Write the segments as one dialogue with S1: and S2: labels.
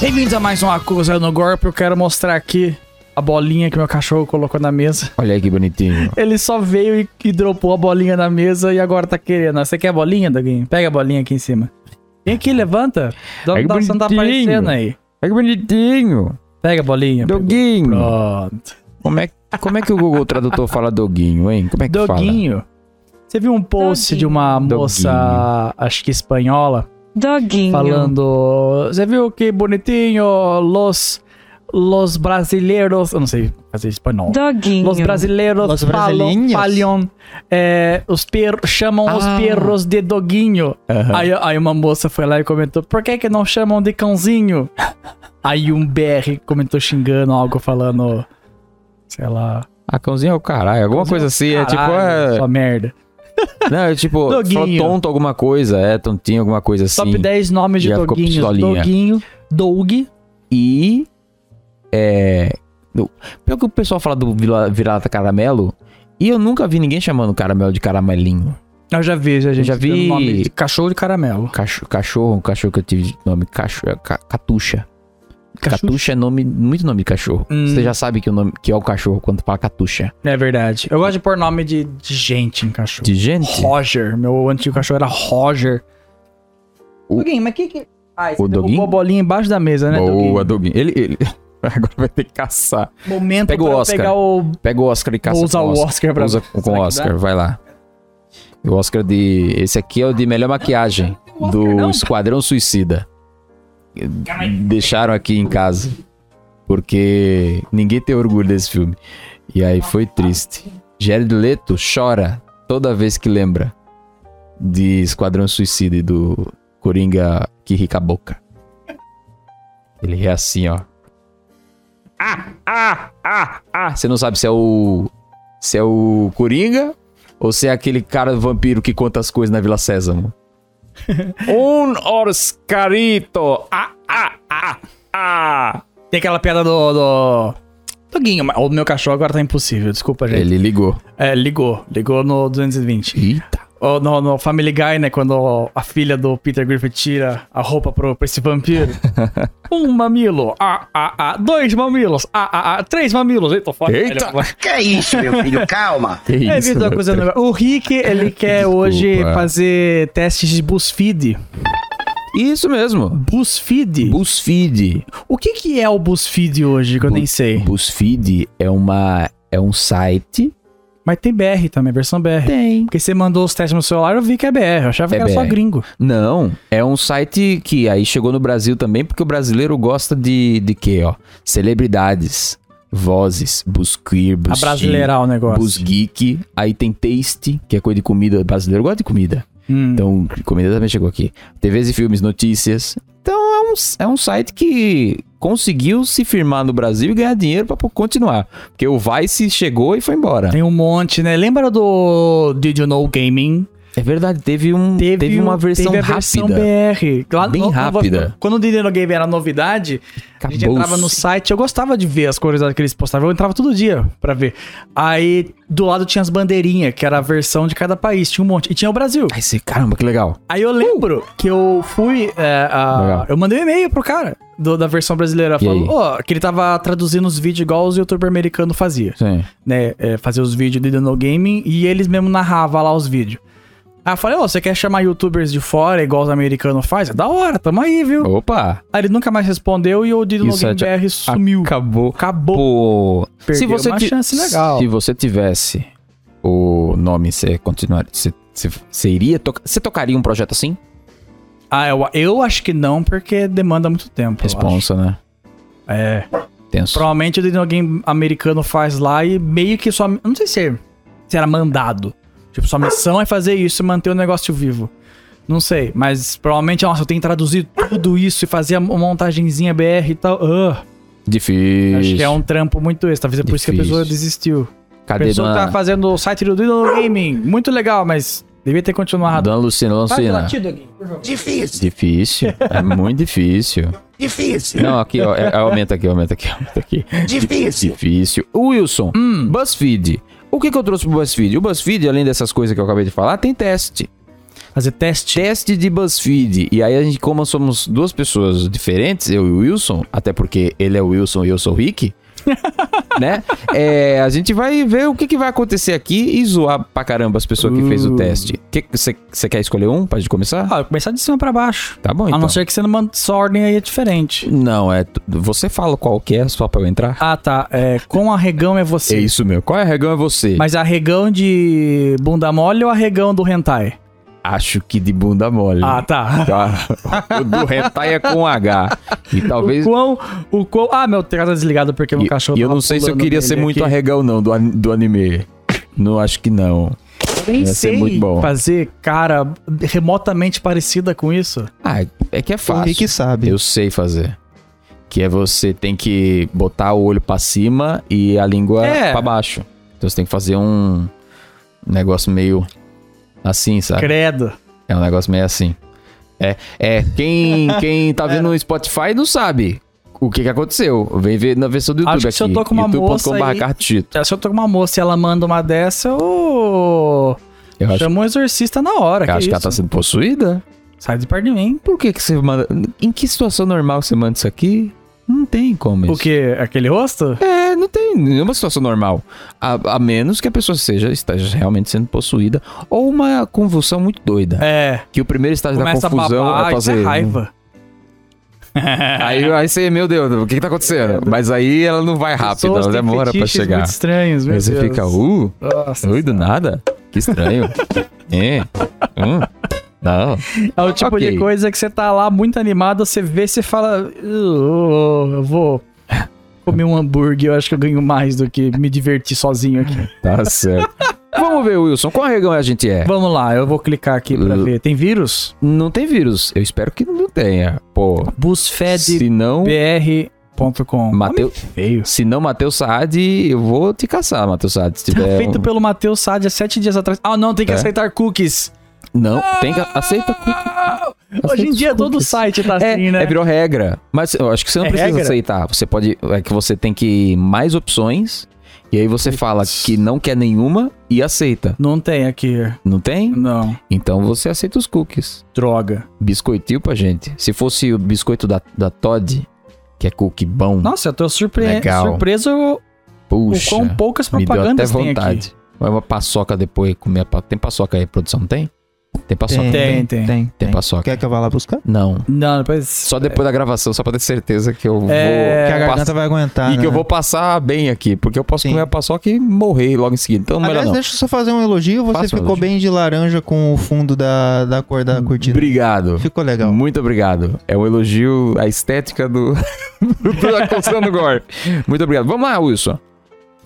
S1: Bem-vindos a mais um Acusa no Golpe. Eu quero mostrar aqui a bolinha que meu cachorro colocou na mesa.
S2: Olha aí que bonitinho.
S1: Ele só veio e, e dropou a bolinha na mesa e agora tá querendo. Você quer a bolinha, Doguinho? Pega a bolinha aqui em cima. Vem aqui, levanta. Dá,
S2: Ai, que
S1: dá, você não tá
S2: bonitinho.
S1: aparecendo aí.
S2: Olha que bonitinho.
S1: Pega a bolinha. pegou.
S2: Doguinho.
S1: Pronto.
S2: Como é, como é que o Google Tradutor fala doguinho, hein? Como é que fala?
S1: Doguinho. Você viu um post
S3: Doguinho.
S1: de uma moça, acho que espanhola,
S3: Doguinho.
S1: falando. Você viu que bonitinho los, los brasileiros. Eu não sei fazer espanhol.
S3: Doguinho.
S1: Los brasileiros
S4: Los
S1: falam,
S4: brasileños?
S1: falham, é, os per, chamam os
S4: Ah.
S1: perros de doguinho. Aí, aí uma moça foi lá e comentou, por que que não chamam de cãozinho? Aí um BR comentou xingando algo, falando, sei lá,
S2: Ah, cãozinho é o caralho. Alguma coisa assim. É tipo...
S1: "Caralho,
S2: É,
S1: sua merda.
S2: não, é tipo... Falou
S1: Doguinho.
S2: tonto alguma coisa. É, tontinho alguma coisa assim.
S1: Top 10 nomes de
S2: Já ficou
S1: doguinhos.
S2: pistolinha.
S1: Doguinho, Doug,
S2: E... É... do- Pior que o pessoal fala do vila- vira-lata caramelo. E eu nunca vi ninguém chamando caramelo de caramelinho.
S1: eu já vi, já, gente,
S2: já vi-
S1: pelo nome de cachorro de caramelo.
S2: Cacho- cachorro, um cachorro que eu tive de nome cachorro, catuxa.
S1: Cachu-
S2: Catuxa é nome, muito nome de cachorro.
S1: Hum.
S2: Você já sabe que, o nome, que é o cachorro quando fala catuxa.
S1: É verdade. Eu gosto de pôr nome de, de gente em cachorro.
S2: De gente,
S1: Roger. Meu antigo cachorro era Roger.
S2: O-
S1: Doguinho, mas que que... Ah, você
S2: O
S1: derrubou
S2: Doguinho?
S1: a bolinha embaixo da mesa, né, Doguinho?
S2: Boa, Doguinho. Ele, ele... Agora vai ter que caçar.
S1: Momento
S2: Pega o
S1: pra eu
S2: Oscar.
S1: pegar o...
S2: Pega o Oscar e caça
S1: Vou usar
S2: com
S1: o Oscar pra...
S2: Usa com o
S1: Será que
S2: Oscar, vai lá. O Oscar de... Esse aqui é o de melhor maquiagem
S1: Oscar,
S2: do
S1: não.
S2: Esquadrão Suicida. Deixaram aqui em casa. Porque ninguém tem orgulho desse filme. E aí foi triste. Jared Leto chora toda vez que lembra de Esquadrão Suicida e do Coringa que rica a boca. Ele é assim, ó. Ah, ah, ah, ah. Você não sabe se é o se é o Coringa ou se é aquele cara vampiro que conta as coisas na Vila Sésamo. um Oscarito! Ah, ah, ah, ah!
S1: Tem aquela piada do... do... Doguinho, mas o meu cachorro agora tá impossível, desculpa, gente.
S2: Ele ligou.
S1: É, ligou. Ligou no 220.
S2: Eita!
S1: Ou Oh, no, no Family Guy, né, quando a filha do Peter Griffith tira a roupa pro, pra esse vampiro. um mamilo, ah, ah, ah. Dois mamilos, ah, ah, ah. Três mamilos, eita, foda.
S2: Eita!
S5: Que é isso, meu filho? Calma.
S2: Que
S1: É,
S2: isso,
S1: Vitor,
S2: meu
S1: acusando
S2: Deus.
S1: agora. O Rick, ele quer
S2: Desculpa.
S1: hoje fazer testes de BuzzFeed.
S2: Isso mesmo.
S1: BuzzFeed?
S2: BuzzFeed.
S1: o que que é o BuzzFeed hoje, que eu
S2: Bu-
S1: nem sei?
S2: BuzzFeed é uma é um site.
S1: Mas tem BR também, versão BR.
S2: Tem.
S1: Porque você mandou os testes no celular, eu vi que é BR. Eu achava
S2: É
S1: que era só
S2: BR.
S1: gringo.
S2: Não, é um site que aí chegou no Brasil também, porque o brasileiro gosta de, de quê, ó? Celebridades, vozes, busquir,
S1: A brasileirar o negócio.
S2: busgeek, aí tem taste, que é coisa de comida, o brasileiro gosta de comida.
S1: Hum.
S2: Então, comida também chegou aqui. TVs e filmes, notícias. Então, é um, é um site que conseguiu se firmar no Brasil e ganhar dinheiro pra pô- continuar. Porque o Vice chegou e foi embora.
S1: Tem um monte, né? Lembra do Did You Know Gaming?
S2: É verdade, teve, um, teve,
S1: um-
S2: uma versão
S1: teve a versão
S2: rápida.
S1: BR. Lá
S2: Bem
S1: no- no-
S2: rápida.
S1: quando o Did You Know Gaming era novidade, A gente entrava no
S2: Acabou-se.
S1: site, eu gostava de ver as curiosidades que eles postavam, eu entrava todo dia pra ver. Aí do lado tinha as bandeirinhas, que era a versão de cada país, tinha um monte. E tinha o Brasil.
S2: Aí você, caramba, que legal.
S1: Aí eu lembro que eu fui. é, a-
S2: Uh! Legal.
S1: eu mandei um e-mail pro cara do- da versão brasileira.
S2: E
S1: Falando, ó, que ele tava traduzindo os vídeos igual os youtubers americanos faziam
S2: Sim.
S1: né, é, fazer os vídeos de Dano Gaming e eles mesmo narravam lá os vídeos. Aí eu falei, ó, você quer chamar youtubers de fora, igual os americanos fazem? Da hora, tamo aí, viu?
S2: Opa!
S1: Aí ele nunca mais respondeu e o Dino
S2: Isso é
S1: Game
S2: de-
S1: BR sumiu.
S2: Acabou.
S1: Acabou.
S2: Pô.
S1: Perdeu uma
S2: ti-
S1: chance legal.
S2: Se você tivesse o nome, você continuaria. Você, você, você iria tocar. Você tocaria um projeto assim?
S1: Ah, eu, eu acho que não, porque demanda muito tempo. eu
S2: Responsa, né?
S1: acho. É.
S2: Tenso.
S1: Provavelmente o Dino Game americano faz lá e meio que só. eu Não sei se, se era mandado. Tipo, sua missão é fazer isso e manter o negócio vivo. Não sei, mas provavelmente, nossa, eu tenho que traduzir tudo isso e fazer a montagenzinha BR e tal. Ah,
S2: Difícil.
S1: acho que é um trampo muito extra. Talvez é por isso que a
S2: Difícil.
S1: pessoa desistiu. A
S2: Cadê
S1: pessoa
S2: dona,
S1: tá fazendo o site do Dino Gaming. Muito legal, mas devia ter continuado.
S2: dona Lucina?
S1: Faz o
S2: Lucina.
S1: latido aqui, por favor.
S5: Difícil,
S2: Difícil. É muito difícil.
S5: difícil,
S2: Não, aqui, ó. é- aumenta aqui, aumenta aqui, aumenta aqui.
S5: difícil.
S2: Difícil. O Wilson,
S1: Hum.
S2: BuzzFeed. O que, que eu trouxe pro BuzzFeed? O BuzzFeed, além dessas coisas que eu acabei de falar, tem teste.
S1: Fazer teste.
S2: Teste de BuzzFeed. E aí a gente, como somos duas pessoas diferentes, eu e o Wilson, até porque ele é o Wilson e eu sou o Rick, né? É, a gente vai ver o que, que vai acontecer aqui e zoar pra caramba as pessoas que fez o
S1: Uh.
S2: teste. Você quer escolher um pra gente começar?
S1: Ah, eu começar de cima pra baixo.
S2: Tá bom,
S1: A
S2: então.
S1: não ser que você não manda sua ordem aí é diferente.
S2: Não, é. t- Você fala qual que é só pra eu entrar?
S1: Ah, tá. É, com arregão é você.
S2: É isso, meu. Qual é regão é você?
S1: Mas arregão de bunda mole ou arregão do hentai?
S2: Acho que de bunda mole.
S1: Ah, tá.
S2: Tá. o do hentai é com H. E talvez.
S1: O quão, o quão... Ah, meu teclado tá desligado porque meu
S2: E,
S1: cachorro
S2: e eu
S1: tava
S2: não sei se eu
S1: pulando
S2: queria
S1: nele
S2: ser muito
S1: aqui.
S2: arregão, não, do, an- do anime. Não acho que não.
S1: Eu nem
S2: ia ser
S1: sei
S2: muito bom.
S1: fazer cara remotamente parecida com isso.
S2: Ah, é que é
S3: O
S2: fácil.
S3: Rick sabe.
S2: Eu sei fazer. Que é você tem que botar o olho pra cima e a língua
S1: É.
S2: pra baixo. Então você tem que fazer um negócio meio assim, sabe?
S1: Credo.
S2: É um negócio meio assim. É, é quem, quem tá vendo no Spotify não sabe o que, que aconteceu. Vem ver na versão do YouTube
S1: Acho que
S2: aqui.
S1: se eu tô com uma moça
S2: youtube.com.br
S1: aí-
S2: cartito.
S1: Se eu tô com uma moça e ela manda uma dessa, eu
S2: Eu acho,
S1: chamo um exorcista na hora.
S2: eu
S1: que
S2: acho que ela tá
S1: isso?
S2: sendo possuída.
S1: Sai de perto de mim.
S2: Por que que você manda... Em que situação normal você manda isso aqui? Não tem como isso.
S1: O quê? Aquele rosto?
S2: É, não tem nenhuma situação normal. A, a menos que a pessoa seja esteja realmente sendo possuída ou uma convulsão muito doida.
S1: É.
S2: Que o primeiro estágio
S1: Começa
S2: da confusão
S1: a babar,
S2: é
S1: isso
S2: fazer.
S1: é raiva.
S2: Aí, aí você, meu Deus, o que, que tá acontecendo? Mas aí ela não vai rápido,
S1: Pessoas
S2: ela
S1: têm
S2: demora pra
S1: fetiches
S2: chegar.
S1: muito estranhos, meu
S2: Aí você
S1: Deus.
S2: fica, uh,
S1: Nossa.
S2: ui, do nada? Que estranho. é, hum, não.
S1: É o tipo
S2: Ok.
S1: de coisa que você tá lá muito animado, você vê, você fala, "Uh, eu vou comer um hambúrguer, eu acho que eu ganho mais do que me divertir sozinho aqui.
S2: Tá certo. Vamos ver, Wilson, qual regão a gente é?
S1: Vamos lá, eu vou clicar aqui pra
S2: Uh.
S1: ver. Tem vírus?
S2: Não tem vírus. Eu espero que não tenha. Pô, se não,
S1: busfedbr.com.
S2: Mateu,
S1: Feio.
S2: se não Matheus Saad, eu vou te caçar, Matheus Saad. Se tiver um-
S1: Tá Feito pelo Matheus Sade há sete dias atrás. Ah, não, tem que
S2: É?
S1: aceitar cookies.
S2: Não, tem que... Aceita.
S1: Ah, Hoje
S2: Aceita
S1: em
S2: os
S1: dia todo
S2: cookies.
S1: site tá
S2: É,
S1: assim, né?
S2: é, virou regra. Mas eu acho que você não
S1: É
S2: precisa
S1: regra?
S2: aceitar. Você pode. É que você tem que ir mais opções. E aí você fala que não quer nenhuma e aceita.
S1: Não tem aqui.
S2: Não tem?
S1: Não.
S2: Então você aceita os cookies.
S1: Droga.
S2: Biscoitinho pra gente. Se fosse o biscoito da, da Todd, que é cookie bom,
S1: Nossa, eu tô surpre...
S2: Legal.
S1: surpreso
S2: puxa.
S1: com poucas
S2: me deu até
S1: propagandas tem aqui.
S2: vontade. Vai uma paçoca depois comer. a pa- Tem paçoca aí, produção? Tem? Tem paçoca?
S3: Tem,
S1: Tem, tem.
S3: Tem,
S2: Tem
S3: tem.
S2: paçoca.
S3: Quer que eu vá lá buscar?
S2: Não.
S1: Não, depois.
S2: Só depois da gravação, só pra ter certeza que eu
S1: É,
S2: vou.
S3: que a garganta
S2: passar-
S3: vai aguentar.
S2: e que eu
S3: né?
S2: vou passar bem aqui, porque eu posso
S3: Sim.
S2: comer a paçoca e morrer logo em seguida. Então, melhor
S3: Aliás,
S2: não.
S3: deixa eu só fazer um elogio. Você
S2: Faça um
S3: ficou
S2: elogio. Hum,
S3: bem de laranja com o fundo da, da cor da cortina.
S2: Obrigado.
S3: Ficou né? legal.
S2: Muito obrigado. É um elogio à estética do. da construção do Gore. Muito obrigado. Vamos lá, Wilson.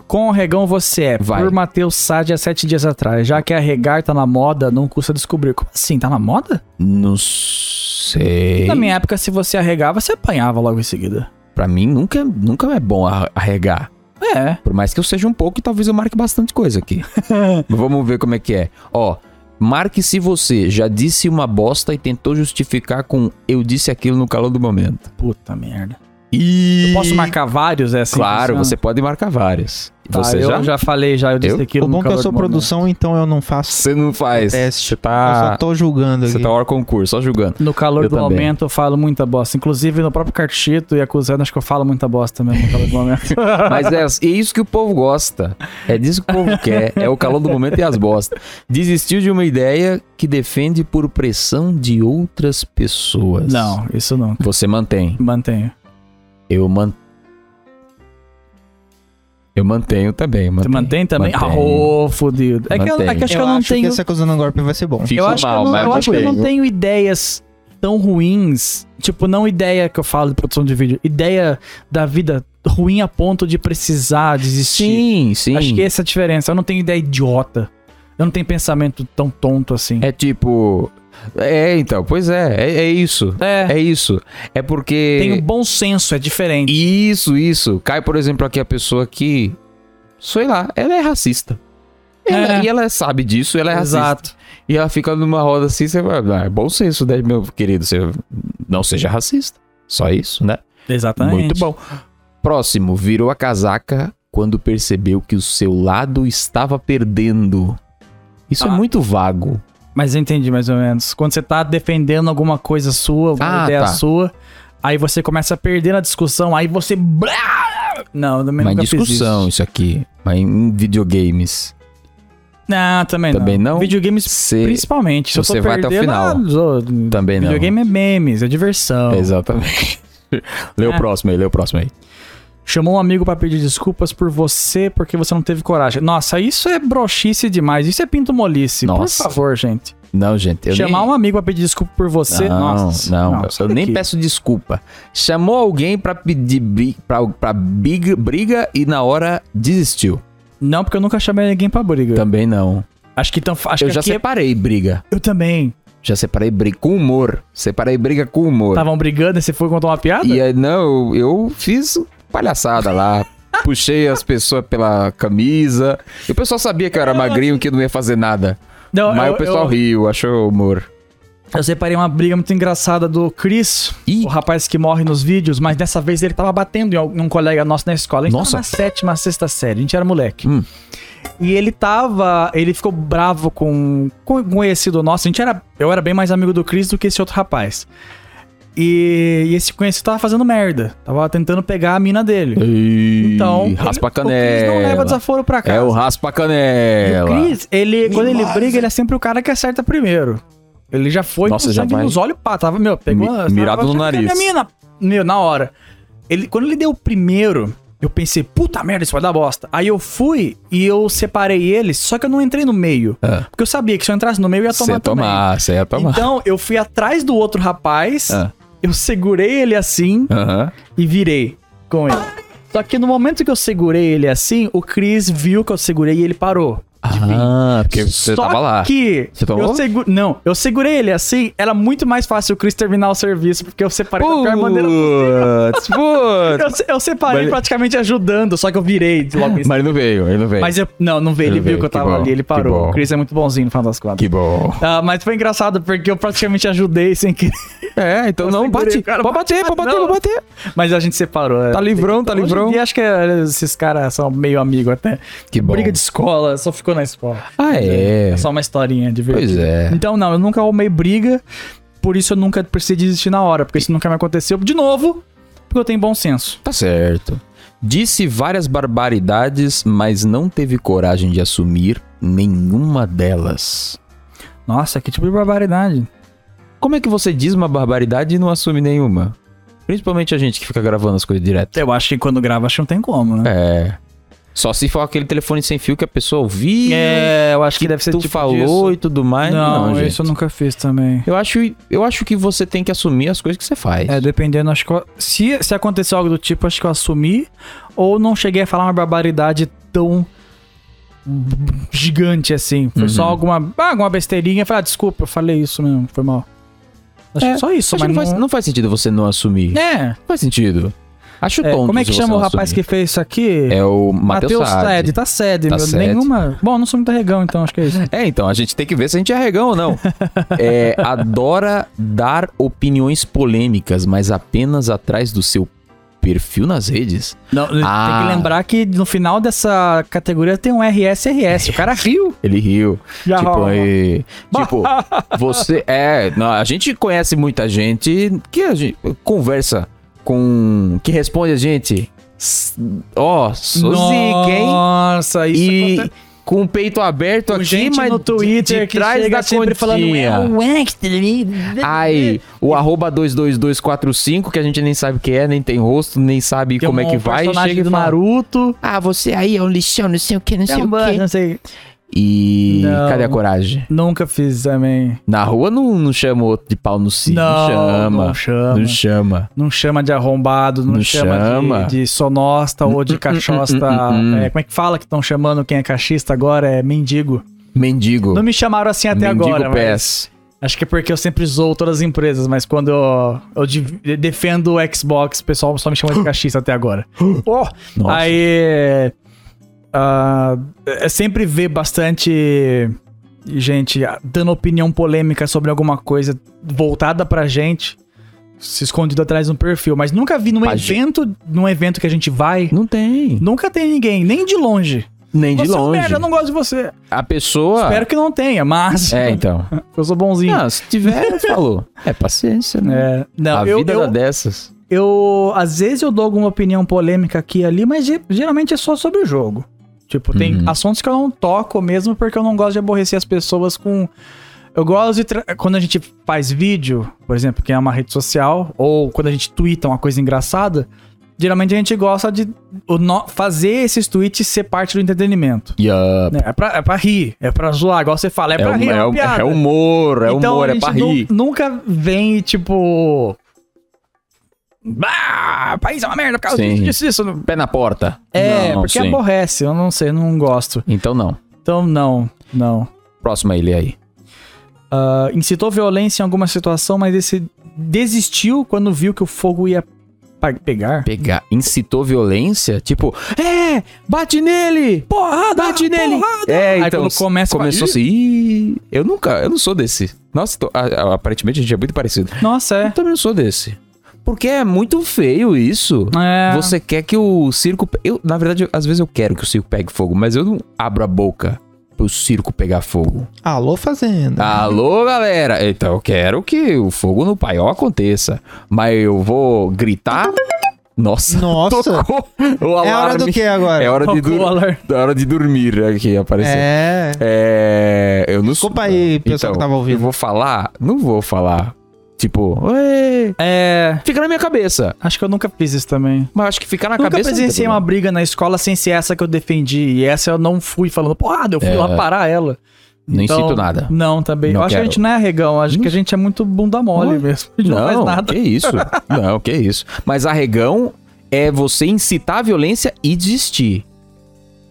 S1: Com regão você é.
S2: Vai.
S1: Por Matheus Sade há sete dias atrás. Já que arregar tá na moda, não custa descobrir. Como assim? Tá na moda?
S2: Não sei.
S1: Na minha época, se você arregava, você apanhava logo em seguida.
S2: Pra mim, nunca, nunca é bom ar- arregar.
S1: É.
S2: Por mais que eu seja um pouco e talvez eu marque bastante coisa aqui. Mas Vamos ver como é que é. Ó, marque se você já disse uma bosta e tentou justificar com eu disse aquilo no calor do momento.
S1: Puta merda.
S2: E.
S1: Eu posso marcar vários, é assim?
S2: claro,
S1: funciona?
S2: você pode marcar várias.
S1: Tá,
S2: você
S1: eu
S2: já?
S1: já falei, já. Eu disse
S2: Eu?
S1: aquilo
S3: o bom
S1: no
S3: que eu
S1: calor
S3: sou
S1: do momento.
S3: produção, então eu não faço
S2: Você não faz.
S3: teste. Eu só
S2: Tá.
S3: tô julgando
S2: Você
S3: aqui.
S2: tá hora concurso, só julgando.
S1: No calor
S2: Eu
S1: do
S2: também.
S1: momento eu falo muita bosta. Inclusive no próprio cartito e acusando, acho que eu falo muita bosta mesmo no calor do momento.
S2: Mas é, é isso que o povo gosta. É disso que o povo quer. É o calor do momento e as bostas. Desistiu de uma ideia que defende por pressão de outras pessoas.
S1: não, isso não.
S2: Você mantém.
S1: Mantenho.
S2: Eu man... Eu mantenho também.
S1: Você
S2: mantenho.
S1: mantém também? Ah,
S2: Mantenho.
S1: ô, fudido. É que, eu, é
S2: Mantenho.
S1: que acho que eu não tenho.
S3: esse acusando golpe vai ser bom.
S2: Fico
S1: Eu acho,
S2: mal,
S1: que eu, não,
S2: é mas
S1: eu acho que eu
S2: mantenho.
S1: não tenho ideias tão ruins. Tipo, não ideia que eu falo de produção de vídeo. Ideia da vida ruim a ponto de precisar desistir.
S2: Sim, sim.
S1: Acho que essa é a diferença. Eu não tenho ideia idiota. Eu não tenho pensamento tão tonto assim.
S2: É tipo. É, então, pois é, é, é isso. É. isso. É porque.
S1: Tenho bom senso, é diferente.
S2: Isso, isso. Cai, por exemplo, aqui a pessoa que. Sei lá, ela é racista. E ela-
S1: É.
S2: E ela sabe disso, ela é racista.
S1: Exato.
S2: E ela fica numa roda assim, você vai. Ah, é bom senso, né, meu querido? Você não seja racista. Só isso, né?
S1: Exatamente.
S2: Muito bom. Próximo, virou a casaca quando percebeu que o seu lado estava perdendo. Isso é
S1: Ah.
S2: muito vago.
S1: Mas eu entendi mais ou menos. Quando você tá defendendo alguma coisa sua, alguma
S2: Ah,
S1: ideia
S2: tá.
S1: sua, aí você começa a perder na discussão, aí você. Não, eu também
S2: Mas
S1: nunca
S2: discussão,
S1: Fiz
S2: isso aqui. Mas em videogames.
S1: isso. Não, também,
S2: Também não?
S1: Videogames
S2: Você.
S1: principalmente. Se eu tô
S2: você vai até o
S1: perdendo,
S2: final.
S1: ah, zo-
S2: Também não.
S1: Videogame é memes, é diversão.
S2: Exatamente. lê o
S1: É.
S2: próximo aí, lê o próximo aí.
S1: Chamou um amigo pra pedir desculpas por você porque você não teve coragem. Nossa, isso é broxice demais. Isso é pinto molice.
S2: Nossa.
S1: Por favor, gente.
S2: Não, gente. Eu
S1: Chamar
S2: nem...
S1: um amigo pra pedir desculpa por você.
S2: Não,
S1: nossa.
S2: não, eu
S1: sai
S2: nem
S1: daqui.
S2: peço desculpa. Chamou alguém pra pedir bri- pra, pra big- briga e na hora desistiu.
S1: Não, porque eu nunca chamei ninguém pra briga.
S2: Também não.
S1: Acho que tão, acho
S2: eu
S1: que
S2: já
S1: aqui é-
S2: separei briga.
S1: eu também.
S2: Já separei briga com humor. Separei briga com humor.
S1: Estavam brigando e você foi contar uma piada?
S2: E aí, não, eu fiz palhaçada lá. Puxei as pessoas pela camisa. E o pessoal sabia que eu era magrinho, que não ia fazer nada.
S1: Não,
S2: Mas
S1: eu,
S2: o pessoal
S1: eu-
S2: riu, achou humor.
S1: eu separei uma briga muito engraçada do Chris,
S2: Ih.
S1: o rapaz que morre nos vídeos, mas dessa vez ele tava batendo em al- em um colega nosso na escola. A gente
S2: Nossa.
S1: tava na sétima, sexta série, a gente era moleque.
S2: Hum.
S1: E ele tava. Ele ficou bravo com, com um conhecido nosso. A gente era. Eu era bem mais amigo do Chris do que esse outro rapaz. E, e esse conhecido tava fazendo merda. Tava tentando pegar a mina dele. Então.
S2: Então,
S1: ele-
S2: raspa a
S1: O Chris
S2: canela.
S1: não leva desaforo pra casa.
S2: É o raspa a
S1: E o
S2: canela.
S1: Chris, ele, quando ele
S5: Mimosa.
S1: briga, ele é sempre o cara que acerta primeiro. Ele já foi
S2: Nossa,
S1: com
S2: já
S1: sangue
S2: vai-
S1: nos olhos, pá, tava, meu, pegou...
S2: Mi-
S1: a-
S2: mirado
S1: tava-
S2: no
S1: tava-
S2: nariz.
S1: tava- mina, meu, na hora. Ele, quando ele deu o primeiro, eu pensei, puta merda, isso vai dar bosta. Aí eu fui e eu separei ele, só que eu não entrei no meio.
S2: Ah.
S1: Porque eu sabia que se eu entrasse no meio, eu ia
S2: Você
S1: tomar
S2: ia
S1: também.
S2: tomar, você ia tomar.
S1: Então, eu fui atrás do outro rapaz,
S2: Ah.
S1: eu segurei ele assim
S2: Aham.
S1: e virei com ele. Só que no momento que eu segurei ele assim, o Chris viu que eu segurei e ele parou.
S2: Ah, porque você
S1: Só
S2: tava lá.
S1: que
S2: Você tomou?
S1: eu segu- Não, eu segurei ele assim, era muito mais fácil o Chris terminar o serviço, porque eu separei da pior maneira.
S2: Putz, putz.
S1: Eu, se- eu separei
S2: Uh! Mas-
S1: praticamente ajudando, só que eu virei logo em
S2: Mas ele não veio, ele não veio.
S1: Mas eu. Não, não veio, ele,
S2: Ele
S1: viu
S2: veio,
S1: que eu
S2: que
S1: tava
S2: bom,
S1: ali, ele
S2: que
S1: parou.
S2: bom.
S1: O Chris é muito bonzinho no final das contas.
S2: Que bom.
S1: Ah, mas foi engraçado, porque eu praticamente ajudei sem querer.
S2: É, então
S1: Eu
S2: não,
S1: segurei
S2: bate.
S1: o cara,
S2: Pode bater,
S1: bate,
S2: pode bater,
S1: não.
S2: pode bater.
S1: Mas a gente separou. é.
S2: Tá livrão, tá
S1: Hoje em
S2: livrão.
S1: dia, acho que é, esses caras são meio amigos até.
S2: Que bom.
S1: Briga de escola, só ficou na escola.
S2: Ah, é.
S1: É só uma historinha de verdade.
S2: Pois é.
S1: Então, não, eu nunca arrumei briga, por isso eu nunca precisei desistir na hora, porque isso nunca me aconteceu. De novo, porque eu tenho bom senso.
S2: Tá certo. Disse várias barbaridades, mas não teve coragem de assumir nenhuma delas.
S1: Nossa, que tipo de barbaridade.
S2: Como é que você diz uma barbaridade e não assume nenhuma? Principalmente a gente que fica gravando as coisas direto.
S1: Eu acho que quando grava, acho que não tem como, né?
S2: É. Só se for aquele telefone sem fio que a pessoa ouviu,
S1: É, eu acho que, né? deve ser
S2: tu
S1: tipo
S2: falou
S1: disso.
S2: e tudo mais.
S1: Não,
S2: Não, gente.
S1: isso eu nunca fiz também.
S2: Eu acho, eu acho que você tem que assumir as coisas que você faz.
S1: É, dependendo, acho que eu- se, se aconteceu algo do tipo, acho que eu assumi, ou não cheguei a falar uma barbaridade tão
S2: Uhum.
S1: gigante assim. Foi só alguma, ah, alguma besteirinha, falei, ah, desculpa, eu falei isso mesmo, foi mal. Acho
S2: É,
S1: que só isso,
S2: Acho que
S1: mas
S2: não, faz,
S1: não...
S2: não faz sentido você não assumir.
S1: É,
S2: Não faz sentido. Acho
S1: É,
S2: tonto.
S1: como é
S2: se
S1: que
S2: você
S1: chama o
S2: não
S1: rapaz
S2: assumir.
S1: que fez isso aqui?
S2: É o Matheus Sade.
S1: Tá sede,
S2: Tá
S1: meu.
S2: sede.
S1: Nenhuma. Bom, não sou muito arregão, então, acho que é isso.
S2: É, então, a gente tem que ver se a gente é regão ou não. É, adora dar opiniões polêmicas, mas apenas atrás do seu perfil nas redes.
S1: Não, Tem
S2: Ah.
S1: que lembrar que no final dessa categoria tem um RSRS. O cara riu.
S2: Ele riu.
S1: Já
S2: tipo,
S1: rola.
S2: aí, tipo, você é, não, a gente conhece muita gente que a gente conversa com que responde a gente. S- Ó, sou zica, hein?
S1: Nossa, isso
S2: E
S1: acontece
S2: com o peito aberto
S1: com
S2: aqui,
S1: gente
S2: mas
S1: no
S2: de-
S1: Twitter
S2: de
S1: que
S2: trás
S1: chega
S2: da
S1: sempre falando
S2: continha.
S1: "É o extra, né?"
S2: Aí, o arroba 22245, que a gente nem sabe o que é, nem tem rosto, nem sabe
S1: Tem
S2: como é
S1: um
S2: que vai.
S1: personagem
S2: Chega e
S1: do
S2: fala,
S1: Naruto.
S2: Ah, você aí é um lixão, não sei o que, não sei o que.
S1: Não sei.
S2: E
S1: Não.
S2: cadê a coragem?
S1: Nunca fiz também.
S2: Na rua não, não chama o outro de pau no cio, não,
S1: não,
S2: chama.
S1: não chama.
S2: Não chama.
S1: Não chama de arrombado, não,
S2: Não
S1: chama, de-
S2: chama.
S1: De, sonosta ou de cachosta.
S2: hum, hum.
S1: É, como é que fala que estão chamando quem é cachista agora? É mendigo.
S2: Mendigo.
S1: Não me chamaram assim até
S2: Mendigo
S1: agora, mas
S2: pés.
S1: acho que é porque eu sempre zoo todas as empresas, mas quando eu, eu de- defendo o Xbox, o pessoal só me chama de cachista até agora. Oh,
S2: Nossa.
S1: Aí. é, ah, é sempre ver bastante gente dando opinião polêmica sobre alguma coisa voltada pra gente, se escondido atrás de um perfil. Mas nunca vi num
S2: Pagi-
S1: evento, num evento que a gente vai,
S2: Não tem.
S1: nunca tem ninguém, nem de longe.
S2: Nem de
S1: Você é um
S2: longe.
S1: merda, eu não gosto de você.
S2: A pessoa.
S1: Espero que assim. não tenha, mas
S2: É, então.
S1: eu sou bonzinho.
S2: Ah, se tiver, falou. É paciência, né?
S1: É, não,
S2: a
S1: eu,
S2: vida
S1: eu,
S2: era dessas.
S1: eu- às vezes eu dou alguma opinião polêmica aqui e ali, mas ge- geralmente é só sobre o jogo. Tipo, tem
S2: Uhum.
S1: assuntos que eu não toco mesmo porque eu não gosto de aborrecer as pessoas com eu gosto de tra- quando a gente faz vídeo, por exemplo, que é uma rede social, ou quando a gente twitta uma coisa engraçada, geralmente a gente gosta de o no- fazer esses tweets ser parte do entretenimento.
S2: Yup.
S1: né? É, pra, é pra rir, é pra zoar, igual você fala, é, pra
S2: hum-
S1: rir, é, uma
S2: hum-
S1: piada. Então,
S2: é humor, é humor,
S1: a
S2: é pra
S1: gente nu-
S2: rir.
S1: Nunca vem, tipo. Bah, país é uma merda por causa
S2: Sim.
S1: disso, disso, disso.
S2: Pé na porta.
S1: É,
S2: Não,
S1: porque
S2: sim.
S1: aborrece, eu não sei, eu não gosto.
S2: Então não.
S1: Então, não, não.
S2: Próxima ele aí.
S1: Ah, incitou violência em alguma situação, mas esse desistiu quando viu que o fogo ia pa- pegar.
S2: Pegar. Incitou violência? Tipo, é, bate nele!
S1: Porrada!
S2: Bate nele! É,
S1: Aí
S2: então
S1: quando começa-
S2: começou assim. "Ih, Eu nunca, eu não sou desse. Nossa, tô- a- a- aparentemente a gente é muito parecido.
S1: Nossa,
S2: Eu
S1: é.
S2: também não sou desse. Porque é muito feio isso.
S1: É.
S2: Você quer que o circo. pe- Eu, na verdade, eu- às vezes eu quero que o circo pegue fogo, mas eu não abro a boca pro circo pegar fogo.
S3: Alô, Fazenda.
S2: Alô, galera! Então eu quero que o fogo no paiol aconteça. Mas eu vou gritar. Nossa!
S3: Nossa.
S2: Tocou o alarme.
S3: É a hora do que agora?
S2: É hora de,
S1: Tocou o
S2: dur...
S1: alarme.
S2: da hora de dormir aqui apareceu. É.
S3: É.
S2: Eu não Então,
S3: Desculpa aí, pessoal que tava ouvindo.
S2: Eu vou falar. Não vou falar. Tipo, "Ué",
S1: É.
S2: fica na minha cabeça.
S1: Acho que eu nunca fiz isso também.
S2: Mas acho que ficar na
S1: nunca
S2: cabeça. é não tem
S1: presenciei uma
S2: problema.
S1: briga na escola sem ser essa que eu defendi. E essa eu não fui falando, porrada, eu fui
S2: É.
S1: lá parar ela.
S2: Não
S1: Então,
S2: incito nada.
S1: Não, também.
S2: Não
S1: eu acho que a
S2: quero.
S1: gente não é regão, acho que a gente é muito bunda mole
S2: Não.
S1: mesmo. A gente não, faz nada.
S2: que isso. Não, que isso. Mas arregão é você incitar a violência e desistir.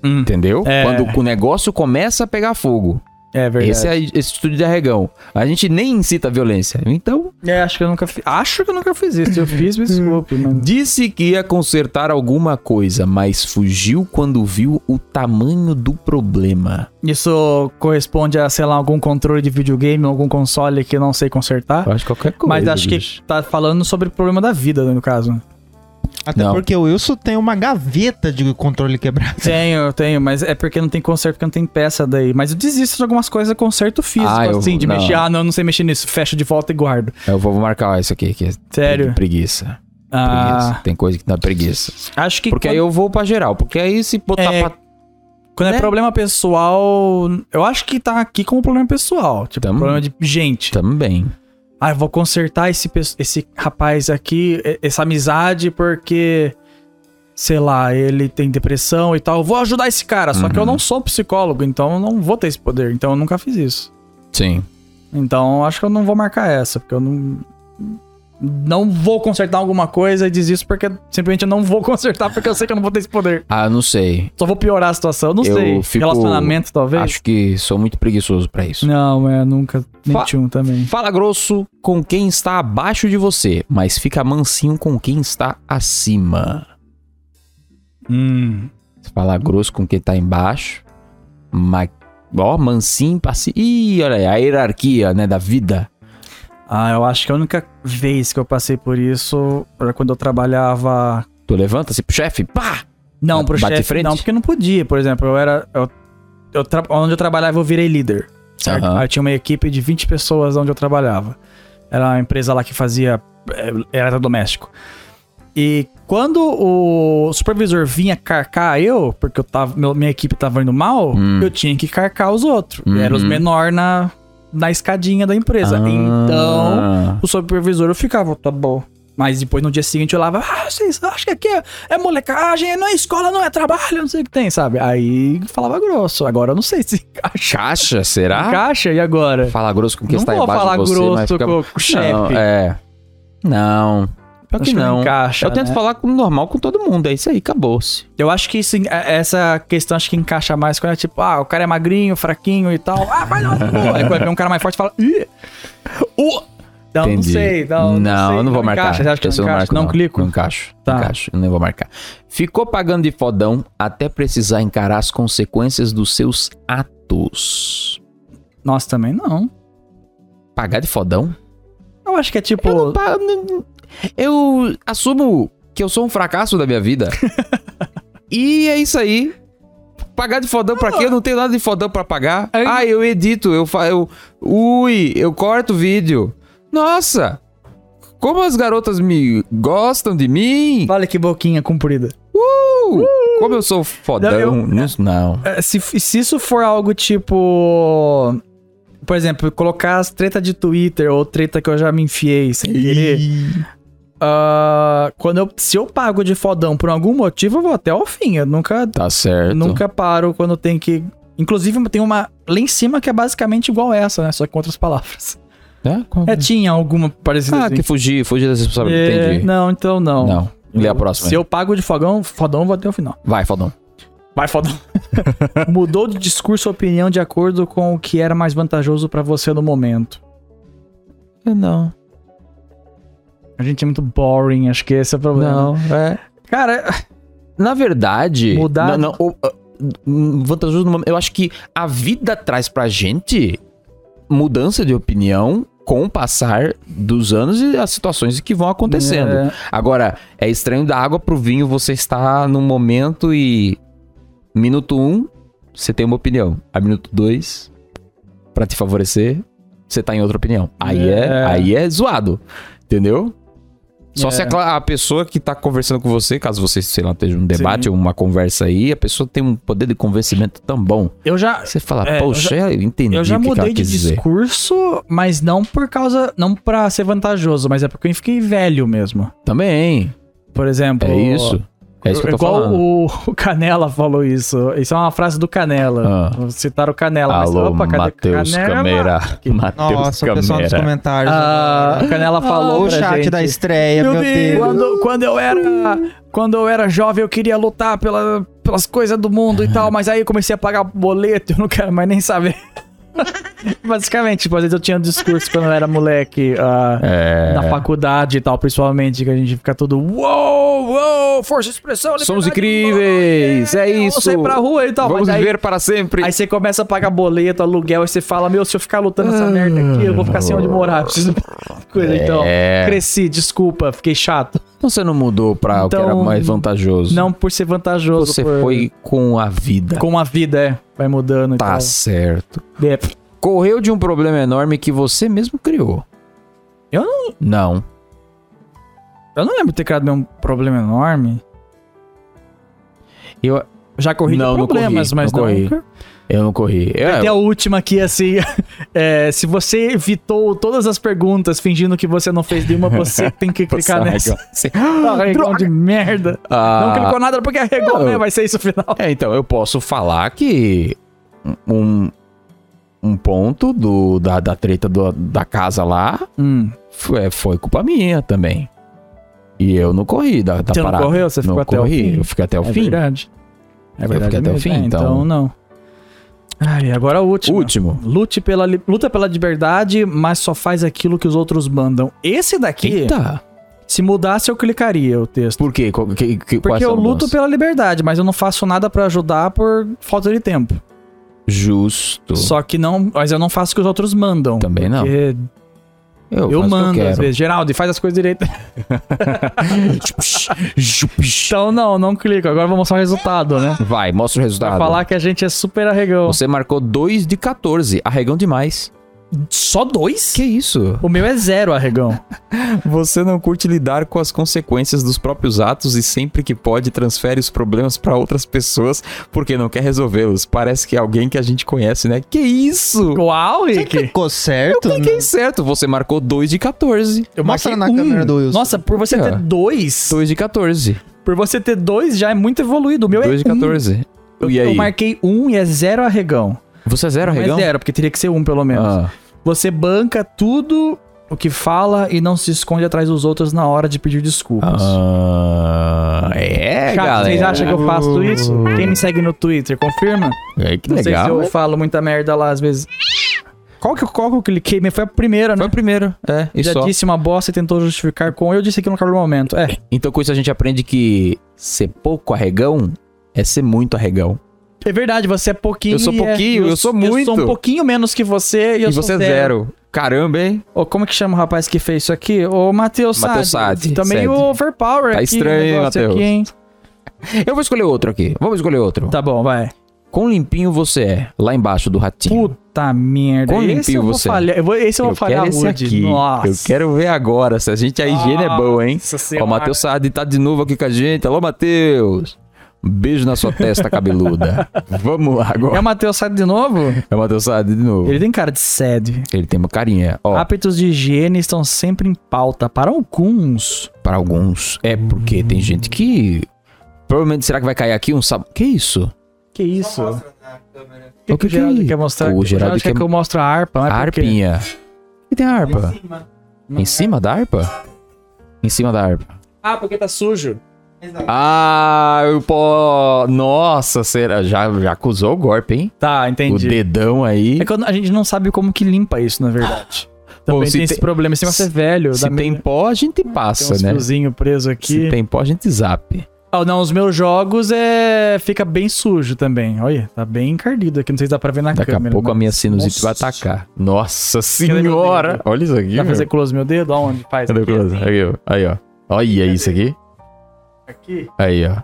S1: Hum,
S2: Entendeu?
S1: É.
S2: Quando o negócio começa a pegar fogo.
S1: é verdade.
S2: Esse é a atitude de arregão. A gente nem incita a violência. Então,
S1: É, acho que eu nunca fiz. Acho que eu nunca fiz isso. Eu fiz, né? me desculpe, mas.
S2: disse que ia consertar alguma coisa, mas fugiu quando viu o tamanho do problema.
S1: Isso corresponde a, sei lá, algum controle de videogame, algum console que eu não sei consertar.
S2: Eu acho que qualquer coisa.
S1: Mas acho
S2: bicho.
S1: que tá falando sobre o problema da vida, né, no caso.
S3: Até
S2: Não.
S3: porque o Wilson tem uma gaveta de controle quebrado.
S1: Tenho, eu tenho, mas é porque não tem conserto, porque não tem peça daí. Mas eu desisto de algumas coisas, conserto físico,
S2: Ah, eu-
S1: assim, de
S2: não.
S1: mexer. Ah, não, eu não sei mexer nisso. Fecho de volta e guardo.
S2: Eu vou marcar ó, isso aqui, que é
S1: Sério?
S2: preguiça. preguiça.
S1: Ah,
S2: Tem coisa que dá preguiça.
S1: acho que
S2: Porque
S1: quando,
S2: aí eu vou pra geral. Porque aí se botar
S1: É,
S2: pra
S1: quando é
S2: né?
S1: problema pessoal, eu acho que tá aqui como problema pessoal. Tipo,
S2: Tamo-
S1: problema de gente.
S2: Também.
S1: Ah, eu vou consertar esse, pes- esse rapaz aqui, e- essa amizade, porque, sei lá, ele tem depressão e tal. Eu vou ajudar esse cara, só que
S2: Uhum.
S1: eu não sou psicólogo, então eu não vou ter esse poder. Então eu nunca fiz isso.
S2: Sim.
S1: Então, acho que eu não vou marcar essa, porque eu não. Não vou consertar alguma coisa e desisto, porque simplesmente eu não vou consertar, porque eu sei que eu não vou ter esse poder.
S2: Ah, não sei.
S1: Só vou piorar a situação, eu não
S2: Eu
S1: sei.
S2: fico-
S1: Relacionamento, talvez?
S2: Acho que sou muito preguiçoso pra isso.
S1: Não, é, nunca.
S2: Fa-
S1: Nem tchum também.
S2: Fala grosso com quem está abaixo de você, mas fica mansinho com quem está acima.
S1: Hum.
S2: Fala grosso com quem tá embaixo, mas ó, mansinho pra cima. Ih, olha aí, a hierarquia, né, da vida.
S1: Ah, eu acho que a única vez que eu passei por isso era quando eu trabalhava.
S2: Tu levanta se pro chefe, pá!
S1: Não, pro
S2: Bate
S1: chefe.
S2: frente?
S1: Não, porque eu não podia, por exemplo. Eu era. Eu, eu tra- Onde eu trabalhava, eu virei líder. certo? Ah,
S2: Aham.
S1: Aí tinha uma equipe de 20 pessoas onde eu trabalhava. Era uma empresa lá que fazia eh, eletrodoméstico. E quando o supervisor vinha carcar eu, porque eu tava, meu- minha equipe tava indo mal,
S2: Hum.
S1: eu tinha que carcar os outros. E eram os
S2: Uhum. Ah.
S1: menor na, na escadinha da empresa. Então, o supervisor eu ficava, tá bom. Mas depois no dia seguinte eu lava, ah, vocês acham que aqui é, é molecagem, não é escola, não é trabalho, não sei o que tem, sabe? Aí falava grosso. Agora eu não sei se encaixa
S2: Caixa, será?
S1: encaixa e agora?
S2: Fala grosso com quem
S1: Não
S2: está
S1: vou
S2: embaixo
S1: falar
S2: de você, mas
S1: grosso
S2: fica...
S1: com, com o chefe.
S2: Não, é. Não. Pior
S1: Acho
S2: que
S1: que não
S2: não.
S1: encaixa,
S2: Eu tento
S1: né?
S2: falar com normal com todo mundo, é isso aí, acabou-se.
S1: Eu acho que isso, en- é- essa questão acho que encaixa mais quando é tipo, ah, o cara é magrinho, fraquinho e tal. Ah, vai lá, pô. Aí quando vem um cara mais forte e fala, ih, uh. Então, não
S2: Entendi.
S1: sei. Não,
S2: não,
S1: sei,
S2: eu não vou marcar.
S1: encaixa, você acha que
S2: Esse
S1: não,
S2: eu
S1: encaixa?
S2: marco,
S1: não, clico.
S2: Não encaixo.
S1: Tá.
S2: Não encaixo, eu nem vou marcar. Ficou pagando de fodão até precisar encarar as consequências dos seus atos.
S1: Nossa, também não.
S2: Pagar de fodão?
S1: Eu acho que é tipo.
S2: Eu, não pa- não- eu assumo que eu sou um fracasso da minha vida. e é isso aí. Pagar de fodão pra quê? Eu não tenho nada de fodão pra pagar.
S1: Aí-
S2: Ah, eu edito, eu fa, eu ui, eu corto o vídeo. Nossa! Como as garotas me gostam de mim?
S1: Olha que boquinha comprida.
S2: Uh, como eu sou fodão.
S1: Não, eu-
S2: Não, não.
S1: É, Se, se isso for algo tipo. Por exemplo, colocar as treta de Twitter ou treta que eu já me enfiei sem querer. ah, quando eu, se eu pago de fodão por algum motivo, eu vou até o fim. Eu nunca,
S2: Tá certo.
S1: nunca paro quando tem que. Inclusive, tem uma lá em cima que é basicamente igual essa, né? Só que com outras palavras.
S2: É? Qual-
S1: É, tinha alguma parecida
S2: Ah,
S1: assim.
S2: que fugir, fugir das responsabilidades.
S1: É,
S2: Entendi.
S1: Não, então não.
S2: Não. Lê a próxima.
S1: Se eu pago de fogão, fodão, eu vou até o final.
S2: Vai, fodão.
S1: Vai, fodão. Mudou de discurso ou opinião de acordo com o que era mais vantajoso pra você no momento.
S2: Não.
S1: A gente é muito boring, acho que esse é o problema.
S2: Não, é.
S1: Cara,
S2: Na verdade,
S1: Mudar-
S2: Não, não, o- a- hum, vantajoso no momento. Eu acho que a vida traz pra gente mudança de opinião com o passar dos anos e as situações que vão acontecendo.
S1: É.
S2: Agora, é estranho da água pro vinho você está num momento e minuto um, você tem uma opinião. A minuto dois, pra te favorecer, você tá em outra opinião. Aí é,
S1: É.
S2: aí é zoado. Entendeu? Só
S1: É.
S2: se a, cla- a pessoa que tá conversando com você, caso você, sei lá, esteja um debate
S1: Sim.
S2: ou uma conversa aí, a pessoa tem um poder de convencimento tão bom.
S1: eu já,
S2: Você fala,
S1: É, eu
S2: poxa, eu, entendi
S1: eu já
S2: o que, que ela
S1: mudei de
S2: quis dizer.
S1: discurso, mas não por causa. Não pra ser vantajoso, mas é porque eu fiquei velho mesmo.
S2: Também.
S1: Por exemplo.
S2: É isso. É isso que eu tô
S1: igual
S2: falando.
S1: o, o Canela falou isso. Isso é uma frase do Canela. Citaram o Canela. mas,
S2: Ah. Alô,
S1: opa, cadê
S2: Matheus
S1: Canela?
S2: Câmera. Matheus
S3: Nossa, o pessoal nos
S2: Câmera.
S3: comentários. né?
S1: Ah, o Canela falou
S3: o
S1: pra
S3: chat
S1: gente.
S3: da
S2: É,
S3: estreia,
S1: Meu
S3: meu,
S1: Deus,
S3: Deus.
S1: Quando, quando eu era, quando eu era jovem, eu queria lutar pela- pelas coisas do mundo
S2: Ah.
S1: e tal, mas aí eu comecei a pagar boleto, eu não quero mais nem saber. Basicamente, tipo, às vezes eu tinha um discurso quando eu era moleque ah,
S2: É.
S1: na faculdade e tal, principalmente, que a gente fica todo uou, uou, força de expressão,
S2: Somos
S1: liberdade,
S2: incríveis, é
S1: eu
S2: isso.
S1: Vou sair pra rua e tal,
S2: Vamos
S1: mas aí,
S2: viver para sempre.
S1: aí você começa a pagar boleto, aluguel, aí você fala, meu, se eu ficar lutando essa merda aqui, eu vou ficar sem onde morar, preciso coisa, então.
S2: É.
S1: Cresci, desculpa, fiquei chato.
S2: Então você não mudou pra o que era
S1: Então,
S2: mais vantajoso.
S1: Não por ser vantajoso.
S2: Você
S1: por-
S2: foi com a vida.
S1: Com a vida, é. Vai mudando
S2: Tá
S1: e
S2: certo.
S1: tal. É, pff,
S2: Correu de um problema enorme que você mesmo criou.
S1: Eu
S2: não. Não.
S1: Eu não lembro de ter criado nenhum problema enorme.
S2: Eu,
S1: Eu Já corri
S2: Não,
S1: de
S2: não
S1: problemas,
S2: corri,
S1: mas
S2: não
S1: não.
S2: corri. eu não corri. É,
S1: Até a última aqui, assim. é, se você evitou todas as perguntas fingindo que você não fez nenhuma, você tem que
S2: você
S1: clicar nessa.
S2: arregou- você-
S1: Arregão de merda. né? Não
S2: Ah,
S1: clicou nada porque arregou,
S2: Não.
S1: né? Vai ser isso o final.
S2: É, então, eu posso falar que um, um ponto do, da, da treta do- da casa lá
S1: Hum,
S2: foi, foi culpa minha também. E eu não corri da, da
S1: Você não
S2: parada.
S1: correu? Você ficou
S2: não
S1: até o
S2: corri,
S1: fim?
S2: Eu fiquei até o
S1: é
S2: fim.
S1: verdade. É
S2: Eu
S1: verdade.
S2: fiquei até o
S1: mesmo.
S2: fim,
S1: É,
S2: então.
S1: não. Ai, agora a última.
S2: Último.
S1: Lute pela li- luta pela liberdade, mas só faz aquilo que os outros mandam. Esse daqui,
S2: Eita.
S1: se mudasse, eu clicaria o texto.
S2: Por quê? Co- que- que- quais
S1: Porque eu
S2: são as
S1: luto
S2: mudanças?
S1: pela liberdade, mas eu não faço nada pra ajudar por falta de tempo.
S2: Justo.
S1: Só que não. Mas eu não faço o que os outros mandam.
S2: Também não.
S1: porque Eu,
S2: faço o que
S1: mando, às
S2: quero.
S1: vezes. Geraldo, faz as coisas direito.
S2: Jupish.
S1: Então, não, não clico. Agora eu vou mostrar o resultado, né?
S2: Vai, mostra o
S1: Pra
S2: resultado.
S1: falar que a gente é super arregão.
S2: Você marcou 2 de 14. Arregão demais.
S1: Só dois?
S2: Que isso?
S1: O meu é zero arregão.
S2: Você não curte lidar com as consequências dos próprios atos e sempre que pode transfere os problemas pra outras pessoas porque não quer resolvê-los. Parece que é alguém que a gente conhece, né? Que isso?
S1: Uau,
S3: Você
S1: Rick.
S3: clicou certo?
S1: né?
S2: Cliquei certo, você marcou 2 de 14.
S1: Eu
S3: Mostra
S1: marquei um.
S3: na câmera do Wilson.
S1: Nossa, por você
S2: Aqui, ó.
S1: ter dois.
S2: 2 de 14.
S1: Por você ter dois já é muito evoluído. O meu
S2: 2 de
S1: é um.
S2: 14.
S1: Eu,
S2: E aí?
S1: eu marquei um e é zero arregão.
S2: Você é zero
S1: Não
S2: arregão?
S1: É zero, porque teria que ser um pelo menos.
S2: Ah,
S1: Você banca tudo o que fala e não se esconde atrás dos outros na hora de pedir desculpas.
S2: Ah, é,
S1: Chato,
S2: galera.
S1: vocês acham que eu
S3: Uh.
S1: faço isso? Quem me segue no Twitter, confirma?
S2: É, que
S1: não sei
S2: legal.
S1: se eu falo muita merda lá às vezes. Qual que, eu- qual que eu cliquei? Mas Foi a primeira,
S2: Foi
S1: né?
S2: o primeiro. É, e
S1: Já
S2: só.
S1: disse uma bosta e tentou justificar com. Eu disse aqui no calor do momento. É.
S2: Então com isso a gente aprende que ser pouco arregão é ser muito arregão.
S1: É verdade, você é pouquinho.
S2: Eu sou
S1: e é-
S2: pouquinho, eu sou
S1: Eu sou
S2: muito.
S1: um pouquinho menos que você e eu
S2: e
S1: sou
S2: você é zero. Caramba, hein?
S1: Ô, como que chama o rapaz que fez isso aqui? Ô, Matheus Sade.
S2: Matheus Sade,
S1: Tá meio
S2: Sade.
S1: overpower
S2: Tá
S1: aqui.
S2: estranho, hein,
S1: o negócio
S2: Matheus?
S1: aqui, hein?
S2: Eu vou escolher outro aqui. Vamos escolher outro.
S1: Tá bom, vai.
S2: Quão limpinho você é? Lá embaixo do ratinho.
S1: Puta merda.
S2: Quão
S1: Esse
S2: limpinho
S1: eu vou
S2: você é?
S1: falhar. Eu vou, esse eu vou
S2: eu
S1: falhar
S2: quero esse
S1: rude.
S2: aqui.
S1: Nossa.
S2: Eu quero ver agora se a gente a higiene é boa, hein?
S1: Nossa
S2: Ó,
S1: Senhora.
S2: o Matheus Sardi tá de novo aqui com a gente. Alô, Matheus. Um beijo na sua testa cabeluda. Vamos lá
S1: É o
S2: agora.
S1: Matheus Sardi de novo?
S2: É o Matheus Sardi de novo. Ele,
S1: Ele Ah. tem cara de sede.
S2: tem uma carinha. Ó,
S1: Hábitos de higiene estão sempre em pauta para alguns.
S2: para alguns. É porque
S1: Hum.
S2: tem gente que. Provavelmente, será que vai cair aqui um sab... Que isso?
S1: Que isso? O que,
S2: O que
S1: que o Geraldo
S2: que-
S1: quer mostrar?
S2: O Geraldo
S1: quer
S2: quer-
S1: que eu mostre a harpa. Mas
S2: a
S1: por quê?
S2: harpinha. E tem a harpa?
S1: Não.
S2: Em cima da harpa? Em cima da harpa.
S1: Ah, porque tá sujo.
S2: Ah, o pó. Nossa, será? Já, já acusou o golpe, hein?
S1: Tá, entendi.
S2: O dedão aí.
S1: É quando a gente não sabe como que limpa isso, na verdade. Também
S2: se
S1: tem esse
S2: tem-
S1: problema. Se você é
S2: se-
S1: velho,
S2: Se
S1: dá
S2: tem
S1: medo.
S2: pó, a gente
S1: tem
S2: passa,
S1: uns
S2: né?
S1: fiozinho preso aqui.
S2: Se tem pó, a gente zap.
S1: Ah, não, os meus jogos é fica bem sujo também. Olha, tá bem encardido aqui, não sei se dá pra ver na
S2: Daqui
S1: câmera.
S2: a pouco a
S1: mas-
S2: minha
S1: Nossa.
S2: sinusite vai atacar. Nossa
S1: meu
S2: senhora!
S1: dedo?
S2: Olha isso
S1: Dá
S2: aqui,
S1: pra fazer assim.
S2: meu.
S1: close meu dedo? Aonde faz?
S2: Cadê o close? Aqui, ó. Aí, ó. Olha isso aqui.
S1: Aqui.
S2: Aí, ó.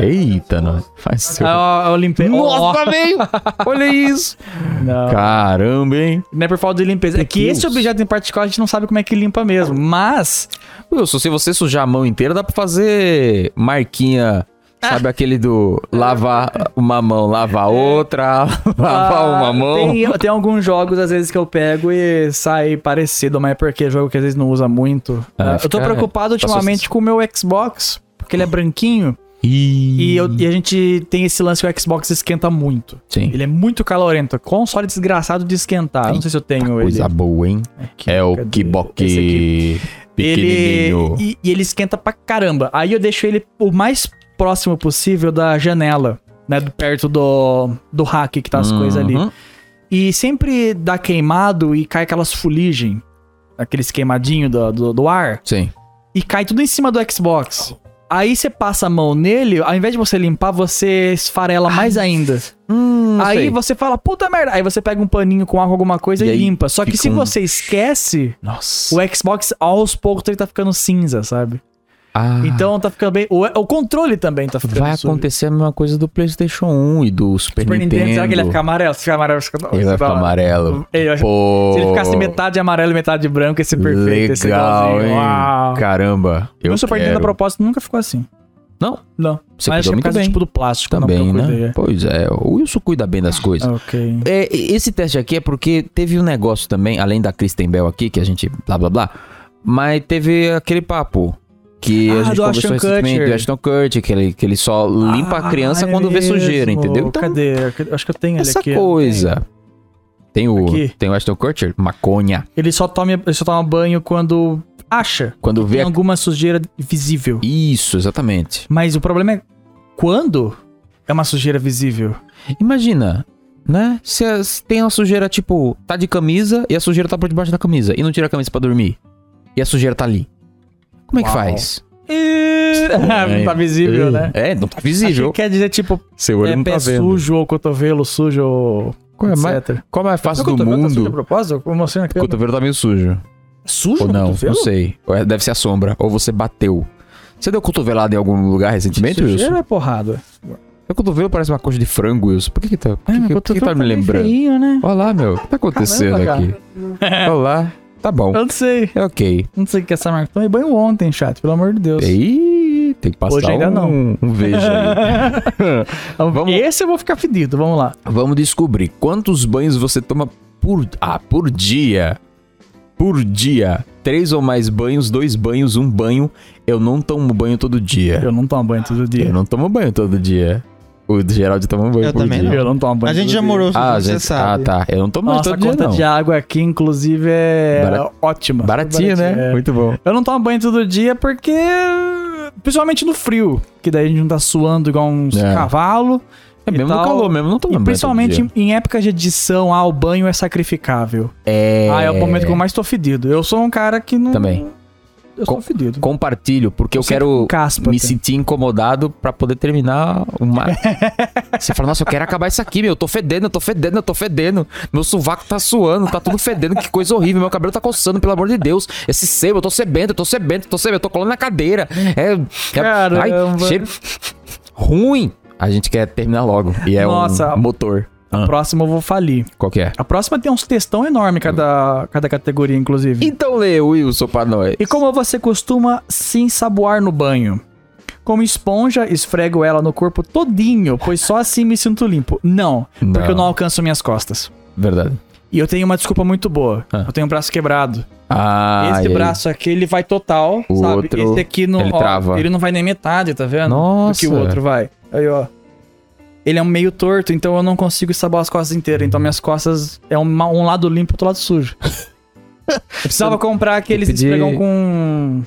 S2: Eita, nós. Faz seu...
S1: Ah, eu, eu limpei. Ó,
S3: tá
S2: Nossa, velho! Olha isso!
S1: ó, não.
S2: Caramba, hein?
S1: não é por falta de limpeza. É que
S2: Deus.
S1: esse objeto em particular a gente não sabe como é que limpa mesmo. Mas.
S2: Wilson, se você sujar a mão inteira, dá pra fazer marquinha. Sabe
S1: Ah.
S2: aquele do lavar uma mão, lavar outra, lavar
S1: É. ah,
S2: uma mão?
S1: Tem, tem alguns jogos, às vezes, que eu pego e sai parecido, mas é porque é jogo que às vezes não usa muito.
S2: Ah,
S1: eu tô
S2: fica-
S1: preocupado ultimamente com o meu Xbox, porque ele é branquinho e, eu- e a gente tem esse lance que o Xbox esquenta muito.
S2: Sim.
S1: Ele é muito calorento. Console desgraçado de esquentar. Eu Não sei se eu tenho ele.
S2: Coisa boa, hein?
S1: Aqui,
S2: é o
S1: cadê? Esse aqui.
S2: Kiboque
S1: Ele...
S2: pequenininho.
S1: E, e ele esquenta pra caramba. Aí eu deixo ele o mais próximo possível da janela, né? do- Perto do, do rack que tá as coisas ali.
S2: Uhum.
S1: E sempre dá queimado e cai aquelas fuligem. Aqueles queimadinho do, do, do ar.
S2: Sim.
S1: E cai tudo em cima do Xbox. Aí você passa a mão nele, ao invés de você limpar, você esfarela mais ainda. aí
S2: Ah, sei.
S1: você fala, puta merda. Aí você pega um paninho com água, alguma coisa
S2: E
S1: e,
S2: aí
S1: limpa. Só que
S2: fica
S1: se
S2: um-
S1: você esquece,
S2: Nossa.
S1: o Xbox aos poucos ele tá ficando cinza, sabe?
S2: Ah,
S1: Então tá ficando bem. O, o controle também tá ficando
S2: vai
S1: sujo.
S2: acontecer a mesma coisa do PlayStation 1 e do Super,
S1: Super
S2: Nintendo.
S1: Nintendo, será que ele vai ficar amarelo? Se ficar amarelo, fica...
S2: Ele vai ficar amarelo.
S1: Ele vai-
S2: Pô.
S1: Se ele ficasse metade amarelo e metade branco, ia ser perfeito. ia ser
S2: Legal,
S1: igualzinho.
S2: hein?
S1: Uau.
S2: Caramba. Eu
S1: o Super
S2: quero.
S1: Nintendo, a propósito, nunca ficou assim.
S2: Não?
S1: Não.
S2: Você
S1: Mas acho que é por
S2: cuidou muito
S1: causa
S2: bem.
S1: tipo do plástico.
S2: Também,
S1: não, que eu cuidei.
S2: né? Pois é. O Wilson cuida bem das coisas.
S1: Ah. Ok.
S2: É, e- esse teste aqui é porque teve um negócio também, além da Kristen Bell aqui, que a gente blá blá blá, mas teve aquele papo que
S1: Ah,
S2: a gente
S1: do
S2: conversou
S1: Ashton
S2: recentemente
S1: Kutcher.
S2: do Ashton Kutcher, que ele, que ele só limpa a criança
S1: Ah, é
S2: quando vê
S1: mesmo.
S2: sujeira, entendeu? Então,
S1: Cadê? Eu Acho que eu tenho ele
S2: essa
S1: aqui.
S2: coisa. Tem o,
S1: Aqui.
S2: tem o Ashton Kutcher, maconha.
S1: Ele só toma, ele só toma banho quando acha
S2: Quando
S1: tem um
S2: vê... A...
S1: alguma sujeira visível.
S2: Isso, exatamente.
S1: Mas o problema é quando é uma sujeira visível.
S2: Imagina, né? Se as- tem uma sujeira, tipo, tá de camisa e a sujeira tá por debaixo da camisa e não tira a camisa pra dormir. E a sujeira tá ali. Como é que
S1: Uau.
S2: faz?
S1: não tá visível, né?
S2: É, não tá
S1: Acho
S2: visível.
S1: que quer dizer, tipo,
S2: Seu
S1: é pé sujo ou cotovelo sujo ou
S2: Qual é a mais,
S1: etc.
S2: qual é a mais fácil
S1: Meu
S2: do
S1: cotovelo tá sujo de
S2: mundo?
S1: propósito? Eu mostrei na
S2: O
S1: câmera.
S2: cotovelo tá meio sujo.
S1: é Sujo um
S2: Ou não,
S1: cotovelo?
S2: não sei. Ou é- Deve ser a sombra. Ou você bateu. Você deu cotovelada em algum lugar recentemente, Wilson?
S1: Sujeira é porrada.
S2: Meu cotovelo parece uma coxa de frango, Wilson. Por que que
S1: É,
S2: tá, por que que- por que que tá me lembrando?
S1: Feinho, né?
S2: Olha lá, meu. O que tá acontecendo
S1: Caramba,
S2: aqui? Olha lá. Tá bom.
S1: Eu não sei.
S2: É ok.
S1: Não sei o que é essa marca. Tomei banho ontem, chat, pelo amor de Deus.
S2: Ih, tem que passar
S1: Hoje ainda
S2: um,
S1: não.
S2: um veja aí. Vamos-
S1: Então, Esse eu vou ficar fedido, vamos lá.
S2: Vamos descobrir quantos banhos você toma por. Ah, por dia. Por dia. Três ou mais banhos, dois banhos, um banho. Eu não tomo banho todo dia.
S1: Eu não tomo banho todo
S2: Eu
S1: dia.
S2: não tomo banho todo dia. O Geraldo toma banho
S3: Eu
S2: por
S3: também
S2: dia.
S1: Eu não tomo banho
S3: A gente
S1: todo
S3: já
S1: dia.
S3: morou,
S2: Ah,
S3: você
S2: gente, ah,
S3: sabe.
S2: tá. Eu não tomo banho
S1: Nossa, a
S2: todo dia,
S1: conta
S2: não.
S1: de água aqui, inclusive, é
S2: Barat-
S1: ótima. é.
S2: Baratinho, né? Muito bom.
S1: Eu não tomo banho todo dia porque. Principalmente no frio, que daí a gente não tá suando igual uns
S2: É.
S1: cavalo.
S2: É
S1: e
S2: mesmo no
S1: tal.
S2: calor mesmo, não um tomo
S1: E
S2: banho
S1: principalmente
S2: todo
S1: em, em época de edição, ah, o banho é sacrificável.
S2: dia. É...
S1: Ah, é o momento que eu mais tô fedido. Eu sou um cara que não.
S2: Também.
S1: Eu sou
S2: Com-
S1: fedido.
S2: Compartilho, porque eu,
S1: sempre
S2: quero...
S1: com Caspa, assim.
S2: me
S1: até.
S2: senti incomodado pra poder terminar uma. Você fala, nossa, eu quero acabar isso aqui, meu. Eu tô fedendo, eu tô fedendo, eu tô fedendo. Meu sovaco tá suando, tá tudo fedendo, que coisa horrível. Meu cabelo tá coçando, pelo amor de Deus. Esse sebo, eu tô sebendo, eu tô sebendo, eu tô sebendo, eu tô colando na cadeira. É. é-
S1: Caramba.
S2: cheiro. Ruim. A gente quer terminar logo. E é
S1: Nossa.
S2: um motor. Ah.
S1: Próxima eu vou falir.
S2: Qual que é?
S1: A próxima tem uns textão enorme cada, cada categoria, inclusive.
S2: Então lê, Wilson, pra nós.
S1: E como você costuma se ensaboar no banho? Como esponja, esfrego ela no corpo todinho, pois só assim me sinto limpo. Não, porque eu não alcanço minhas costas.
S2: Verdade.
S1: E eu tenho uma desculpa muito boa.
S2: Ah.
S1: Eu tenho um braço quebrado.
S2: Ah,
S1: Esse
S2: e aí?
S1: braço aqui, ele vai total,
S2: O
S1: sabe?
S2: outro,
S1: Esse aqui não,
S2: ele
S1: ó,
S2: trava.
S1: ele não vai nem metade, tá vendo? Do que o
S2: Nossa.
S1: outro vai. Aí, ó. Ele é um meio torto, então eu não consigo sabar as costas inteiras. Então minhas costas é uma- um lado limpo, outro lado sujo. eu precisava comprar aqueles
S2: Pedir-
S1: esfregão com...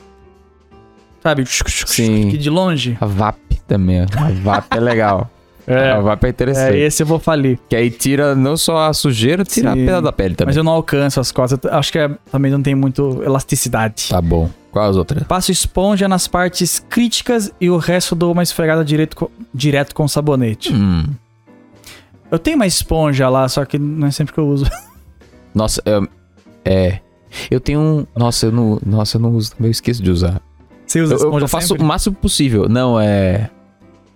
S1: Sabe? Que
S2: Sim.
S1: de longe.
S2: A VAP também. ó. A VAP é legal. A
S1: É,
S2: VAP é
S1: é,
S2: interessante.
S1: esse eu vou falir.
S2: Que aí tira não só a sujeira, tira
S1: Sim.
S2: a pedra da pele também.
S1: Mas eu não alcanço as costas. Acho que é- também não tem muito elasticidade.
S2: Tá bom. Qual as outras?
S1: Passo esponja nas partes críticas e o resto dou uma esfregada direito co- direto com sabonete.
S2: Hum.
S1: Eu tenho uma esponja lá, só que não é sempre que eu uso.
S2: Nossa, é, é. Eu tenho um. Nossa, eu não. Nossa, eu não uso também. Eu esqueço de usar.
S1: Você
S2: Eu,
S1: usa
S2: eu- eu
S1: esponja
S2: faço
S1: sempre?
S2: o máximo possível. Não, é.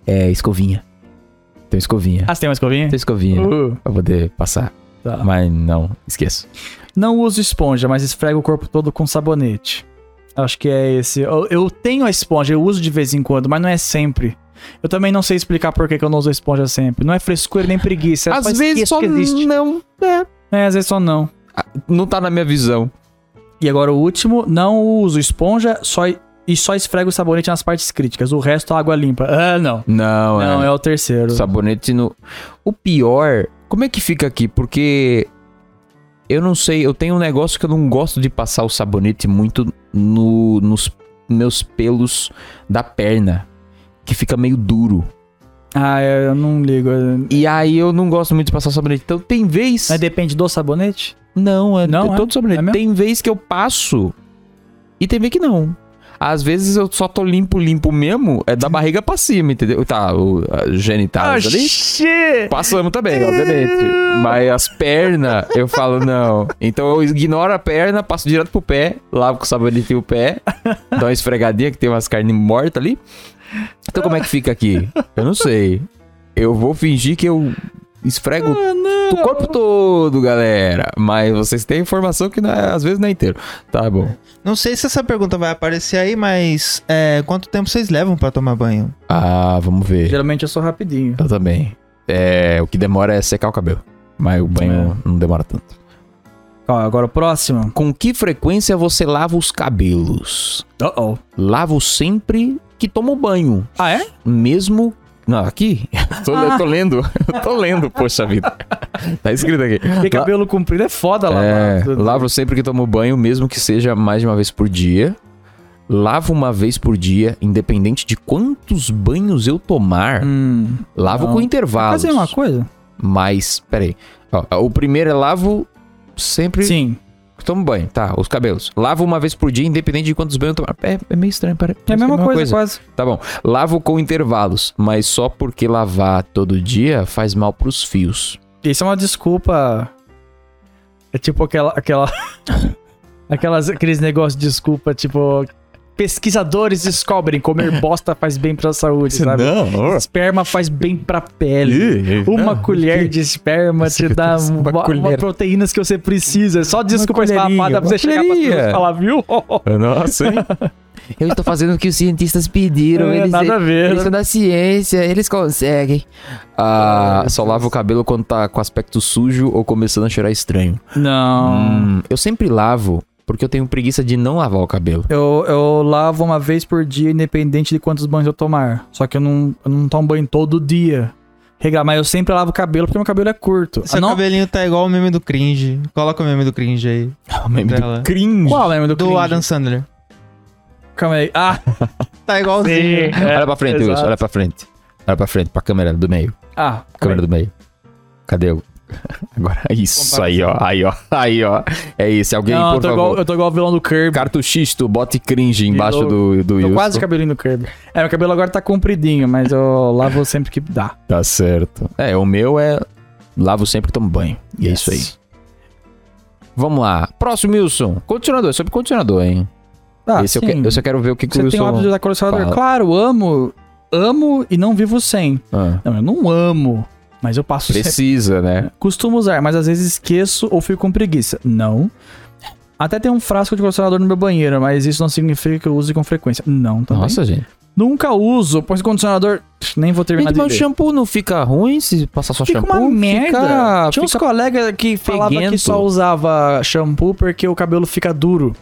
S2: É escovinha. Tem escovinha.
S1: Ah, você tem uma escovinha?
S2: Tem escovinha.
S1: Uh,
S2: Pra poder passar.
S1: tá.
S2: Mas não, esqueço.
S1: Não uso esponja, mas esfrego o corpo todo com sabonete. Acho que é esse. Eu, eu tenho a esponja, eu uso de vez em quando, mas não é sempre. Eu também não sei explicar por que, que eu não uso esponja sempre. Não é frescura nem preguiça. eu
S2: Às vezes
S1: esqueço
S2: só
S1: que existe.
S2: não. É,
S1: É, às vezes só não.
S2: não tá na minha visão.
S1: E agora o último, não uso esponja só, e só esfrego o sabonete nas partes críticas. O resto é água limpa. Ah, não.
S2: Não,
S1: Não, é o terceiro.
S2: Sabonete no. O pior. Como é que fica aqui? Porque. Eu não sei. Eu tenho um negócio que eu não gosto de passar o sabonete muito no, nos meus pelos da perna. Que fica meio duro.
S1: Ah, é, eu não ligo.
S2: E aí eu não gosto muito de passar o sabonete. Então tem vez.
S1: Mas depende do sabonete?
S2: Não, é,
S1: Não,
S2: é
S1: é?
S2: todo sabonete.
S1: É mesmo?
S2: tem vez que eu passo. E tem vez que não. Às vezes eu só tô limpo, limpo mesmo. É da barriga pra cima, entendeu? Tá, o a genitais ali.
S1: shit!
S2: Passamos também, obviamente. Mas as pernas, eu falo não. Então eu ignoro a perna, passo direto pro pé, lavo com sabonete o pé, dou uma esfregadinha que tem umas carnes mortas ali. Então como é que fica aqui? Eu não sei. Eu vou fingir que eu esfrego o corpo todo, galera. Mas vocês têm informação que não é- às vezes não é inteiro. Tá bom.
S3: Não sei se essa pergunta vai aparecer aí, mas é, quanto tempo vocês levam pra tomar banho?
S2: Ah, vamos ver.
S1: Geralmente eu sou rapidinho.
S2: Eu também. É, o que demora é secar o cabelo. Mas o banho não demora tanto.
S1: Ó, agora o próximo.
S2: É. Com que frequência você lava os cabelos?
S1: Uh oh.
S2: Lavo sempre que tomo banho,
S1: Ah, é?
S2: mesmo. Não, aqui? Tô, Eu tô lendo. Eu tô lendo, poxa vida. Tá escrito aqui.
S1: Porque cabelo comprido é foda lá.
S2: É, lavo sempre que tomo banho, mesmo que seja mais de uma vez por dia. Lavo uma vez por dia, independente de quantos banhos eu tomar.
S1: Hum.
S2: lavo
S1: não.
S2: com intervalos.
S1: Fazer uma coisa?
S2: Mas, peraí. Ó, o primeiro é lavo sempre
S1: Sim.
S2: Tomo banho, tá. Os cabelos. Lavo uma vez por dia, independente de quantos banhos eu tomar. É, é meio estranho, pare-
S1: É a
S2: parece.
S1: mesma
S2: que
S1: coisa, quase.
S2: Tá bom. Lavo com intervalos, mas só porque lavar todo dia faz mal pros fios.
S1: Isso é uma desculpa. É tipo aquela. aquela aquelas, aqueles negócios de desculpa, tipo. Pesquisadores descobrem comer bosta faz bem pra saúde, sabe?
S2: Não.
S1: Esperma faz bem pra pele. Uma colher de esperma te dá
S2: Uma
S1: uma, uma
S2: colher.
S1: proteínas que você precisa. Só desculpa esfarrapada pra
S2: colherinha,
S1: você
S2: uma
S1: chegar pra
S2: colherinha.
S1: pessoa e falar, viu?
S2: Nossa, hein? Eu estou fazendo o que os cientistas pediram.
S1: É,
S2: eles,
S1: nada a ver.
S2: eles são da ciência, eles conseguem. Ah, só lavo o cabelo quando tá com aspecto sujo ou começando a cheirar estranho.
S1: Não.
S2: Hum, eu sempre lavo porque eu tenho preguiça de não lavar o cabelo.
S1: Eu, eu lavo uma vez por dia, independente de quantos banhos eu tomar. Só que eu não, eu não tomo banho todo dia. Regra, mas eu sempre lavo o cabelo porque meu cabelo é curto.
S3: Seu
S1: Ah, não?
S3: cabelinho tá igual o meme do cringe. Coloca o meme do cringe aí.
S1: Tá,
S2: O meme do
S3: Dela.
S2: cringe.
S1: Qual é o nome do
S3: Do
S1: cringe?
S3: Adam Sandler.
S1: Calma aí. Ah,
S3: Tá igualzinho.
S2: olha pra frente, Wilson.
S1: É, exato.
S2: Olha pra frente. Olha pra frente, pra câmera do meio.
S1: ah.
S2: Câmera do meio. Cadê o... Agora, isso aí, ó. Aí, ó. Aí, ó. É isso. Alguém,
S1: Não, eu
S2: por
S1: tô,
S2: favor.
S1: igual, eu tô igual o vilão do Kirby.
S2: Cartuchisto, bote cringe embaixo do, do
S1: Tô
S2: Wilson.
S1: quase cabelinho do Kirby. É, meu cabelo agora tá compridinho, mas eu lavo sempre que dá.
S2: Tá certo. É, o meu é... Lavo sempre que tomo banho. E é isso aí. Vamos lá. Próximo, Wilson. Condicionador. Sobre condicionador, hein?
S1: Ah,
S2: Esse eu,
S1: sim.
S2: que- eu só quero ver o que, que o
S1: Você tem um o
S2: Wilson...
S1: hábito de usar colecionador?
S2: fala.
S1: Claro, amo. amo e não vivo sem.
S2: Ah,
S1: Não, eu não amo, mas eu passo sempre.
S2: precisa, né?
S1: Costumo usar, mas às vezes esqueço ou fico com preguiça. Não. Até tem um frasco de condicionador no meu banheiro, mas isso não significa que eu use com frequência. Não, também.
S2: Nossa, gente.
S1: Nunca uso, pois condicionador... Nem vou terminar
S4: Gente,
S1: de
S4: mas o
S1: ler.
S4: shampoo não fica ruim se passar só
S1: Fica
S4: shampoo?
S1: uma merda.
S4: Fica,
S1: Tinha uns
S4: fica-
S1: colegas que falavam que
S4: peguento.
S1: só usava shampoo porque o cabelo fica duro.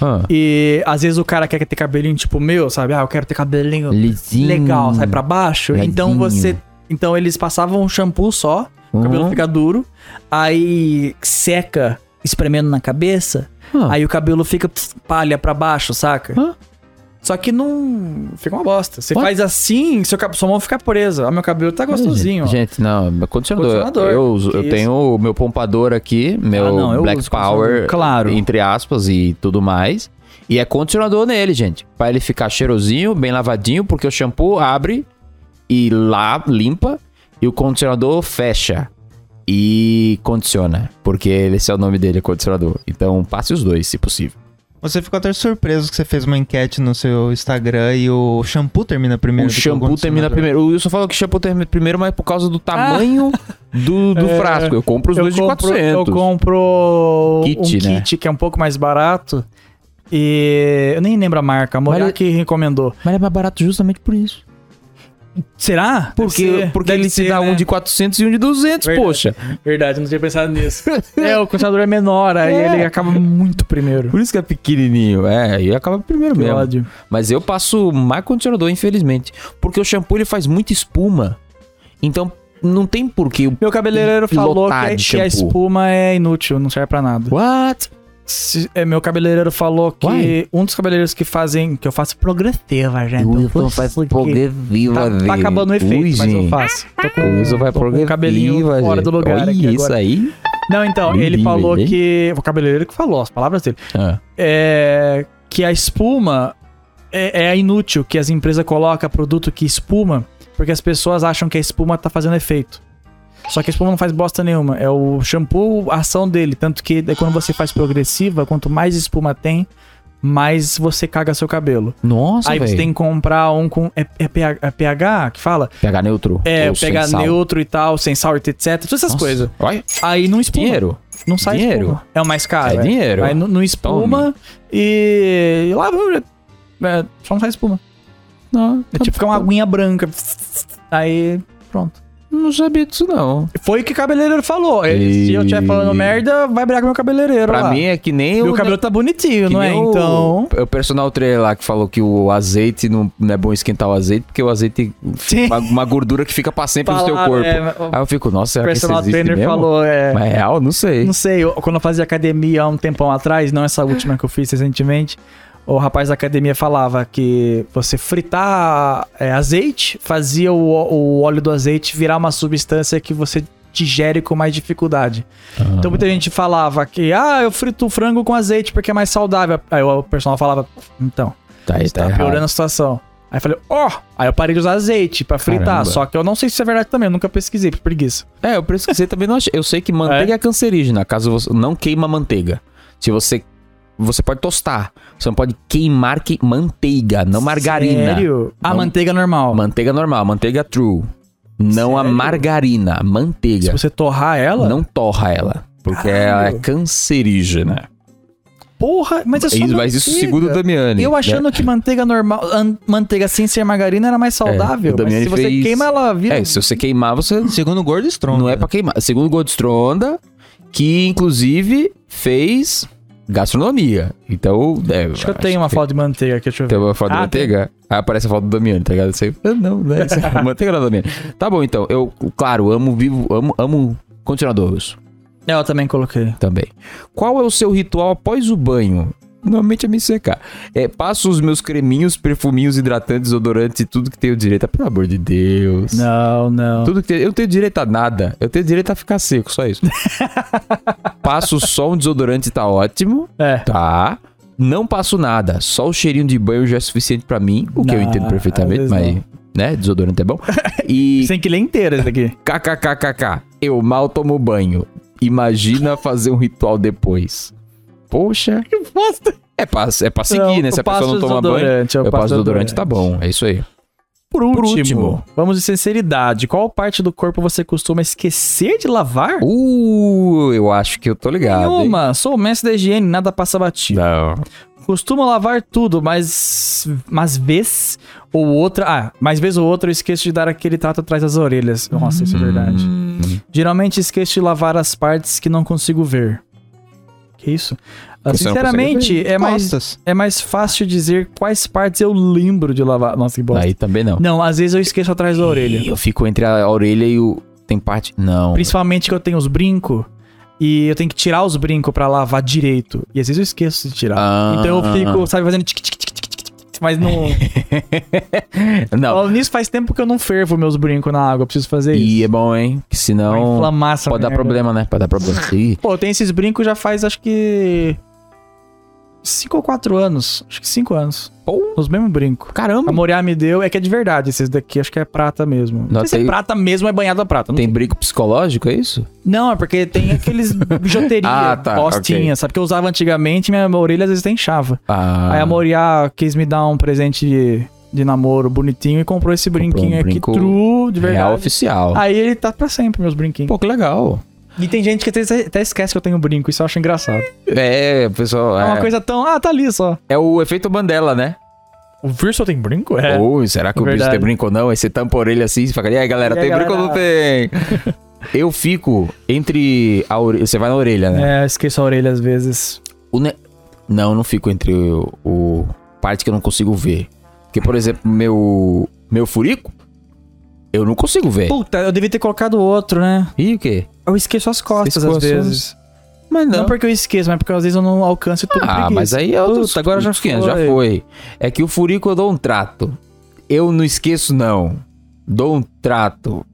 S2: Ah,
S1: E às vezes o cara quer ter cabelinho tipo meu, sabe? Ah, eu quero ter cabelinho
S2: lisinho.
S1: legal, sai pra baixo. Então
S2: Levinho.
S1: você. Então eles passavam um shampoo só, o cabelo
S2: Uhum.
S1: fica duro, aí seca espremendo na cabeça,
S2: Ah.
S1: aí o cabelo fica pss, palha pra baixo, saca?
S2: Ah.
S1: Só que não. Fica uma bosta. Você
S2: What?
S1: faz assim, seu, cab- sua mão fica presa. Ah, meu cabelo tá gostosinho, ó.
S2: Gente, não, meu condicionador.
S1: Condicionador,
S2: Eu, uso,
S1: que
S2: eu
S1: isso.
S2: tenho o meu pompador aqui, meu
S1: Ah, não, eu
S2: Black
S1: uso
S2: Power,
S1: condicionador, claro.
S2: entre aspas, e tudo mais. E é condicionador nele, gente. Pra ele ficar cheirosinho, bem lavadinho, porque o shampoo abre e lá limpa, e o condicionador fecha e condiciona, porque esse é o nome dele, é condicionador. Então passe os dois, se possível.
S3: Você ficou até surpreso que você fez uma enquete no seu Instagram e o shampoo termina primeiro.
S2: o
S3: do que
S2: shampoo termina
S3: condicionador.
S2: primeiro. O Wilson falou que o shampoo termina primeiro, mas é por causa do tamanho do, do
S1: Ah. É.
S2: frasco. Eu compro os dois de 400.
S1: Eu compro
S2: Kit,
S1: um
S2: né?
S1: kit que é um pouco mais barato. E eu nem lembro a marca, a mulher
S2: Mas-
S1: que recomendou.
S2: Mas é mais barato justamente por isso.
S1: Será? Deve
S2: Porque,
S1: ser,
S2: porque
S1: deve
S2: ele se
S1: ser,
S2: dá
S1: né?
S2: um de 400 e um de 200,
S1: Verdade.
S2: poxa.
S1: Verdade, eu não tinha pensado nisso. é, o condicionador é menor, aí
S2: É.
S1: ele acaba muito primeiro.
S2: Por isso que é pequenininho. É, e acaba primeiro
S1: Que
S2: mesmo.
S1: ódio.
S2: Mas eu passo mais condicionador, infelizmente. Porque o shampoo ele faz muita espuma. Então não tem porquê.
S1: Meu cabeleireiro falou
S2: Lotar
S1: que,
S2: de
S1: que a
S2: shampoo.
S1: espuma é inútil, não serve pra nada.
S2: What?
S1: Se- é, meu cabeleireiro falou que
S2: Uai.
S1: um dos cabeleireiros que fazem, que eu faço progressiva,
S2: Então,
S1: gente. Eu faço porque tá, tá acabando o efeito, mas eu faço. Tô com-
S2: O Wilson vai
S1: tô com o
S2: progressiva,
S1: cabelinho fora do lugar
S2: Olha
S1: aqui
S2: isso
S1: agora.
S2: aí.
S1: Não, então, ele
S2: Menino,
S1: falou
S2: hein?
S1: que. O cabeleireiro que falou, as palavras dele.
S2: Ah,
S1: É. Que a espuma é, é inútil, que as empresas colocam produto que espuma, porque as pessoas acham que a espuma tá fazendo efeito. Só que a espuma não faz bosta nenhuma. É o shampoo, a ação dele. Tanto que daí quando você faz progressiva, quanto mais espuma tem, mais você caga seu cabelo.
S2: Nossa,
S1: Aí você
S2: velho.
S1: tem que comprar um com. É, é pH, é pH que fala?
S2: Pegar neutro.
S1: É,
S2: ou sem
S1: pegar
S2: sal.
S1: neutro e tal, sem sal, etc. Todas essas
S2: Nossa,
S1: coisas. Tipo
S2: Olha,
S1: Aí não espuma.
S2: dinheiro.
S1: Não sai
S2: Dinheiro.
S1: espuma. É o mais
S2: É
S1: caro.
S2: dinheiro.
S1: Aí não, não espuma e. e lá é, só não sai espuma.
S2: Não,
S1: É tipo ficar uma aguinha branca. Aí. Pronto.
S2: não sabia disso, não.
S1: Foi o que o cabeleireiro falou. Ele- Se eu estiver falando
S2: E-
S1: merda, vai brigar com o meu cabeleireiro.
S2: Pra
S1: lá.
S2: mim é que nem
S1: Meu
S2: o
S1: cabelo tá bonitinho,
S2: que
S1: não é?
S2: nem o-
S1: Então.
S2: O personal trainer lá que falou que o azeite não, não é bom esquentar o azeite, porque o azeite é
S1: Sim.
S2: uma, uma gordura que fica pra sempre no seu
S1: Falar,
S2: corpo.
S1: é,
S2: Aí eu fico, nossa,
S1: o
S2: será que isso
S1: personal
S2: existe
S1: trainer
S2: mesmo?
S1: falou, é.
S2: Mas é real? Não sei.
S1: Não sei, eu- quando eu fazia academia há um tempão atrás, não essa última que eu fiz recentemente, o rapaz da academia falava que você fritar é, azeite fazia o, o óleo do azeite virar uma substância que você digere com mais dificuldade.
S2: Ah.
S1: Então muita gente falava que, ah, eu frito o frango com azeite porque é mais saudável. Aí o pessoal falava, então,
S2: Tá, aí, tá
S1: tá
S2: errado.
S1: piorando a situação. Aí eu falei, ó, aí eu parei de usar azeite pra fritar,
S2: Caramba.
S1: só que eu não sei se isso é verdade também, eu nunca pesquisei, por preguiça.
S2: É, eu pesquisei também não achei. Eu sei que manteiga é, cancerígena, caso você não queima manteiga. Se você você pode tostar, você não pode queimar que... manteiga, não margarina.
S1: Sério? A
S2: Não-
S1: manteiga normal.
S2: Manteiga normal, manteiga true. Não a
S1: Sério?
S2: margarina, a
S1: Se
S2: manteiga.
S1: você torrar ela,
S2: Não torra ela, porque ela é
S1: Caralho.
S2: cancerígena.
S1: Porra, mas é só
S2: Isso- mas isso
S1: manteiga.
S2: segundo o né? Damiani.
S1: Eu achando que manteiga normal, an- manteiga sem ser margarina era mais saudável.
S2: o
S1: mas
S2: Damiani
S1: se você
S2: É, fez-
S1: queima, ela vira. um
S2: né? É, se você queimar, você
S3: Segundo o Gordo Strong.
S2: não é pra queimar. Segundo o Godstronda, que inclusive fez gastronomia. Então, é,
S1: Acho que eu tenho uma foto de manteiga aqui, deixa eu ver.
S2: Tem uma foto
S1: Ah,
S2: da manteiga? Aí aparece a foto do Damiano, tá ligado? Você, "Ah, não, não é essa. manteiga não, Damiano. Tá bom, então. Eu, claro, amo vivo, amo, amo continuador Wilson,
S1: É,
S2: Então.
S1: Eu também coloquei.
S2: também. Qual é o seu ritual após o banho? Normalmente é me secar. É, passo os meus creminhos, perfuminhos, hidratantes, odorantes e tudo que tenho direito. a- Pelo amor de Deus.
S1: Não, não.
S2: Tudo que tem- eu não tenho direito a nada. Eu tenho direito a ficar seco, só isso. Passo só um desodorante, tá ótimo.
S1: É.
S2: Tá. Não passo nada. Só o cheirinho de banho já é suficiente pra mim. O que eu
S1: Não,
S2: entendo perfeitamente,
S1: Ah, às
S2: mas.
S1: vezes
S2: Né? Desodorante é bom. E.
S1: Você tem que ler inteira esse aqui.
S2: KKKKK. Eu mal tomo banho. Imagina fazer um ritual depois. Poxa.
S1: Que bosta.
S2: É pra, é pra seguir, né? Se a né? pessoa não toma banho.
S1: Eu,
S2: Eu passo desodorante, tá bom. É isso aí.
S1: Por último,
S2: último.
S1: vamos de sinceridade. Qual parte do corpo você costuma esquecer de lavar?
S2: Uh, eu acho que eu tô ligado. hein?
S1: Nenhuma. Sou o mestre da higiene, nada passa batido.
S2: Não.
S1: Costumo lavar tudo, mas. Mas vez ou outra. Ah, mas vez ou outra eu esqueço de dar aquele trato atrás das orelhas. Nossa, isso é
S2: Hum.
S1: verdade. Geralmente esqueço de lavar as partes que não consigo ver. Que isso? Ah,
S2: Que você não
S1: Sinceramente, é mais,
S3: Costas.
S1: é mais fácil dizer quais partes eu lembro de lavar. Nossa, que bosta.
S2: Aí também não.
S1: Não, às vezes eu esqueço atrás da orelha.
S2: Ih, Eu fico entre a orelha e o. Tem parte. Não.
S1: Principalmente que eu tenho os brincos. E eu tenho que tirar os brincos pra lavar direito. E às vezes eu esqueço de tirar.
S2: Ah.
S1: Então eu fico, sabe, fazendo tic tic tic tic tic, tic, tic, mas não.
S2: Não.
S1: Falando nisso, faz tempo que eu não fervo meus brincos na água. Eu preciso fazer isso.
S2: E é bom, hein? Que
S1: Pra
S2: senão.
S1: inflamar essa
S2: Pode dar
S1: merda.
S2: problema, né? Pode dar problema. Ih,
S1: Pô, eu tenho esses brincos já faz acho que. 5 ou 4 anos. Acho que 5 anos.
S2: Pô.
S1: Os mesmos brincos. A
S2: Caramba!
S1: Moriá me deu, é que é de verdade. Esses daqui acho que é prata mesmo. Não,
S2: Não,
S1: sei se é
S2: tem-
S1: prata mesmo, ou é banhado a prata. Não
S2: Tem brinco psicológico, é isso?
S1: Não, é porque tem aqueles bijuteria,
S2: Ah, tá,
S1: postinha,
S2: ok.
S1: sabe? Que eu usava antigamente, minha orelha às vezes tem chava.
S2: Ah.
S1: Aí a Moriá quis me dar um presente de, de namoro bonitinho e comprou esse brinquinho
S2: um
S1: aqui,
S2: brinco
S1: true, de
S2: é Real
S1: verdade.
S2: oficial.
S1: Aí ele tá pra sempre, meus brinquinhos.
S2: Pô, que legal.
S1: E tem gente que até, até esquece que eu tenho um brinco, isso eu acho engraçado.
S2: É, pessoal.
S1: É,
S2: É,
S1: uma coisa tão, ah, tá ali só.
S2: é o efeito Mandela, né?
S1: O Virso tem brinco? É.
S2: Ou será que o bicho
S1: Verdade.
S2: tem brinco ou não? Aí você tampa a orelha assim e fala, e aí galera,
S1: E aí,
S2: tem brinco ou não tem? Eu fico entre a orelha. Você vai na orelha, né?
S1: É, eu esqueço a orelha às vezes.
S2: O ne- Não, eu não fico entre o, o- parte que eu não consigo ver. Porque, por exemplo, meu. Meu furico, eu não consigo ver.
S1: Puta, eu devia ter colocado outro, né?
S2: E o quê?
S1: Eu esqueço as costas
S2: Esqueço
S1: às
S2: as
S1: vezes.
S2: Mas
S1: Não. porque eu esqueço, mas porque às vezes eu não alcanço tudo.
S2: Ah, mas aí é outro.
S1: Puta, agora já
S2: 500,
S1: foi.
S2: já foi. É que o furico eu dou um trato. Eu não esqueço, não. Dou um trato.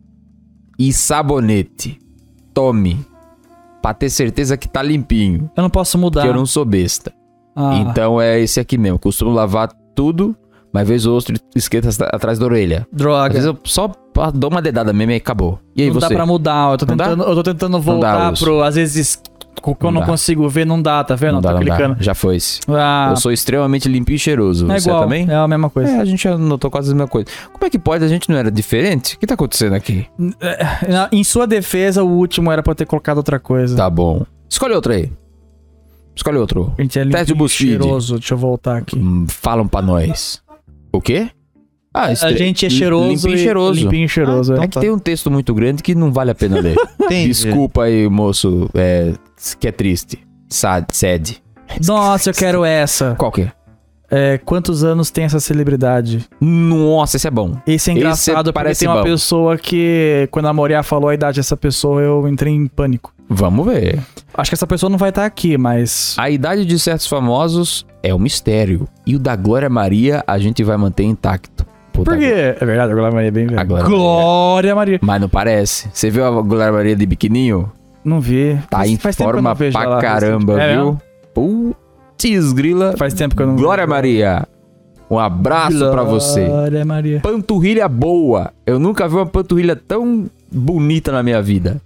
S2: E sabonete. Tome. Pra ter certeza que tá limpinho.
S1: Eu não posso mudar.
S2: Que eu não sou besta.
S1: Tá. Ah,
S2: Então é esse aqui mesmo. Costumo lavar tudo, mas vez ou outra esquenta atrás da orelha. Às
S1: droga.
S2: vezes eu só pa- dou uma dedada mesmo e acabou. E aí
S1: não
S2: você?
S1: dá pra mudar. Eu tô,
S2: Não dá?
S1: tentando, eu tô tentando
S2: Não dá,
S1: voltar
S2: Lúcio.
S1: pro. Às vezes, o que eu
S2: Não
S1: não
S2: dá.
S1: consigo ver, não dá, tá vendo?
S2: não
S1: Eu
S2: dá,
S1: tô
S2: não dá.
S1: clicando.
S2: Já foi. isso.
S1: Ah,
S2: Eu sou extremamente limpo e cheiroso.
S1: não é
S2: você
S1: igual.
S2: também?
S1: É a mesma coisa.
S2: É, a gente já notou quase a mesma coisa. Como é que pode? A gente não era diferente? O que tá acontecendo aqui?
S1: Na- eh, Em sua defesa, o último era pra eu ter colocado outra coisa.
S2: Tá bom. Escolhe outro aí. Escolhe outro.
S1: A gente é
S2: Teste
S1: limpo
S2: o
S1: e
S2: BuzzFeed.
S1: cheiroso. Deixa eu voltar aqui.
S2: Hum, falam pra nós. O quê? Ah,
S1: A
S2: estre-
S1: gente é
S2: lim-
S1: cheiroso.
S2: Limpinho
S1: e-
S2: e cheiroso.
S1: Limpinho e cheiroso. é.
S2: É que tem um texto muito grande que não vale a pena ler.
S3: Entendi.
S2: Desculpa aí, moço, é, que é triste. Sad, sad.
S1: Nossa, eu quero essa.
S2: Qual que é?
S1: É, quantos anos tem essa celebridade?
S2: Nossa, esse é bom.
S1: Esse é
S2: Esse
S1: engraçado porque
S2: parece
S1: tem uma
S2: bom.
S1: pessoa que, quando a Moriá falou a idade dessa pessoa, eu entrei em pânico.
S2: Vamos ver.
S1: Acho que essa pessoa não vai estar aqui, mas.
S2: A idade de certos famosos é um mistério. E o da Glória Maria a gente vai manter intacto. Pô,
S1: Por
S2: da-
S1: quê? É verdade, a Glória Maria é bem velha.
S2: A Glória
S1: Glória Maria.
S2: Mas não parece. Você viu a Glória Maria de biquininho?
S1: Não vi.
S2: Tá em
S1: tempo que eu
S2: forma
S1: não vejo
S2: pra
S1: ela.
S2: caramba,
S1: É
S2: viu?
S1: mesmo?
S2: Putz, grila.
S1: Faz tempo que eu não
S2: Glória Maria, um abraço pra você.
S1: Glória Maria.
S2: panturrilha boa. Eu nunca vi uma panturrilha tão bonita na minha vida.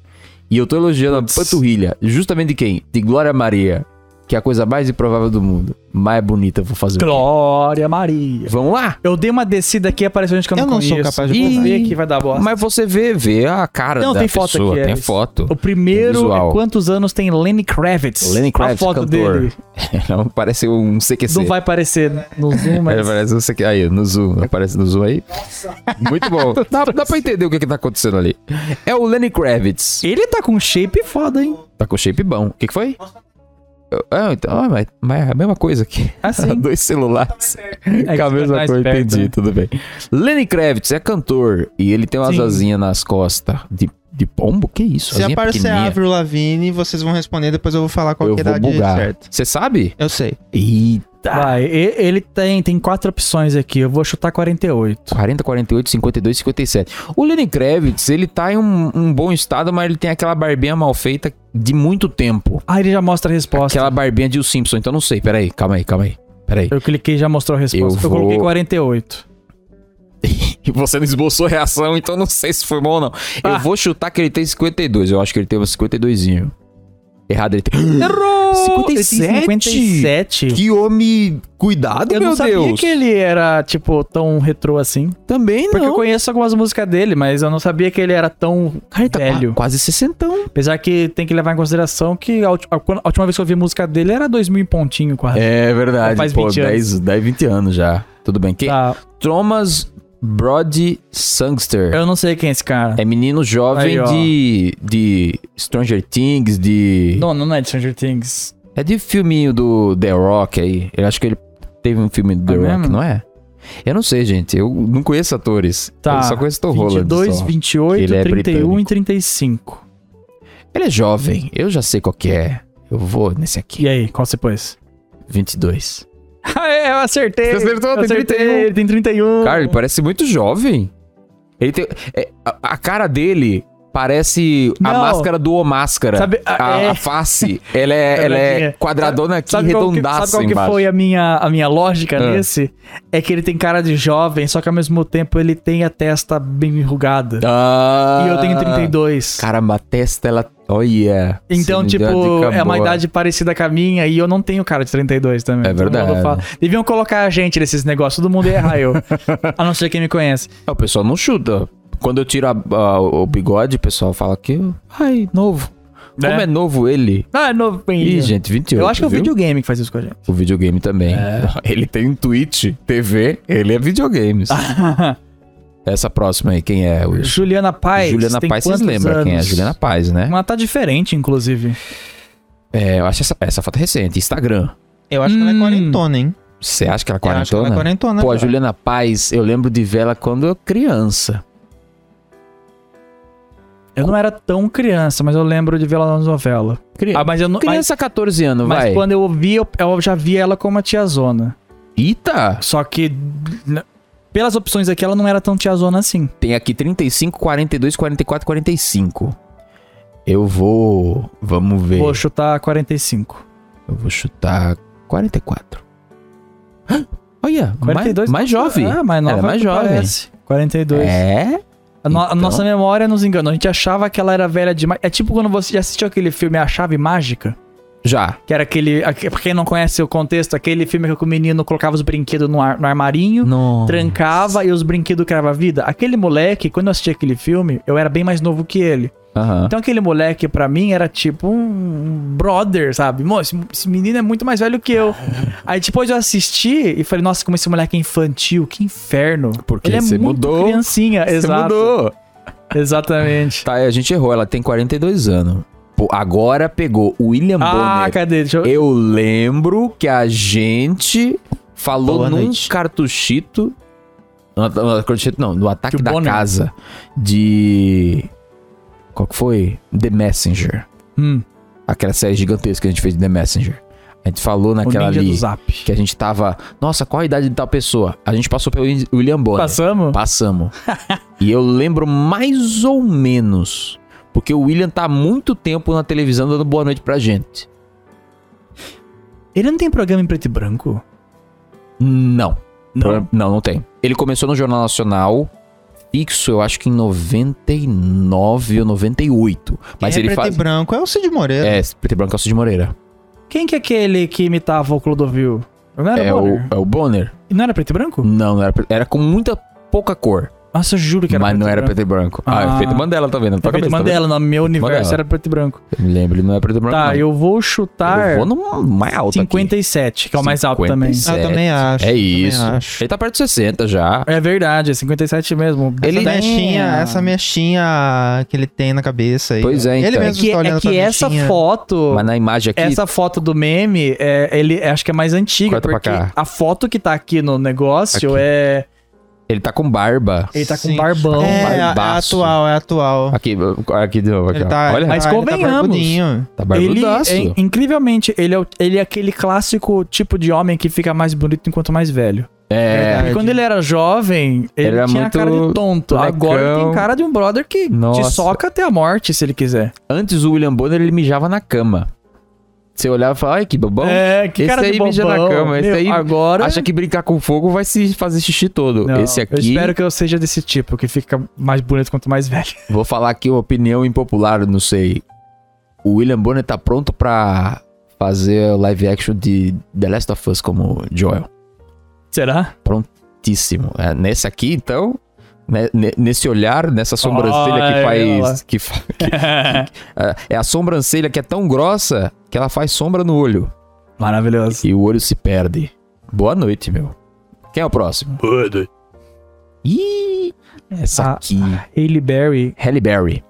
S2: E eu tô elogiando a panturrilha. Justamente de quem? De Glória Maria. Que é a coisa mais improvável do mundo. Mais bonita, eu vou fazer. o quê?
S1: Glória Maria.
S2: Vamos lá?
S1: Eu dei uma descida aqui e apareceu gente que eu não
S3: Eu não sou
S1: conheço.
S3: capaz de
S1: Ih,
S2: contar.
S1: vê que vai dar bosta.
S2: Mas você vê, vê a cara
S1: Não,
S2: da
S1: tem foto
S2: pessoa.
S1: aqui, é
S2: tem
S1: isso.
S2: foto.
S1: O primeiro
S2: Visual.
S1: é quantos anos tem Lenny Kravitz.
S2: Lenny
S1: A
S2: Kravitz,
S1: foto
S2: cantor.
S1: dele
S2: Não parece um CQC.
S1: não vai aparecer no Zoom,
S2: É,
S1: mas...
S2: parece um CQ. Aí, no zoom. Aparece no zoom aí. Muito bom. Dá, dá pra entender o que, que tá acontecendo ali. É o Lenny Kravitz.
S1: Ele tá com shape foda, hein?
S2: Tá com shape bom. O que, que foi? Ah, então, ah, mas, mas é a mesma coisa aqui.
S1: Assim.
S2: Dois celulares. É,
S1: que
S2: a
S1: você
S2: mesma
S1: tá
S2: coisa,
S1: esperto,
S2: entendi,
S1: né?
S2: tudo bem. Lenny Kravitz é cantor e ele tem umas
S1: Sim.
S2: asinhas nas costas. De, de pombo? Que isso?
S3: Se
S2: Asinha
S3: aparecer a
S2: é pequenininha.
S3: Avril Lavigne, vocês vão responder, depois eu vou falar qual
S2: eu
S3: que é a
S2: vou
S3: idade
S2: bugar.
S3: certa.
S2: Você sabe?
S3: Eu sei. tá.
S2: Eita.
S1: Vai, e- ele tem, tem quatro opções aqui. Eu vou chutar 48.
S2: 40, 48, 52, 57. O Lenny Kravitz, ele tá em um, um bom estado, mas ele tem aquela barbinha mal feita de muito tempo.
S1: Ah, ele já mostra a resposta.
S2: Aquela barbinha de O Simpson, então não sei. Peraí, calma aí, calma aí. Peraí.
S1: Eu cliquei e já mostrou a resposta. Eu,
S2: Eu vou-
S1: coloquei 48.
S2: E você não esboçou reação, então não sei se foi bom ou não.
S1: Ah.
S2: um Eu vou chutar que ele tem 52. Eu acho que ele tem uns 52zinho. Errado ele tem.
S1: Errou!
S2: 57?
S1: 57?
S2: Que homem cuidado,
S1: eu
S2: Ah, meu
S1: não sabia
S2: Deus.
S1: que ele era, tipo, tão retrô assim.
S2: Também
S1: Porque eu
S2: não.
S1: conheço algumas músicas dele, mas eu não sabia que ele era tão
S2: Cara, ele tá
S1: velho.
S2: qua- quase 60.
S1: Apesar que tem que levar em consideração que a, ulti- a- quando- a última vez que eu ouvi música dele era 2000 e pontinho quase.
S2: É verdade,
S1: Faz
S2: pô,
S1: 20 anos.
S2: 10, 10, 20 anos já. Tudo bem. Quem?
S1: Tá,
S2: Thomas Brody Sangster.
S1: eu não sei quem é esse cara.
S2: É menino jovem
S1: Aí, ó.
S2: de, de Stranger Things, de.
S1: Não, não é de Stranger Things.
S2: É de filminho do The Rock aí. Eu acho que ele teve um filme do The
S1: É
S2: Rock,
S1: mesmo?
S2: não é? Eu não sei, gente. Eu não conheço atores.
S1: Tá.
S2: Eu só conheço Tom Holland.
S1: 22,
S2: só.
S1: 28,
S2: Ele é
S1: 31 e
S2: britânico.
S1: 35.
S2: Ele é jovem. Eu já sei qual que é. Eu vou nesse aqui.
S1: E é- aí, qual você pôs?
S2: 22.
S1: Ah, é, eu acertei.
S2: Você acertou,
S1: eu
S2: tem
S1: acertei,
S2: 31.
S1: ele tem 31.
S2: Cara, ele parece muito jovem. Ele tem... é, a, a cara dele parece a
S1: Não.
S2: máscara do O Máscara.
S1: Sabe,
S2: a,
S1: é.
S2: a face, ela é, ela
S1: Quadradinha.
S2: é quadradona aqui,
S1: Sabe qual, que,
S2: redondaça
S1: sabe qual que
S2: embaixo.
S1: foi a minha, a minha lógica
S2: Ah.
S1: nesse? É que ele tem cara de jovem, só que ao mesmo tempo ele tem a testa bem enrugada.
S2: Ah,
S1: E eu tenho 32.
S2: Caramba, a testa, ela... Olha.
S1: Então,
S2: Você me deu
S1: tipo,
S2: dica
S1: é uma
S2: boa.
S1: idade parecida com a minha e eu não tenho cara de 32 também.
S2: É
S1: Todo mundo
S2: verdade.
S1: fala. Deviam colocar a gente nesses negócios, todo mundo ia errar eu. a não ser quem me conhece.
S2: Ah, O pessoal não chuta. Quando eu tiro a- a- o bigode, o pessoal fala que... Ai, novo.
S1: Né?
S2: Como é novo ele?
S1: Ah, é novo.
S2: Ih, gente, 28,
S1: eu acho que é o
S2: viu?
S1: videogame que faz isso com a gente.
S2: O videogame também.
S1: É.
S2: Ele tem um Twitch, TV, ele é videogames. Essa próxima aí, quem é? Will?
S1: Juliana Paz.
S2: Juliana
S1: tem
S2: Paz, vocês
S1: quantos
S2: lembram quem é?
S1: anos?
S2: Juliana Paz, né?
S1: Ela tá diferente, inclusive.
S2: É, eu acho essa, essa foto recente. Instagram.
S3: Eu acho que ela
S1: Hum.
S3: é quarentona, hein?
S2: Você acha que ela é
S3: Eu acho que ela
S2: quarentona?
S3: é quarentona.
S2: Pô, a
S3: cara.
S2: Juliana Paz, eu lembro de ver ela quando eu criança.
S1: Eu não era tão criança, mas eu lembro de ver ela na novela.
S2: Cri-
S1: Ah, mas eu não. Mas,
S2: criança, 14 anos,
S1: mas
S2: vai.
S1: quando eu vi, eu, eu já vi ela como a tiazona.
S2: Eita!
S1: Só que. n- Pelas opções aqui, ela não era tão tiazona assim.
S2: Tem aqui 35, 42, 44, 45. Eu vou... Vamos ver.
S1: Vou chutar 45.
S2: Eu vou chutar 44. Ah, Olha,
S1: 42
S2: mais, mais jovem.
S1: Ah, mais nova
S2: Ela é mais
S1: que
S2: jovem.
S1: parece. 42.
S2: É?
S1: a, no- a
S2: então.
S1: nossa memória nos engana. A gente achava que ela era velha demais. É tipo quando você já assistiu aquele filme A Chave Mágica.
S2: Já.
S1: Que era aquele. aque- Pra quem não conhece o contexto, aquele filme que o menino colocava os brinquedos no, ar- no armarinho.
S2: Não.
S1: trancava e os brinquedos crava vida. Aquele moleque, quando eu assisti aquele filme, eu era bem mais novo que ele.
S2: Aham.
S1: Então aquele moleque, pra mim, era tipo um brother, sabe? Mô, esse, esse menino é muito mais velho que eu. Aí depois eu assisti e falei, nossa, como esse moleque é infantil, que inferno.
S2: Porque
S1: ele é
S2: você
S1: muito
S2: mudou,
S1: criancinha,
S2: Você
S1: Tá, exato.
S2: mudou.
S1: Exatamente.
S2: Tá, a gente errou. Ela tem 42 anos. Pô, agora pegou o William
S1: ah,
S2: Bonner.
S1: cadê? Deixa eu...
S2: Eu lembro que a gente falou
S3: Boa
S2: num
S3: noite.
S2: cartuchito. Não, não, cartuchito não, no ataque
S1: Que
S2: da
S1: Bonner.
S2: casa. De. Qual que foi? The Messenger.
S1: Hum,
S2: Aquela série gigantesca que a gente fez de The Messenger. A gente falou
S1: o
S2: naquela
S1: ninja do
S2: ali
S1: zap.
S2: que é a gente tava. Nossa, qual a idade de tal pessoa? A gente passou pelo William Bonner.
S1: Passamos?
S2: Passamos. e eu lembro mais ou menos. Porque o William tá há muito tempo na televisão dando boa noite pra gente.
S1: Ele não tem programa em preto e branco?
S2: Não.
S1: Não?
S2: Pro- Não, não tem. Ele começou no Jornal Nacional fixo, eu acho que em 99 ou 98.
S3: Quem
S2: Mas
S3: é
S2: ele
S3: preto
S2: faz.
S3: e branco é o Cid Moreira.
S2: É, preto e branco é o Cid Moreira.
S1: Quem que é aquele que imitava o Clodovil? Não era
S2: É o, Hum.
S1: Bonner?
S2: é o Bonner.
S1: Não era preto e branco?
S2: Não, não era, pre- era com muita pouca cor.
S1: Nossa, eu juro que era
S2: mas
S1: preto
S2: não
S1: e
S2: era
S1: branco.
S2: preto e branco. Ah, é
S1: Ah.
S2: feito Mandela, tá vendo? Na tua
S1: É preto e
S2: cabeça, tá
S1: Mandela, no meu universo
S2: Mandela.
S1: era preto e branco.
S2: vendo? Eu Me lembro, ele não é preto e branco.
S1: Tá,
S2: não.
S1: eu vou chutar
S2: Eu vou no mais alto. aqui.
S1: 57, que é o mais alto também.
S2: 57.
S3: Ah, eu também acho.
S2: É
S3: eu
S2: isso.
S3: Também acho.
S2: Ele tá perto de 60 já.
S1: É verdade, é 57 mesmo. é.
S2: Ele é.
S3: essa mechinha,
S1: tem-
S3: essa mechinha que ele tem na cabeça aí.
S2: Pois é,
S3: Ele
S2: então.
S1: É
S3: mesmo
S1: que,
S3: tá
S1: é
S3: olhando
S1: que
S3: pra
S1: essa
S3: mechinha.
S1: foto,
S2: Mas é na imagem aqui.
S1: essa foto do meme, é, ele acho que é mais antiga,
S2: Corta pra
S1: porque
S2: cá.
S1: a foto que tá aqui no negócio
S2: Aqui.
S1: é...
S2: Ele tá com barba.
S1: Ele tá com
S3: Sim.
S1: barbão.
S3: É, é
S2: um barbaço.
S3: atual, é atual.
S2: Aqui, aqui de novo. Aqui,
S3: Ele
S2: ó.
S3: tá,
S2: Olha,
S3: ele
S1: Mas
S3: tá- ele
S1: convenhamos.
S3: Tá barbudinho.
S2: tá
S1: Ele,
S2: barbudaço.
S1: é, incrivelmente, ele é, o- ele é aquele clássico tipo de homem que fica mais bonito enquanto mais velho.
S2: É.
S1: E quando ele era jovem, ele
S2: Ele era
S1: tinha a cara de
S2: muito
S1: tonto. Agora ele tem
S2: bonecão.
S1: cara de um brother que te
S2: Nossa.
S1: soca até a morte, se ele quiser.
S2: Antes o William Bonner ele mijava na cama. Você olhava e falava, ai que bobão.
S1: É, que
S2: Esse
S1: cara de
S2: aí mija na
S1: bobão.
S2: cama, esse
S1: Meu,
S2: aí
S1: agora...
S2: Acha que brincar com fogo vai se fazer xixi todo.
S1: Não,
S2: Esse
S1: Eu
S2: aqui,
S1: espero que eu seja desse tipo, que fica mais bonito quanto mais velho.
S2: vou falar aqui uma opinião impopular, não sei. o William Bonner tá pronto pra fazer o live action de The Last of Us como Joel.
S1: Será?
S2: Tíssimo. É, nesse aqui, então, né, ne- nesse olhar, nessa sobrancelha
S1: Olha
S2: que faz...
S1: ela.
S2: Que fa- que- é a sobrancelha que é tão grossa que ela faz sombra no olho.
S1: Maravilhoso.
S2: E o olho se perde. Boa noite, meu. Quem é o próximo? Ih, essa
S1: Ah.
S2: é aqui.
S1: Hailey Berry.
S2: Halle Berry.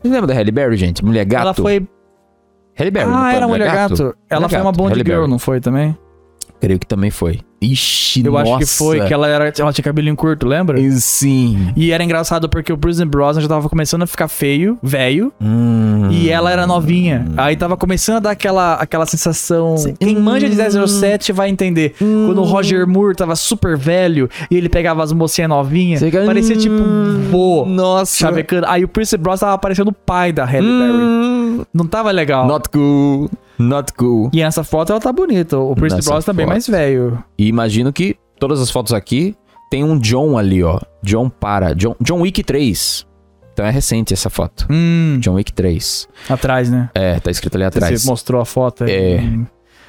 S2: Vocês lembram da Halle Berry, gente? Mulher gato.
S1: Ela foi.
S2: Halle Berry, não
S1: ah,
S2: foi
S1: era
S2: mulher
S1: mulher gato. Ela
S2: Mulher
S1: foi uma
S2: gato,
S1: Bond
S2: Halle
S1: Girl,
S2: Berry.
S1: não foi também?
S2: Creio que também foi. Ixi,
S1: Eu
S2: nossa.
S1: acho que foi, que ela, era, ela tinha cabelinho curto, lembra?
S2: E Sim.
S1: E era engraçado porque o Prison Brosnan já tava começando a ficar feio, velho,
S2: Hum.
S1: e ela era novinha. Aí tava começando a dar aquela, aquela sensação. Quem manja
S2: Hum.
S1: de 007 vai entender. Quando o Roger Moore tava super velho e ele pegava as mocinhas novinhas,
S2: Você fica,
S1: parecia
S2: hum,
S1: tipo um vô.
S2: Nossa.
S1: Chavecando. Aí o Prince Bros tava parecendo o pai da Halle Berry.
S2: Hum.
S1: Não tava legal.
S2: Not cool. Not cool.
S1: E essa foto ela tá bonita. O Prince
S2: Nessa
S1: Bros tá bem
S2: foto.
S1: mais velho.
S2: E imagino que todas as fotos aqui tem um John ali, ó. John para. John, John Wick 3. Então é recente essa foto.
S1: Hum,
S2: John Wick 3.
S1: atrás, né?
S2: É, tá escrito ali atrás.
S1: Você mostrou a foto aí.
S2: É.
S1: Hum.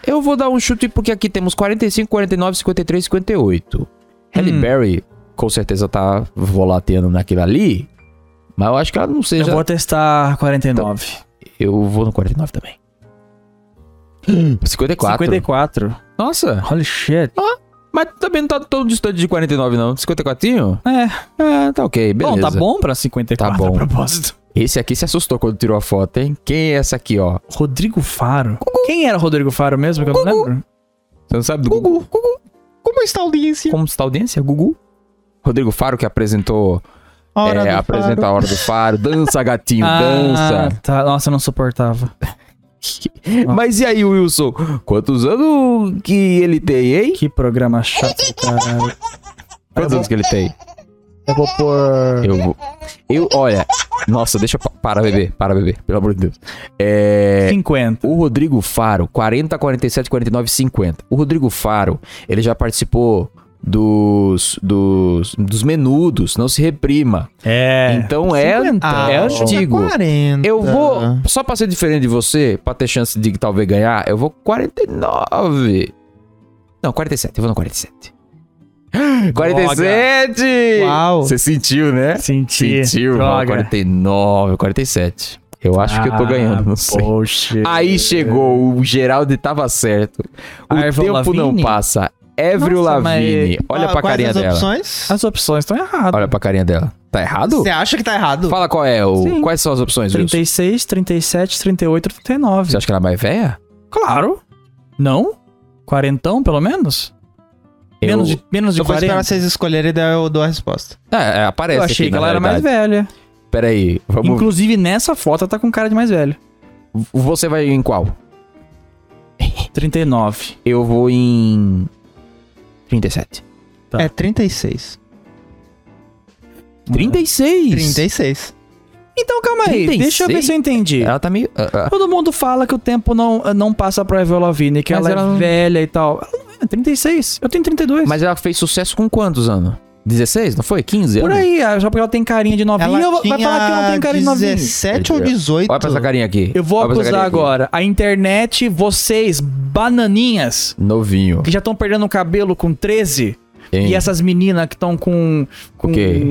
S2: Eu vou dar um chute porque aqui temos 45, 49, 53, 58. Halle
S1: Hum.
S2: Berry com certeza tá volateando naquilo ali. Mas eu acho que ela não
S1: Eu
S2: seja.
S1: vou testar 49.
S2: Eu vou no 49 também. 54.
S1: 54.
S2: Nossa,
S1: Holy shit.
S2: mas também não tá tão distante de 49, não. 54?
S1: É.
S2: É, tá ok, beleza.
S1: Bom, tá bom pra 54
S2: Tá bom.
S1: a propósito.
S2: Esse aqui se assustou quando tirou a foto, hein? Quem é essa aqui, ó?
S1: Rodrigo Faro? Quem era Rodrigo Faro mesmo? Que eu não lembro.
S2: Você não sabe do Gugu?
S3: Gugu, como está a audiência?
S2: Como
S1: tá
S2: está a audiência? Gugu? Rodrigo Faro que apresentou.
S3: A hora
S2: é,
S3: do
S2: apresenta
S3: faro.
S2: a hora do faro. Dança, gatinho, dança.
S1: Ah, tá. Nossa, eu não suportava.
S2: Mas e aí, Wilson? Quantos anos que ele tem, hein?
S1: Que programa chato, caralho.
S2: Quantos anos que ele tem?
S1: Eu vou pôr.
S2: Eu vou. Eu, olha. Nossa, deixa eu. pa- Para, bebê. Para, bebê. Pelo amor de Deus. É.
S1: 50.
S2: O Rodrigo Faro, 40, 47, 49, 50. O Rodrigo Faro, ele já participou dos. dos. dos menudos, não se reprima.
S1: É.
S2: então é.
S1: 50.
S3: Ah,
S2: é
S3: eu acho que é
S2: antigo.
S3: 40.
S2: Eu vou. Só pra ser diferente de você, pra ter chance de talvez ganhar, eu vou 49. Não, 47. Eu vou no 47. 47!
S3: Uau.
S2: Você sentiu, né?
S1: Senti.
S2: Sentiu. Vou
S1: Droga.
S2: 49, 47. Eu acho que eu tô
S1: Ah,
S2: ganhando, não sei.
S1: Poxa.
S2: Aí chegou, o Geraldo tava certo. O
S1: Avril
S2: tempo não
S1: Ah, Lavigne?
S2: passa. Avril
S1: Nossa, mas-
S2: Lavigne. Olha
S3: Ah,
S2: pra
S3: quais
S2: carinha
S3: as
S2: dela.
S3: opções?
S1: As opções estão erradas.
S2: Olha pra carinha dela. Tá errado?
S3: Você acha que tá errado?
S2: Fala qual é o.
S1: Sim.
S2: Quais são as opções, Wilson?
S1: 36, 37, 38, 39.
S2: Você acha que ela é mais velha?
S1: Claro. Não? Quarentão, pelo menos? Menos de, menos de
S3: Eu vou
S1: 40.
S3: esperar vocês escolherem e daí eu dou a resposta.
S2: É, é, aparece
S1: Eu achei que
S2: aqui, na
S1: ela era mais
S2: verdade.
S1: velha.
S2: Pera aí, vamos...
S1: Inclusive, nessa foto, ela tá com cara de mais velho.
S2: Você vai em qual?
S1: 39.
S2: Eu vou em... 37.
S1: Tá.
S3: É 36.
S2: 36?
S3: 36.
S1: Então, calma aí.
S2: 36?
S1: Deixa eu ver se eu entendi.
S2: Ela tá meio... ah, ah.
S1: Todo mundo fala que o tempo não, eh, não passa pra Avril Lavigne, que
S2: Mas
S1: ela,
S2: ela
S1: é
S2: não-
S1: velha e tal. Ela não é, 36. Eu tenho 32.
S2: Mas ela fez sucesso com quantos anos? 16, não foi? 15
S1: Por
S2: anos?
S1: aí, ah, só porque ela tem carinha de novinha,
S3: Ela
S1: eu vou-
S3: tinha
S1: vai falar que ela não tem carinha de novinha.
S3: 17 ou
S2: Olha pra
S3: 18.
S2: Olha pra essa carinha aqui.
S1: Eu vou
S2: Olha pra essa
S1: acusar
S2: carinha aqui.
S1: agora a internet, vocês, bananinhas,
S2: Novinho.
S1: que já estão perdendo o cabelo com 13,
S2: hein?
S1: E essas meninas que estão com, com
S2: quê?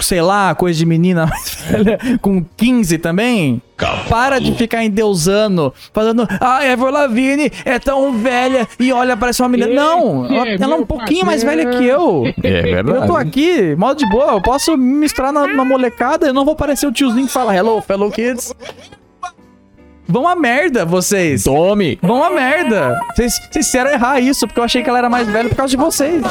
S1: sei lá, coisa de menina mais velha, com 15 também. Para de ficar endeusando, falando, ah, Evelyn Lavigne é tão velha e olha, parece uma menina. Não, ela, ela é um pouquinho mais velha que eu.
S2: É verdade.
S1: Eu tô aqui, modo de boa, eu posso me misturar na, na molecada, eu não vou parecer o tiozinho que fala hello, fellow kids. Vão a merda, vocês.
S2: Tome!
S1: Vão a merda. Vocês vocês fizeram errar isso, porque eu achei que ela era mais velha por causa de vocês.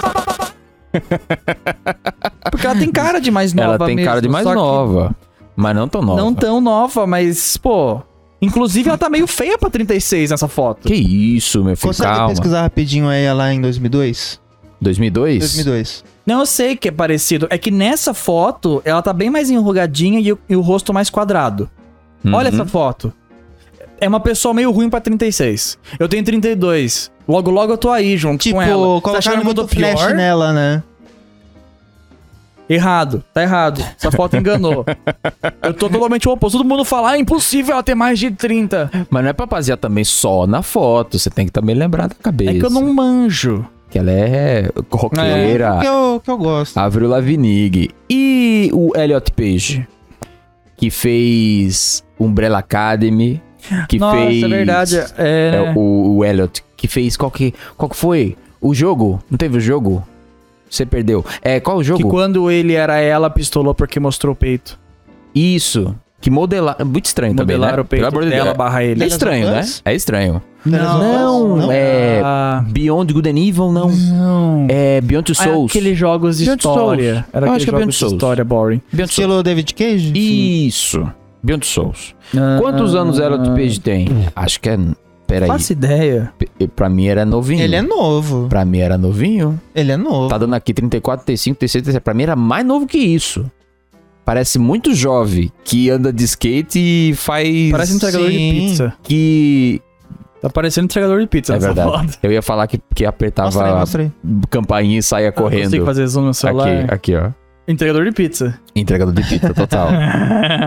S1: Porque ela tem cara de mais nova
S2: Ela tem cara
S1: mesmo,
S2: de mais
S1: só que
S2: nova. Mas não tão nova.
S1: Não tão nova, mas, pô... Inclusive, ela tá meio feia pra 36 nessa foto.
S2: Que isso, meu filho,
S1: tá
S3: Consegue
S2: calma.
S3: pesquisar rapidinho aí ela em 2002?
S2: 2002?
S3: 2002.
S1: Não, eu sei que é parecido. É que nessa foto, ela tá bem mais enrugadinha e, o- e o rosto mais quadrado.
S2: Uhum.
S1: Olha essa foto. É uma pessoa meio ruim pra 36. Eu tenho 32. Logo, logo eu tô aí junto
S3: Tipo,
S1: com ela. Tá achando
S3: colocaram
S1: que eu tô
S3: muito flash
S1: pior?
S3: nela, né?
S1: Errado, tá errado. Essa foto enganou. Eu tô totalmente o oposto. Todo mundo fala, ah, é impossível ela ter mais de 30.
S2: Mas não é pra basear também só na foto. Você tem que também lembrar da cabeça.
S1: É que eu não manjo.
S2: Que ela é roqueira.
S1: É.
S3: Que eu, que eu gosto.
S2: Avril Lavigne. E o Elliot Page, que fez Umbrella Academy, que
S1: Nossa,
S2: fez...
S1: é verdade. É,
S2: É,
S1: né?
S2: o, o Elliot, que fez qual que, qual que foi? O jogo? Não teve o jogo? Você perdeu. É, qual o
S1: Que
S2: jogo?
S1: quando ele era ela, pistolou porque mostrou o peito.
S2: Isso. Que modelar... Muito estranho
S1: Modelaram o
S2: também, né?
S1: peito
S2: Deus.
S1: dela, barra
S2: É,
S1: ele.
S2: é estranho, né? É estranho.
S3: Não,
S2: Não, é...
S1: Ah,
S2: Beyond Good and Evil, não.
S1: não.
S2: É Beyond Two Souls.
S1: Aqueles jogos de
S2: Beyond
S1: história.
S2: Souls.
S1: Era
S2: Eu
S1: aqueles
S2: acho que
S1: jogos
S2: é Beyond
S1: de
S2: Souls.
S1: história boring.
S2: Beyond Souls.
S3: Estilo David Cage?
S2: Isso. Beyond Souls. Quantos anos Elliot Page tem? Acho que é... Peraí.
S1: Faço ideia.
S2: P- Pra mim era novinho.
S3: Ele é novo.
S2: Pra mim era novinho.
S3: Ele é novo.
S2: Tá dando aqui 34, 35, 36, 37. Pra mim era mais novo que isso. Parece muito jovem que anda de skate e faz.
S1: Parece um entregador de
S3: Sim.
S1: pizza.
S2: Que.
S1: Tá parecendo um entregador de pizza
S2: É
S1: nessa foto.
S2: verdade. Eu ia falar que, que apertava
S3: Mostra aí, mostra aí.
S2: campainha e
S1: Ah,
S2: saía
S1: Eu consigo
S2: correndo.
S1: fazer zoom no celular.
S2: Aqui, aqui, ó.
S1: Entregador de pizza.
S2: Entregador de pizza total.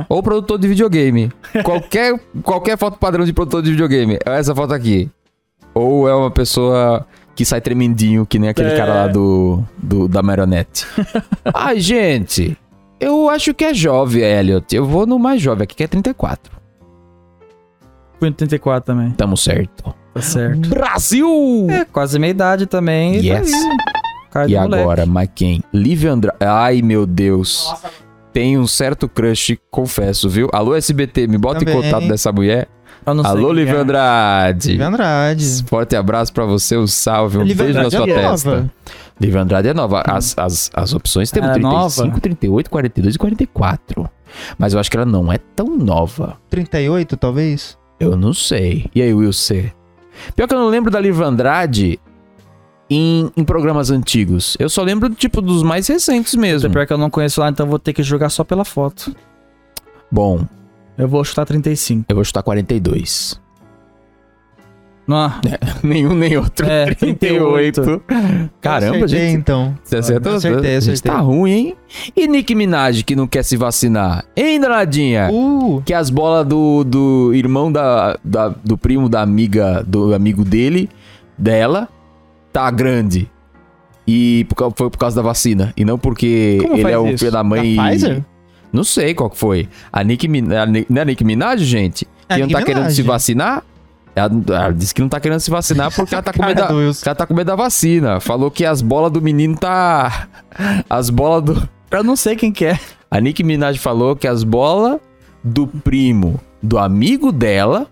S2: Ou produtor de videogame. Qualquer, qualquer foto padrão de produtor de videogame. É essa foto aqui. Ou é uma pessoa que sai tremendinho, que nem aquele
S1: É.
S2: cara lá do, do- da marionete. Ai, gente. Eu acho que é jovem, Elliot. Eu vou no mais jovem aqui, que é 34.
S1: Com 84 também.
S2: Tamo certo.
S1: Tá certo.
S2: Brasil!
S1: É, quase meia idade também. e tá
S2: Yes.
S1: Cara de
S2: E
S1: moleque.
S2: agora, mas quem? Liv Andrade. Ai, meu Deus. Tem um certo crush, confesso, viu? Alô, SBT, me bota em
S3: Também.
S2: contato dessa mulher.
S1: Eu não sei
S2: Alô,
S1: quem
S2: Liv
S1: é.
S2: Andrade.
S3: Liv Andrade.
S2: Forte abraço pra você, um salve, um
S3: Liv
S2: beijo
S3: Andrade
S2: na sua
S3: é
S2: testa.
S3: nova.
S2: Liv Andrade é nova. As, as, as opções temos
S1: Ela é
S2: 35,
S1: nova?
S2: 38, 42 e 44. Mas eu acho que ela não é tão nova.
S3: 38, talvez?
S2: Eu não sei. E aí, Will C? Pior que eu não lembro da Liv Andrade em, em programas antigos. Eu só lembro, tipo, dos mais recentes mesmo.
S1: Pior que eu não conheço lá, então vou ter que jogar só pela foto.
S2: Bom,
S1: Eu vou chutar 35.
S2: eu vou chutar 42.
S1: Não,
S2: Nenhum nem outro.
S1: é, 38.
S2: Caramba,
S3: Acertei,
S2: gente.
S3: então.
S2: Você acertou?
S3: Acertei,
S2: A gente
S3: acertei.
S2: tá ruim, hein? E Nick Minaj, que não quer se vacinar? Hein, danadinha?
S3: Uh,
S2: Que as bolas do, do irmão da, da- do primo da amiga, do amigo dele, dela, tá grande. E por cau- foi por causa da vacina. E não porque
S3: Como
S2: ele
S3: faz
S2: é o
S3: isso?
S2: filho da mãe.
S3: da
S2: e-
S3: Pfizer?
S2: Não sei qual que foi. A Nick Minaj. Não é a Nick Minaj, gente?
S3: É a
S2: que não
S3: Nicki
S2: tá querendo se
S3: Minaj.
S2: vacinar? Ela, ela disse que não tá querendo se vacinar porque ela tá com
S3: Cara
S2: medo da,
S3: do Wilson.
S2: ela tá com medo da vacina. Falou que as bolas do menino tá. As bolas do.
S1: Eu não sei quem que é.
S2: A Nicki Minaj falou que as bolas do primo do amigo dela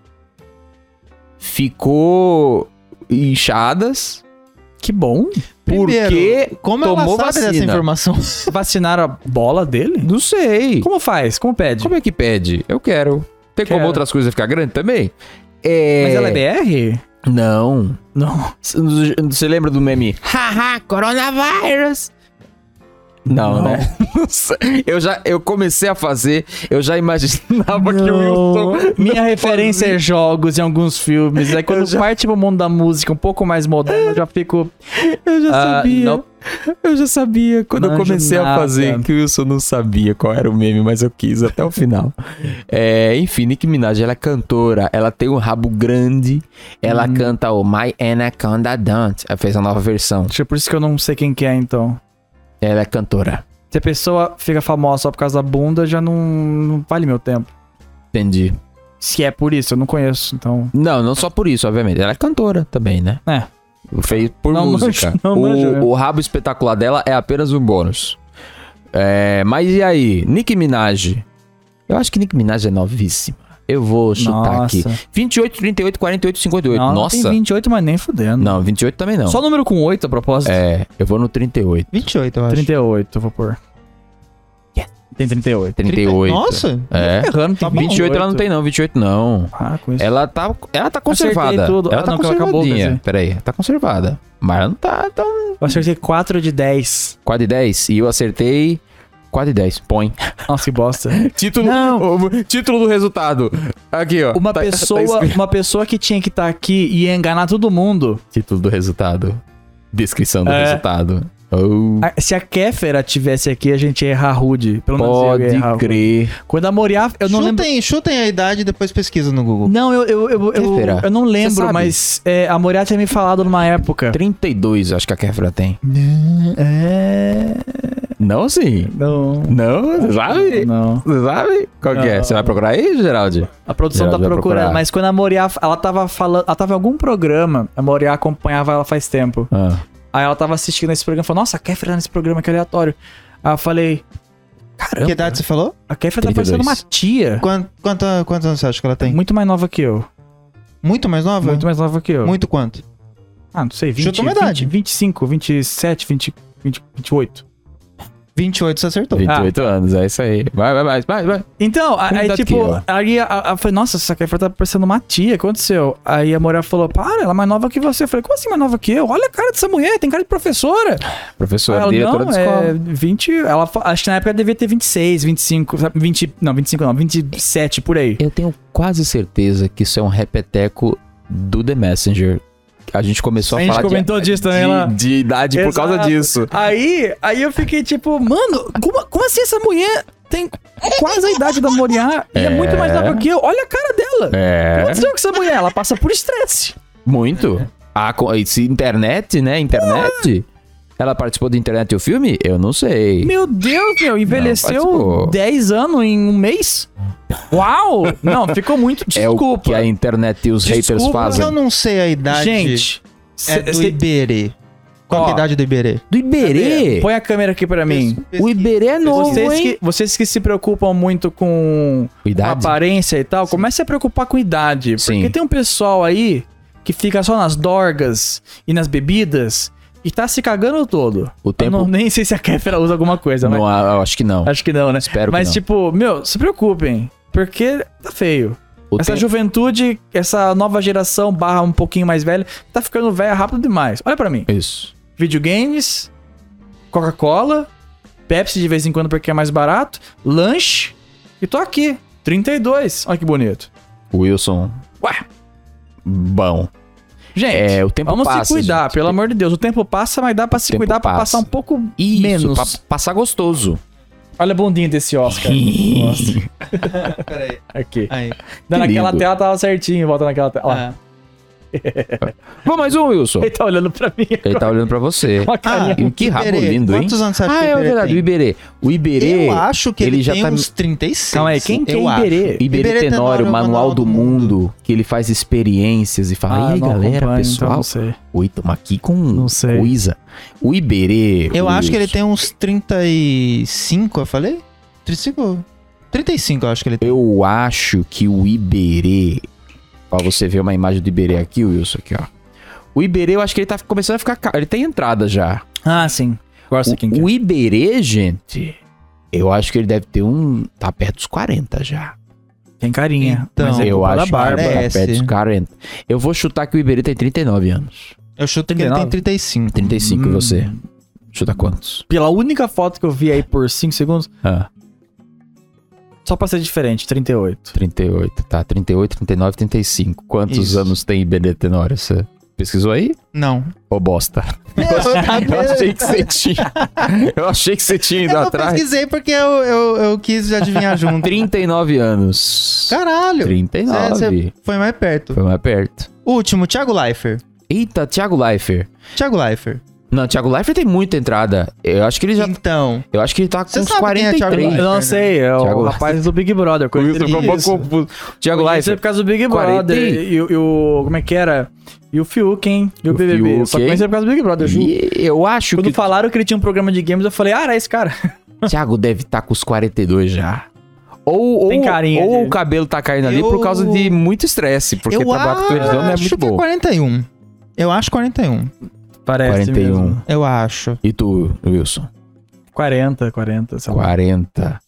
S2: ficou inchadas
S1: Que bom.
S2: porque
S3: Como
S2: tomou
S3: ela sabe
S2: vacina.
S3: dessa informação?
S1: Vacinaram a bola dele?
S2: Não sei.
S1: Como faz? Como pede?
S2: Como é que pede? Eu quero. Tem como
S1: Quero.
S2: outras coisas ficar grande também? É...
S1: Mas ela é BR?
S2: Não.
S1: Não.
S2: C- Você lembra do meme? Haha, coronavírus! Não,
S1: Não.
S2: né? Não sei. Eu já eu comecei a fazer, eu já imaginava que o Wilson.
S1: Minha referência é jogos e alguns filmes. Aí quando parte pro mundo da música um pouco mais moderno, eu já fico.
S2: Eu já
S1: Ah,
S2: sabia.
S1: não.
S2: Eu já sabia. Quando eu
S1: Manjo
S2: comecei a
S1: nada.
S2: fazer, que o Wilson não sabia qual era o meme, mas eu quis até o final. É, enfim, Nicki Minaj, ela é cantora, ela tem um rabo grande, ela canta o My Anaconda Dance. Ela fez a nova versão.
S1: Acho que é por isso que eu não sei quem que é, então.
S2: Ela é cantora.
S1: Se a pessoa fica famosa só por causa da bunda, já não, não vale meu tempo.
S2: Entendi.
S1: Se é por isso, eu não conheço, então.
S2: Não, não só por isso, obviamente. Ela é cantora também, né?
S1: É.
S2: Feito por
S1: Não manjo-
S2: música.
S1: não manjo, né?
S2: o, o rabo espetacular dela é apenas um bônus. É, mas e aí? Nicki Minaj. Eu acho que Nicki Minaj é novíssima. Eu vou chutar
S1: Nossa.
S2: aqui. 28, 38, 48, 58.
S1: Não, Não
S2: Nossa.
S1: tem 28, mas nem fudendo.
S2: Não, 28 também não.
S1: Só número com 8 a propósito?
S2: É, eu vou no 38.
S3: 28, eu acho.
S1: 38, eu vou pôr.
S2: Yes.
S1: Tem 38.
S2: 38.
S3: Nossa,
S2: É.
S1: Errando, tem
S2: 28 ela não tem não, 28 não.
S1: Ah, com isso.
S2: Ela tá, ela tá conservada.
S1: tudo.
S2: Ela
S1: Ah,
S2: tá
S1: não, que ela acabou, quer
S2: conservadinha.
S1: dizer.
S2: Pera aí, tá conservada. Mas ela não tá tão
S1: Eu acertei 4 de 10.
S2: 4 de 10 e eu acertei 4 de 10. Põe.
S1: Nossa, que bosta.
S2: Título, o- título do resultado. Aqui, ó.
S1: Uma
S2: Tá- tá
S1: pessoa,
S2: escrito.
S1: uma pessoa que tá tinha que estar aqui e ia enganar todo mundo.
S2: título do resultado. Descrição do
S1: É.
S2: resultado. Oh,
S1: A- Se a Kéfera tivesse aqui, a gente ia errar rude. Pelo menos eu ia
S2: pode
S1: errar rude.
S2: crer.
S1: Quando a Moriá, eu não
S3: chutem,
S1: lembro.
S3: chutem a idade e depois pesquisa no Google.
S1: Não, eu, eu, eu, eu,
S2: Kéfera?
S1: eu não
S2: Você
S1: lembro,
S2: sabe?
S1: mas é, a Moriá tinha me falado numa época.
S2: 32, acho que a Kefra tem.
S1: É.
S2: Não, sim.
S1: Não.
S2: Não, você sabe?
S1: Não.
S2: Você sabe? Qual que é? Você vai procurar aí, Geraldi?
S1: A produção
S2: Já
S1: tá
S2: vai
S1: procurando,
S2: procurar.
S1: mas quando a Moriá. Ela tava falando. Ela tava em algum programa. A Moriá acompanhava ela faz tempo.
S2: Ah.
S1: Aí ela tava assistindo esse programa e falou: Nossa, a Kéfera tá nesse programa, que aleatório. Aí eu falei:
S3: Que
S1: Caramba,
S3: idade você falou?
S1: a Kéfera tá
S2: 32.
S1: parecendo uma tia.
S3: Quanto, quanto, quantos anos você acha que ela tem?
S1: Muito mais nova que eu.
S3: Muito mais assim? nova?
S1: Muito mais nova que eu.
S3: Muito quanto?
S1: Ah, não sei, 20,
S3: Chuta uma idade.
S1: 20, 25, 27, 20, 20, 28.
S3: 28 você
S2: tá.
S3: acertou.
S2: 28 anos, é isso aí. Vai, vai, vai, vai, vai.
S1: Então, a-
S2: Uma
S1: aí
S2: idade
S1: tipo,
S2: que eu.
S1: aí a, a, eu falei, nossa, essa Kéfera tá parecendo uma tia, o que aconteceu? Aí a Moriá falou, para, ela é mais nova que você. Eu falei, como assim mais nova que eu? Olha a cara dessa mulher, tem cara de professora.
S2: Professora,
S1: Ela,
S2: diretora
S1: não,
S2: da escola.
S1: é 20, ela, fa- acho que na época devia ter 26, 25, sabe, 20, não, 25 não, 27, por aí.
S2: Eu tenho quase certeza que isso é um repeteco do The Messenger. A gente começou a,
S1: A gente
S2: falar de-
S1: comentou disso também lá.
S2: de, de idade por causa
S1: Exato.
S2: disso.
S1: Aí, aí eu fiquei tipo, mano, como, como assim essa mulher tem quase a idade da Moriá e é,
S2: É.
S1: muito mais nova que eu? Olha a cara dela. O que
S2: É,
S1: aconteceu com essa mulher? Ela passa por estresse.
S2: muito. A, co- esse internet, né? Internet. Ela participou do internet e o filme? Eu não sei.
S1: Meu Deus, meu, envelheceu
S2: participou.
S1: 10 anos em um mês? Uau! Não, ficou muito.
S2: é o
S1: Desculpa.
S2: que a internet e os haters
S1: Desculpa.
S3: Porque
S2: fazem.
S3: eu não sei a idade
S1: Gente,
S3: é
S1: cê-
S3: do
S1: cê-
S3: Iberê. Qual que é a
S1: Ó.
S3: idade do Iberê?
S2: Do Iberê.
S1: põe a câmera aqui pra mim.
S3: Pesquisa.
S2: O Iberê é novo,
S1: Vocês
S2: hein?
S1: que, vocês que se preocupam muito com
S2: Idade?
S1: aparência e tal, comece a preocupar com idade. Porque
S2: Sim.
S1: tem um pessoal aí que fica só nas dorgas e nas bebidas e tá se cagando todo.
S2: O tempo-
S1: Eu não, nem sei se a Kéfera usa alguma coisa, mas
S2: Não, eu acho que não.
S1: acho que não, né?
S2: Espero que
S1: mas,
S2: não.
S1: tipo, meu, se preocupem, porque tá feio.
S2: O
S1: essa
S2: tempo-
S1: juventude, essa nova geração barra um pouquinho mais velha, tá ficando velha rápido demais. Olha pra mim.
S2: Isso.
S1: Videogames, Coca-Cola, Pepsi de vez em quando porque é mais barato, lanche e tô aqui. 32. Olha que bonito.
S2: Wilson.
S1: Ué.
S2: Bom.
S1: Gente,
S2: É, o tempo
S1: vamos se
S2: passa,
S1: cuidar,
S2: gente.
S1: pelo amor de Deus. O tempo passa, mas dá pra se
S2: Tempo
S1: cuidar pra
S2: passa.
S1: passar um pouco
S2: Isso,
S1: menos. Tá,
S2: pra passar gostoso.
S1: Olha a bundinha desse Oscar. Nossa,
S3: Peraí.
S1: aqui.
S3: Aí.
S1: Não, naquela
S2: lindo.
S1: tela tava certinho, volta naquela tela. Ó,
S3: Ah.
S2: Vamos mais um, Wilson.
S1: Ele tá olhando pra mim
S2: Ele
S1: agora.
S2: tá olhando pra você.
S3: Ah,
S1: com a carinha.
S2: E que rabo
S3: Iberê,
S2: lindo, hein?
S3: Quantos anos você acha
S2: Ah,
S3: que
S2: é
S3: o Iberê
S2: verdade. O
S3: tem?
S2: Iberê. O Iberê.
S3: Eu acho que ele,
S2: ele já
S3: tem
S2: tá-
S3: uns 36.
S1: Calma aí, quem que é
S3: eu acho.
S1: Iberê?
S2: Iberê,
S3: Iberê
S2: Tenório, o Manual do mundo, que ele faz experiências e fala, e aí
S1: Ah, não
S2: galera,
S1: acompanho, então
S2: pessoal,
S1: não sei.
S2: oi, tamo aqui com
S1: sei.
S2: coisa. O Iberê...
S3: Eu acho que ele
S2: Wilson,
S3: tem uns 35, eu falei? 35? 35 eu acho que ele tem.
S2: Eu acho que o Iberê... Ó, você vê uma imagem do Iberê aqui, Wilson, aqui, ó. O Iberê, eu acho que ele tá começando a ficar... ca- Ele tem entrada já.
S1: Ah, sim. Gosto de quem
S3: é?
S2: O, o Iberê, gente, eu acho que ele deve ter um... Tá perto dos 40 já.
S1: Tem carinha.
S3: Então,
S1: mas é
S2: eu
S1: culpa da
S2: acho que
S1: barba.
S2: ele tá
S3: Parece.
S2: perto dos 40. Eu vou chutar que o Iberê tem 39 anos.
S3: Eu chuto que ele tem
S1: 39.
S3: 35.
S2: 35,
S1: Hum.
S2: e você? Chuta quantos?
S1: Pela única foto que eu vi aí por 5 segundos,
S3: Ah.
S1: só pra ser diferente, 38.
S2: 38, tá. 38, 39, 35. Quantos
S3: Isso.
S2: anos tem Iberê Tenório? Você pesquisou aí?
S3: Não.
S2: Ô, bosta. Eu achei que você tinha. Eu achei que você tinha ido
S3: Eu não
S2: atrás.
S3: pesquisei porque eu, eu, eu quis adivinhar junto.
S2: 39 anos.
S3: Caralho!
S2: 39.
S3: Cê- Foi mais perto.
S2: Foi mais perto.
S3: Último, Thiago Leifert.
S2: Eita, Thiago Leifert.
S3: Thiago Leifert.
S2: Não, Thiago Leifert tem muita entrada. Eu acho que ele já.
S3: Então,
S2: Eu acho que ele tá com
S3: Você
S2: uns
S3: sabe quem é Thiago
S2: 43.
S1: Eu
S3: Leifert?
S1: não sei, é
S2: Thiago
S1: o
S2: Leifert.
S1: rapaz do Big Brother.
S2: O
S1: conheci ele-
S2: Wilson ficou um pouco
S3: Isso.
S2: confuso. Thiago
S1: Conheci
S2: Leifert.
S1: por causa do Big
S2: 40.
S1: Brother e, e o. Como é que era? E o Fiuk, hein? E o,
S2: O
S1: BBB. Eu Só
S2: Fiuk,
S1: conheci por causa do Big Brother, eu juro.
S2: E eu acho
S1: Quando
S2: que
S1: falaram que ele tinha um programa de games, eu falei, ah, era esse cara.
S2: Thiago deve estar com os 42 já. Ou, ou,
S1: Tem carinha
S2: ou
S1: de-
S2: o cabelo tá caindo ali
S3: né? Eu-
S2: por causa de muito estresse, porque
S3: eu
S2: trabalhar com televisão não é
S3: acho
S2: muito
S3: que é
S2: bom.
S3: 41. Eu acho 41.
S1: Parece
S2: 41.
S1: mesmo.
S3: Eu acho.
S2: E tu, Wilson?
S1: 40, 40,
S3: Tá
S1: sei lá.
S2: 40.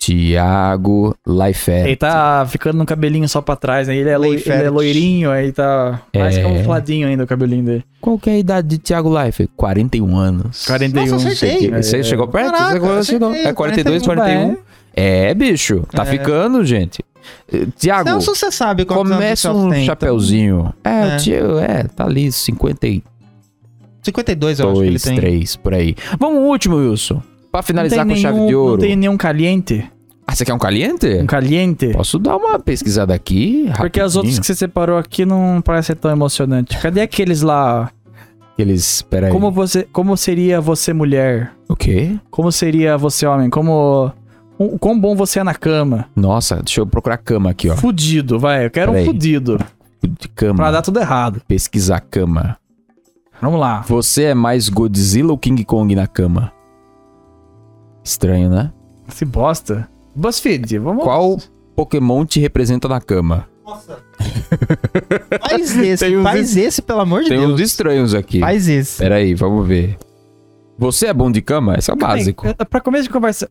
S2: Tiago Leifert.
S1: Ele tá ficando no cabelinho só pra trás, né? Ele é, loi-
S3: Leifert.
S1: ele é loirinho, aí tá mais
S2: É.
S1: camufladinho ainda o cabelinho dele.
S2: Qual que é a idade de Tiago Leifert? 41 anos.
S1: 41.
S3: Nossa, acertei.
S2: Você
S1: É.
S2: chegou perto?
S3: Caraca,
S2: Você chegou-
S3: eu
S2: chegou.
S3: acertei,
S2: É 42,
S1: 41.
S2: 41. É, bicho. Tá
S3: É.
S2: ficando, gente. Tiago,
S3: Celso, você sabe quantos anos o então,
S2: começa
S3: Celso
S2: um
S1: É.
S3: tem, então.
S2: chapeuzinho. É,
S3: É.
S2: o tio, é, tá ali, 50 e
S3: 52, eu acho que ele
S2: Dois,
S3: tem.
S2: três, por aí. Vamos o último, Wilson. Pra finalizar com
S1: nenhum,
S2: chave de ouro.
S1: Não tem nenhum caliente.
S2: Ah, você quer um caliente?
S1: Um caliente.
S2: Posso dar uma pesquisada aqui?
S1: Porque as
S2: rapidinho?
S1: outras que você separou aqui não parecem tão emocionante. Cadê aqueles lá?
S2: Eles. Peraí.
S1: Como você. Como seria você mulher?
S2: O quê?
S1: Como seria você homem? Como. O quão bom você é na cama?
S2: Nossa, deixa eu procurar cama aqui, ó.
S1: Fudido, vai. Eu quero
S2: Peraí.
S1: um fudido.
S2: De cama.
S1: Pra dar tudo errado.
S2: Pesquisar cama.
S1: Vamos lá.
S2: Você é mais Godzilla ou King Kong na cama? Estranho, né?
S1: Se bosta. BuzzFeed, vamos.
S2: Qual Pokémon te representa na cama?
S3: Faz esse,
S2: Tem uns
S3: faz esse, pelo amor de
S2: Tem
S3: Deus.
S2: uns estranhos aqui.
S3: Faz esse.
S2: Pera aí, vamos ver. Você é bom de cama? Esse é o básico.
S1: Bem, pra começo de conversa.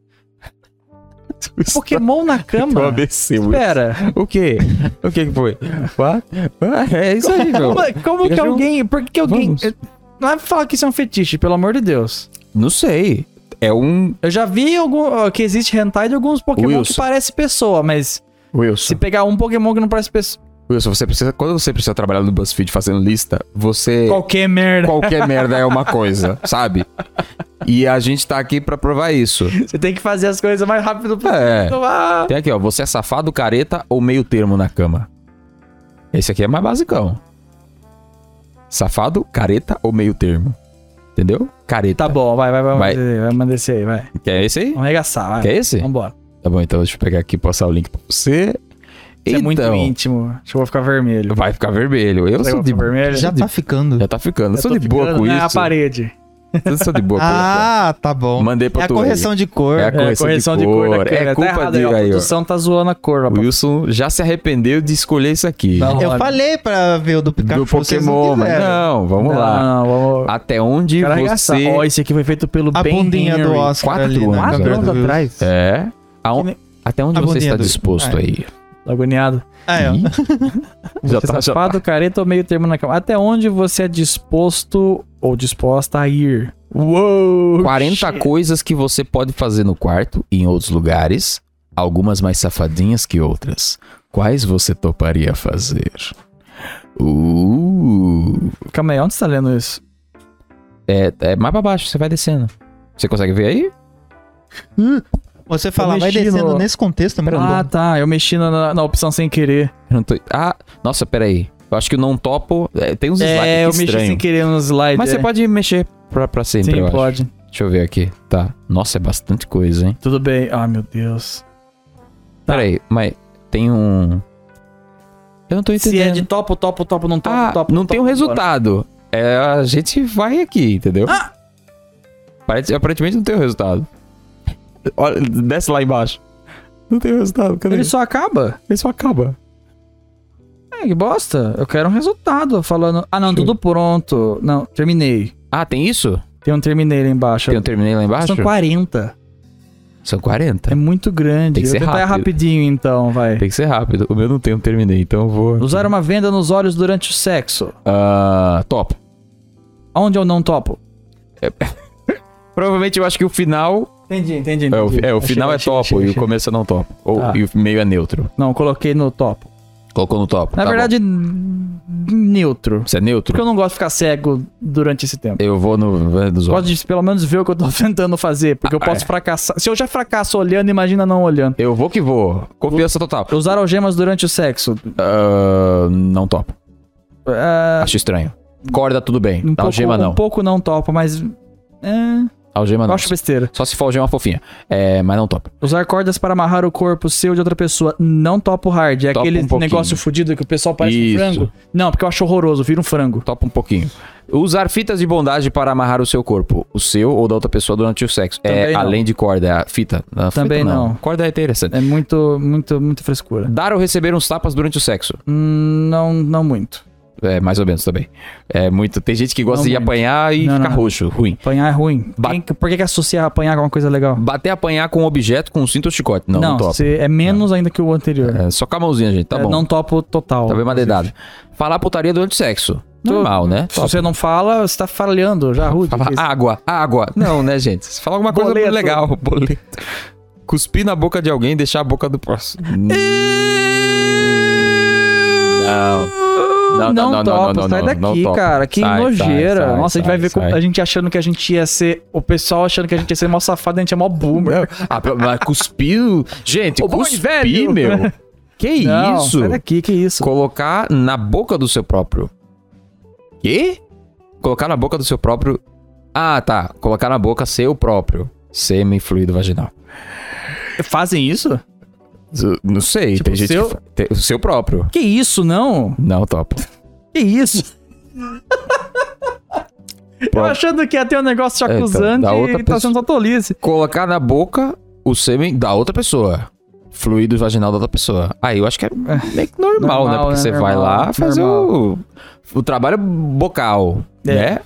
S1: Pokémon na
S2: Tô
S1: cama?
S2: ABC, Wilson.
S1: Espera.
S2: É, O quê? O que que foi? What? Ah, É isso aí, meu.
S1: Como, como que
S2: Fica junto.
S1: alguém. Por que que alguém.
S2: Vamos.
S1: eu- Não é pra falar que isso é um fetiche, pelo amor de Deus.
S2: Não sei. É um...
S1: Eu já vi algum, ó, que existe hentai de alguns Pokémon que
S2: Wilson.
S1: parece pessoa, mas se
S2: Wilson.
S1: pegar um Pokémon que não parece pessoa.
S2: Wilson, você precisa... Quando você precisa trabalhar no BuzzFeed fazendo lista, você...
S1: Qualquer merda.
S2: Qualquer merda é uma coisa, sabe? E a gente tá aqui pra provar isso.
S1: Você tem que fazer as coisas mais rápido
S2: É.
S1: possível. Ah,
S2: Tem aqui, ó. Você é safado, careta ou meio termo na cama? Esse aqui é mais basicão. Safado, careta ou meio termo? Entendeu? Careta.
S1: Tá bom, vai, vai, vai.
S2: Vai.
S1: Vai, vai mandar esse aí, vai.
S2: Quer esse aí?
S1: Vamos arregaçar, vai.
S2: Quer esse?
S1: Vambora.
S2: Tá bom, então deixa eu pegar aqui e passar o link pra você.
S1: Isso é muito
S2: Então,
S1: íntimo. Acho que eu vou ficar vermelho.
S2: Vai ficar vermelho. Eu
S1: Você
S2: sou
S1: vai
S2: de
S1: ficar vermelho?
S2: É, Já
S3: Já
S2: de-
S3: tá ficando.
S2: Já tá ficando. Eu
S1: Eu
S2: sou
S1: tô
S2: de boa
S1: ficando
S2: com
S1: na
S2: isso. É,
S1: parede. É,
S2: Eu sou de boa com
S3: Ah, tá
S2: isso.
S3: bom.
S2: Mandei pra
S3: É a
S2: tu.
S3: correção de cor.
S2: É a
S1: É, correção, de cor, da câmera.
S2: É
S1: Tá
S2: culpa
S1: errado
S2: dele
S1: aí, ó. A
S2: aí, ó.
S1: produção tá zoando a cor,
S2: O
S1: rapaz.
S2: Wilson já se arrependeu de escolher isso aqui.
S1: Não,
S3: Eu
S1: olha.
S3: falei pra ver o do Pikachu.
S2: do
S3: vocês não
S2: Pokémon, mas
S3: quiseram.
S2: não, vamos
S1: Não,
S2: lá.
S1: Não, vamos.
S2: Até onde
S1: Cara, arregaçar.
S2: você
S1: Ó, esse aqui foi feito pelo
S3: A
S1: Ben
S3: bundinha
S1: Henry.
S3: do Oscar
S2: Quatro
S3: ali né, na
S2: anos
S3: câmera do Wilson.
S2: é? Aon-
S1: Que nem-
S2: Até onde
S3: A
S2: você
S3: bundinha
S2: está
S3: do-
S2: disposto
S3: É.
S2: aí?
S1: Tô Tá agoniado.
S3: Ah, é. ó.
S2: Já
S1: Você
S2: tá, já
S1: safado, careta ou meio termo na cama. Até onde você é disposto ou disposta a ir? Uou!
S2: 40 tá. coisas que você pode fazer no quarto e em outros lugares, algumas mais safadinhas que outras. Quais você toparia fazer? Uh,
S1: Calma aí, onde você tá lendo isso?
S2: é, é mais pra baixo, você vai descendo. Você consegue ver aí?
S1: Hum,
S3: Você fala, vai
S1: mexi no-
S3: descendo nesse contexto, mano.
S1: Ah, tá. Eu mexi na- na, na opção sem querer.
S2: Eu não tô- Ah, nossa, peraí. Eu acho que o não topo. é, tem uns
S1: É, eu
S2: slides
S1: mexi
S2: aqui
S1: sem
S2: estranhos.
S1: querer no slide.
S2: Mas
S1: é.
S2: você pode mexer pra, pra sempre, eu
S1: Sim,
S2: acho.
S1: pode.
S2: Deixa eu ver aqui. Tá. Nossa, é bastante coisa, hein?
S1: Tudo bem. Ah, meu Deus. Tá.
S2: Peraí, mas tem um. Eu não tô entendendo.
S1: Se é de topo, topo, topo, não topo,
S2: ah,
S1: topo.
S2: não
S1: topo,
S2: tem um
S1: bora.
S2: resultado. É, a gente vai aqui, entendeu?
S1: Ah!
S2: Parece- aparentemente não tem o resultado. Olha, desce lá embaixo. Não tem o resultado, cadê?
S1: Ele só acaba?
S2: Ele só acaba.
S1: É, que bosta. Eu quero um resultado falando. Ah, não, tudo pronto. Não, terminei.
S2: Ah, tem isso?
S1: Tem um terminei lá embaixo.
S2: Tem um terminei lá embaixo?
S1: São 40.
S2: São 40.
S1: É muito grande.
S2: Tem que
S1: eu
S2: ser
S1: vou tentar
S2: rápido.
S1: rapidinho então, vai.
S2: Tem que ser rápido. O meu não tem um terminei, então eu vou.
S1: Usar uma venda nos olhos durante o sexo.
S2: Ah, top.
S1: Onde eu não topo?
S2: Provavelmente eu acho que o final.
S1: Entendi, entendi.
S2: É, o,
S1: entendi.
S2: é, o
S1: Achei,
S2: final
S1: achei,
S2: é topo
S1: achei,
S2: e o
S1: achei.
S2: começo é não topo. Ou,
S1: Tá.
S2: E o meio é neutro.
S1: Não, coloquei no topo.
S2: Colocou no topo.
S1: Na
S2: tá bom.
S1: verdade, n- neutro.
S2: Você é neutro?
S1: Porque eu não gosto de ficar cego durante esse tempo.
S2: Eu vou no. é vai nos
S1: Eu
S2: olhos.
S1: gosto de pelo menos ver o que eu tô tentando fazer, porque eu
S2: Ah,
S1: posso fracassar. Se eu já fracasso olhando, imagina não olhando.
S2: Eu vou que vou. Confiança total.
S1: Usar algemas durante o sexo.
S2: Ah, não topo.
S1: Ah,
S2: Acho estranho. Corda, tudo bem.
S1: um, pouco,
S2: algema, não.
S1: um pouco não topo, mas. É,
S2: Algema,
S1: eu
S2: não.
S1: acho besteira.
S2: Só se for algema fofinha. É, mas não topo.
S1: Usar cordas para amarrar o corpo seu de outra pessoa. Não topo hard. É
S2: Topo
S1: aquele
S2: um pouquinho.
S1: negócio fudido que o pessoal parece um
S2: Isso.
S1: frango. Não, porque eu acho horroroso. Vira um frango.
S2: Topo um pouquinho. Usar fitas de bondagem para amarrar o seu corpo. O seu ou da outra pessoa durante o sexo. é
S1: Também não.
S2: além de corda. é a Fita. Não, fita
S1: Também não.
S2: Corda é interessante.
S1: É muito, muito, muito frescura.
S2: Dar ou receber uns tapas durante o sexo.
S1: Hum, Não, não muito.
S2: É, mais ou menos também. É muito. Tem gente que gosta
S1: Não
S2: de
S1: muito.
S2: apanhar e
S1: Não,
S2: ficar
S1: não.
S2: roxo. Ruim.
S1: Apanhar é ruim.
S2: Ba-
S1: Quem- por que, que associar apanhar com uma coisa legal?
S2: Bater apanhar com um objeto, com um cinto ou chicote. Não, não, topo.
S1: você- é menos ainda que o anterior.
S2: É, só com a mãozinha, gente. Tá
S1: É,
S2: bom.
S1: Não topo total.
S2: Talvez uma dedada. Tá Falar putaria durante o sexo. Normal, né?
S1: Se você não fala, você tá falhando já, Rude.
S2: Falar água, água. Não, né, gente? Se falar alguma coisa
S1: Boleto.
S2: legal, boleto. Cuspir na boca de alguém e deixar a boca do próximo. não.
S1: não,
S2: Não, Ah, não,
S1: não,
S2: não,
S1: topo,
S2: não, não,
S1: sai
S2: não,
S1: daqui,
S2: não topo.
S1: cara. Que
S2: Sai,
S1: nojeira.
S2: sai, sai,
S1: Nossa, a gente vai
S2: sai,
S1: ver como-
S2: sai.
S1: a gente achando que a gente ia ser. O pessoal achando que a gente ia ser mó safado, a gente é mó boomer.
S2: Ah, pra- mas cuspiu. Gente,
S1: Ô, bom e
S2: cuspi,
S1: velho.
S2: meu. Que
S1: Não,
S2: isso?
S1: Sai daqui, que isso.
S2: Colocar na boca do seu próprio. Quê? Colocar na boca do seu próprio. Ah, tá. Colocar na boca seu próprio. Semi-fluido vaginal.
S1: Fazem isso?
S2: Z- Não sei,
S1: Tipo,
S2: tem gente
S1: seu-
S2: que. fa- tem- O seu próprio.
S1: Que isso, não?
S2: Não, topo.
S1: Que isso? Eu
S2: Próprio.
S1: achando que ia ter um negócio te
S2: É, então,
S1: acusando
S2: da outra
S1: e tá sendo só tolice.
S2: Colocar na boca o sêmen da outra pessoa. Fluido vaginal da outra pessoa. Aí eu acho que é meio que normal, né?
S1: Normal,
S2: Porque
S1: né?
S2: você vai
S1: Normal,
S2: lá fazer o, o trabalho bocal,
S1: É.
S2: né?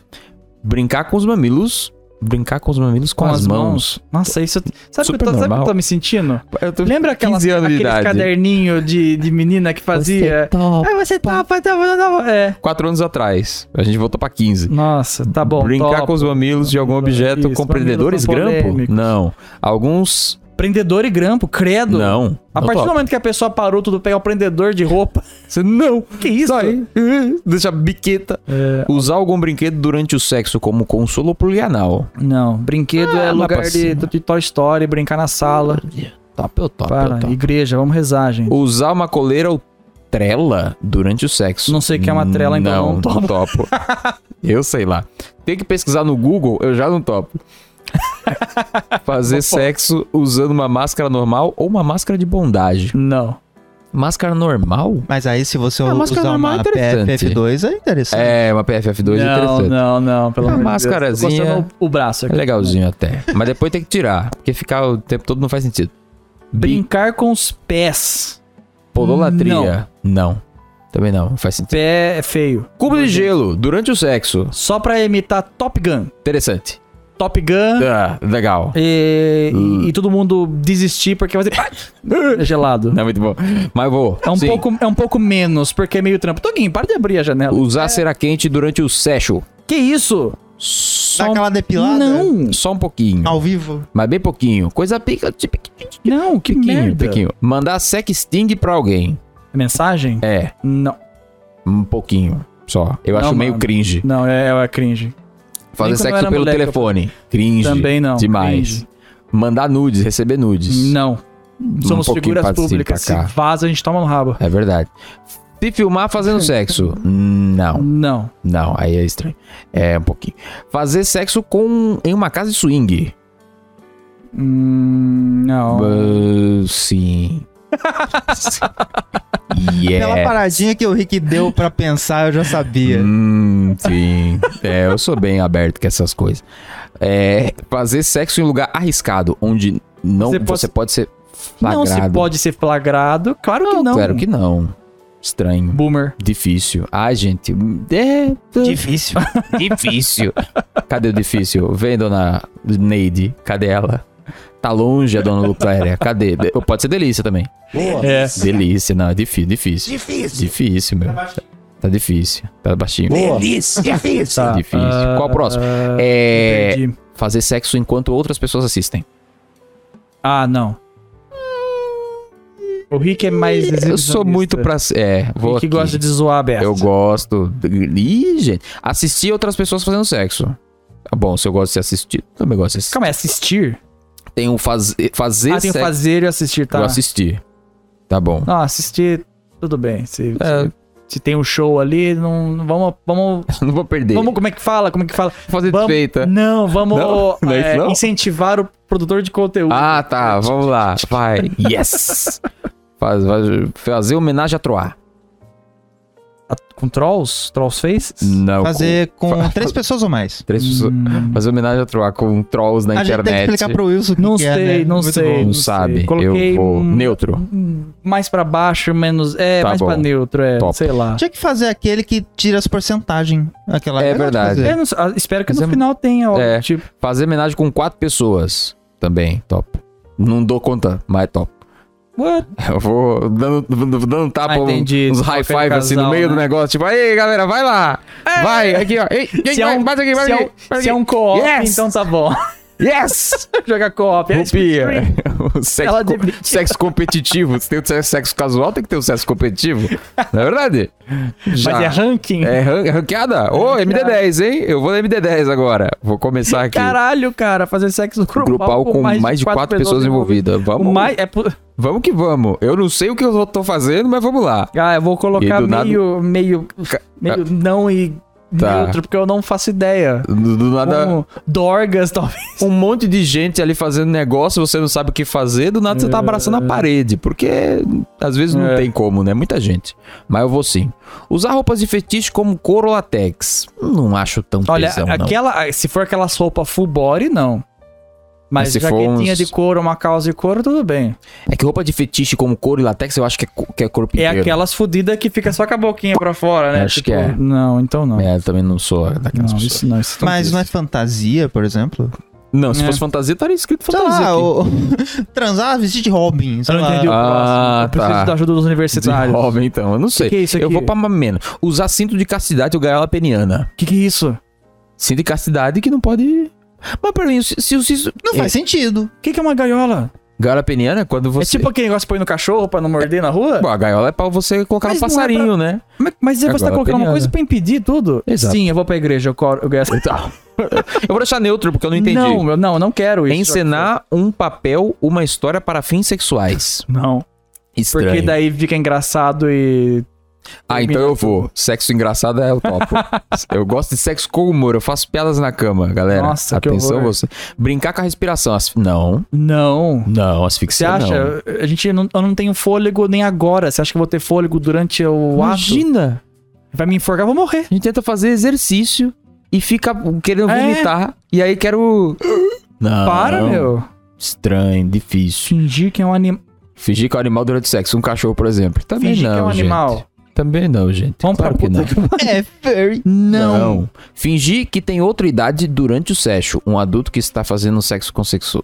S2: Brincar com os mamilos. Brincar com os mamilos com, as, mãos.
S1: Nossa, isso. Sabe o que
S2: Super
S1: eu tô- sabe o que eu
S2: normal.
S1: tô me sentindo?
S2: Eu tô
S1: Lembra aquela,
S2: 15 anos de
S1: aqueles
S2: idade. tá
S1: caderninho de, de menina que
S2: é
S1: fazia?
S4: Top.
S1: Ah, você topa, topa, topa. É.
S2: 4 anos atrás. A gente voltou pra 15.
S1: Nossa, tá bom.
S2: Brincar
S1: topo.
S2: com os mamilos de algum objeto
S1: Isso,
S2: compreendedores
S1: mamilos são
S2: grampo?
S1: polêmicos.
S2: Não. Alguns.
S1: Prendedor e grampo, credo.
S2: Não.
S1: A
S2: Não
S1: partir
S2: topo.
S1: do momento que a pessoa parou tudo, pegar o prendedor de roupa.
S2: Você não.
S1: Que isso?
S2: Sai. Deixa a biqueta.
S1: É,
S2: Usar algum brinquedo durante o sexo como consolo plurianal.
S1: não, brinquedo é
S2: Ah, mas
S1: lugar
S2: pra
S1: de,
S2: cima.
S1: de Toy Story, brincar na sala.
S2: Top, eu top, eu
S1: Para,
S2: top.
S1: igreja, vamos rezar, gente.
S2: Usar uma coleira ou trela durante o sexo.
S1: Não sei o que é uma trela, então não
S2: Não,
S1: topo.
S2: topo. eu sei lá. Tem que pesquisar no Google, eu já não topo. Fazer sexo usando uma máscara normal ou uma máscara de bondagem.
S1: Não.
S2: Máscara normal?
S3: Mas aí, se você
S2: A máscara
S3: usar
S2: normal é
S3: uma
S2: interessante.
S3: PFF2, é interessante.
S2: É, uma PFF2 é
S1: não,
S2: interessante. É
S1: não, não, pelo
S2: Uma
S1: amor de Deus. Tô
S2: mascarazinha.
S1: coçando O, o braço
S2: É
S1: aqui.
S2: legalzinho até. Mas depois tem que tirar, porque ficar o tempo todo não faz sentido.
S1: Brincar com os pés.
S2: Pololatria. Não. Também não, não faz sentido.
S1: Pé é feio.
S2: Cubo de gelo durante o sexo.
S1: Só pra imitar Top Gun.
S2: Interessante.
S1: Top Gun
S2: Ah, legal.
S1: e,
S2: Hum.
S1: e- e todo mundo desistir porque vai ser é gelado.
S2: Não é muito bom. Mas vou.
S1: É um,
S2: Sim.
S1: pouco, é um pouco menos, porque é meio trampo. Toguinho, para de abrir a janela.
S2: Usar cera quente durante o sexo.
S1: Que isso?
S3: Dá
S2: Só,
S3: aquela depilada
S1: Não,
S2: só um pouquinho.
S3: ao vivo.
S2: Mas bem pouquinho. Coisa pica. tipo,
S1: não, que
S2: Pequinho,
S1: merda.
S2: pequinho. Mandar sexting pra alguém.
S1: Mensagem?
S2: É,
S1: Não,
S2: um pouquinho. Só. Eu
S1: Não,
S2: acho meio
S1: mano.
S2: cringe.
S1: não, é, é cringe.
S2: Fazer
S1: Nem quando eu
S2: sexo
S1: era
S2: pelo
S1: moleque, eu
S2: telefone. Cringe.
S1: Também não.
S2: Demais. Mandar nudes, receber nudes.
S1: Cringe. Não, somos
S2: pouquinho
S1: figuras
S2: pra cima,
S1: públicas.
S2: pra cá.
S1: Se vaza, a gente toma no rabo.
S2: É verdade. Se filmar fazendo sexo. Não,
S1: Não,
S2: não, aí é estranho. É um pouquinho. Fazer sexo com em uma casa de swing.
S1: Hum, não.
S2: Uh, sim.
S3: Aquela
S2: yeah.
S3: paradinha que o Rick deu pra pensar, eu já sabia.
S2: Hum, sim. É, eu sou bem aberto com essas coisas. É, fazer sexo em lugar arriscado, onde não você
S1: Você
S2: pode,
S1: pode-
S2: ser
S1: Não
S2: flagrado.
S1: se pode ser flagrado. Claro que não.
S2: Claro que não. Estranho.
S1: Boomer.
S2: Difícil. Ai, gente. É,
S3: Difícil.
S2: Difícil. Cadê o difícil? Vem, dona Neide. Cadê ela? Tá longe a dona Lucléria. Cadê? De- Pode ser delícia também.
S1: É.
S2: Delícia, não. É difícil, difícil.
S5: Difícil.
S2: Difícil, meu. Tá difícil. Tá baixinho.
S5: Delícia. Difícil.
S1: Tá.
S2: Difícil.
S1: Ah,
S2: Qual o próximo? É.
S1: Entendi.
S2: Fazer sexo enquanto outras pessoas assistem.
S1: Ah, não. O Rick é mais.
S2: Eu sou muito pra. É,
S1: O
S2: vou.
S1: Rick
S2: aqui.
S1: gosta de zoar aberto.
S2: Eu gosto. Ih, gente. Assistir outras pessoas fazendo sexo. Tá bom, se eu gosto de assistir, também gosto de assistir.
S1: Calma, é assistir?
S2: Tem um faz... fazer
S1: ah, tem o
S2: sexo.
S1: fazer e assistir, tá?
S2: Eu assisti. Tá bom.
S1: Não, assistir, tudo bem. Se,
S2: É.
S1: se, se tem um show ali, não. não- Vamos. Vamos.
S2: Não vou perder.
S1: Vamos, como é que fala? Como é que fala?
S2: fazer
S1: Vamos-
S2: desfeita.
S1: Não, vamos
S2: Não? Não é isso,
S1: é,
S2: não?
S1: incentivar o produtor de conteúdo.
S2: Ah, tá. Vamos lá. Vai. Yes! Faz- vai- fazer homenagem a Troar.
S1: Com trolls? Trolls faces?
S2: Não.
S3: Fazer com
S2: fa-
S3: três pessoas ou mais.
S2: com três pessoas.
S1: Hum.
S2: Fazer homenagem a Troar com trolls na
S3: a gente tem que
S2: internet.
S3: explicar pro Wilson o que
S1: Não
S3: que é,
S1: sei,
S3: né?
S1: não
S3: Muito
S1: sei.
S2: Não,
S3: bom.
S1: não
S2: sabe.
S1: sei. Coloquei
S2: Eu vou.
S1: um-
S2: Neutro.
S1: Mais pra baixo, menos. É,
S2: Tá
S1: mais
S2: bom.
S1: pra neutro, é.
S2: Top.
S1: Sei lá.
S3: Tinha que fazer aquele que tira as porcentagens. Aquela
S2: É
S3: Eu gosto de
S2: verdade.
S3: fazer.
S1: Eu não sei, ah, espero que
S2: Mas
S1: no
S2: é-
S1: final tenha algo
S2: é.
S1: tipo.
S2: Fazer homenagem com quatro pessoas. Também. Top. Não dou conta, mas é top.
S1: What?
S2: Eu vou dando, dando, dando tapa,
S1: Ah, entendi.
S2: uns
S1: Só
S2: high
S1: aquele
S2: five assim no
S1: casal,
S2: meio do
S1: né?
S2: negócio. Tipo, aí galera, vai lá. Vai, aqui ó. Ei, ei,
S1: Se é
S2: vai,
S1: um-
S2: bate aqui,
S1: se
S2: bate
S1: é
S2: aqui.
S1: um-
S2: bate
S1: Se é
S2: aqui.
S1: um co-op,
S2: Yes!
S1: então tá bom.
S2: Yes!
S1: Jogar co-op. é
S2: Rupia.
S1: split screen.
S2: O sexo,
S1: Ela
S2: co-
S1: admitiu.
S2: sexo competitivo. Se tem o sexo casual, tem que ter o sexo competitivo. Não é verdade?
S1: Mas é ranking.
S2: É ran- ranqueada? Ô, MD10, hein? Eu vou na MD10 agora. Vou começar aqui. Um
S1: Caralho, cara, fazer sexo grupal,
S2: Grupal com mais de
S1: quatro
S2: quatro pessoas envolvidas.
S1: O
S2: Vamos,
S1: mais, é, pu-
S2: vamos que vamos. Eu não sei o que eu tô fazendo, mas vamos lá.
S1: ah, eu vou colocar
S2: E do nada-
S1: meio, meio,
S2: Ca- Ah.
S1: meio não e
S2: Tá.
S1: neutro, porque eu não faço ideia.
S2: Do, do nada,
S1: Como Dorgas, talvez.
S2: um monte de gente ali fazendo negócio, você não sabe o que fazer, do nada você tá abraçando a parede, porque às vezes não
S1: É.
S2: tem como, né? Muita gente. Mas eu vou sim. Usar roupas de fetiche como couro latex. Não acho tão
S1: Olha,
S3: é um
S2: tesão, não.
S1: aquela, ah, se for aquela sopa full body, não.
S2: Mas
S1: Mas,
S2: se for
S1: jaquetinha
S2: uns-
S1: de couro, uma calça de couro, tudo bem.
S2: É que roupa de fetiche como couro e latex, eu acho que é, co- que é corpo
S1: É
S2: inteiro.
S1: aquelas fodidas que fica só com a boquinha pra fora, né?
S2: Acho que é.
S1: Não, então não.
S2: É, eu também não sou daquelas
S1: Não,
S2: pessoas.
S1: isso não, isso
S3: Mas não é fantasia, por exemplo?
S2: Não, se
S1: É.
S2: fosse fantasia, estaria escrito
S3: Sei
S2: fantasia.
S3: lá,
S2: aqui.
S3: o... transar, vestir de Robin, sei
S1: Eu não
S3: lá.
S1: entendi o
S2: Ah,
S1: próximo. Eu preciso
S2: tá.
S1: da ajuda dos
S2: De
S1: universitários. O
S2: jovem, então, eu não sei.
S1: que é isso
S2: Eu
S1: aqui?
S2: vou pra mamena. Usar cinto de castidade ou gaiola peniana.
S1: que, que é isso?
S2: Cinto de castidade que não pode. Mas pra mim, se, se, se,
S3: Não
S2: é,
S3: faz sentido.
S1: O que, que é uma gaiola?
S2: Gaiola peniana é quando você.
S1: É tipo aquele negócio que põe no cachorro pra não morder na rua?
S2: Bom, a gaiola é pra você colocar
S1: Mas
S2: um
S1: não é
S2: passarinho, né?
S1: Mas, mas aí você
S2: Agora
S1: tá colocando uma
S2: peniana.
S1: coisa pra impedir tudo?
S2: Exato.
S1: Sim, eu vou pra igreja, eu, coro, eu ganho essa-
S2: Eu vou deixar neutro, porque eu não entendi.
S1: Não, eu não, eu não quero isso.
S2: Encenar um papel, uma história para fins sexuais.
S1: Não. Porque
S2: Estranho.
S1: daí fica engraçado e.
S2: Ah, então eu vou. Sexo engraçado é o topo. eu gosto de sexo com humor. Eu faço piadas na cama, galera.
S1: Nossa, que
S2: Atenção
S1: horror.
S2: você. Brincar com a respiração. asf- Não,
S1: Não.
S2: não,
S1: Você
S2: asfixia não.
S1: acha? A gente não, eu não tenho fôlego nem agora. Você acha que eu vou ter fôlego durante o ato?
S2: Imagina.
S1: Vai me enforcar, eu vou morrer.
S2: A gente tenta fazer exercício e fica querendo
S1: É.
S2: vomitar. E aí quero... Ah, Não.
S1: Para, meu.
S2: Estranho, difícil.
S1: Fingir que é um animal.
S2: Fingir que é um animal durante o sexo, um cachorro, por exemplo. Também
S1: Fingir
S2: não,
S1: que é um
S2: gente.
S1: animal.
S2: Também não, gente.
S1: Vamos
S2: claro
S1: pra
S2: que não.
S1: puta um- que pariu.
S3: É furry.
S2: Não. Fingir que tem outra idade durante o sexo. Um adulto que está fazendo sexo com sexo.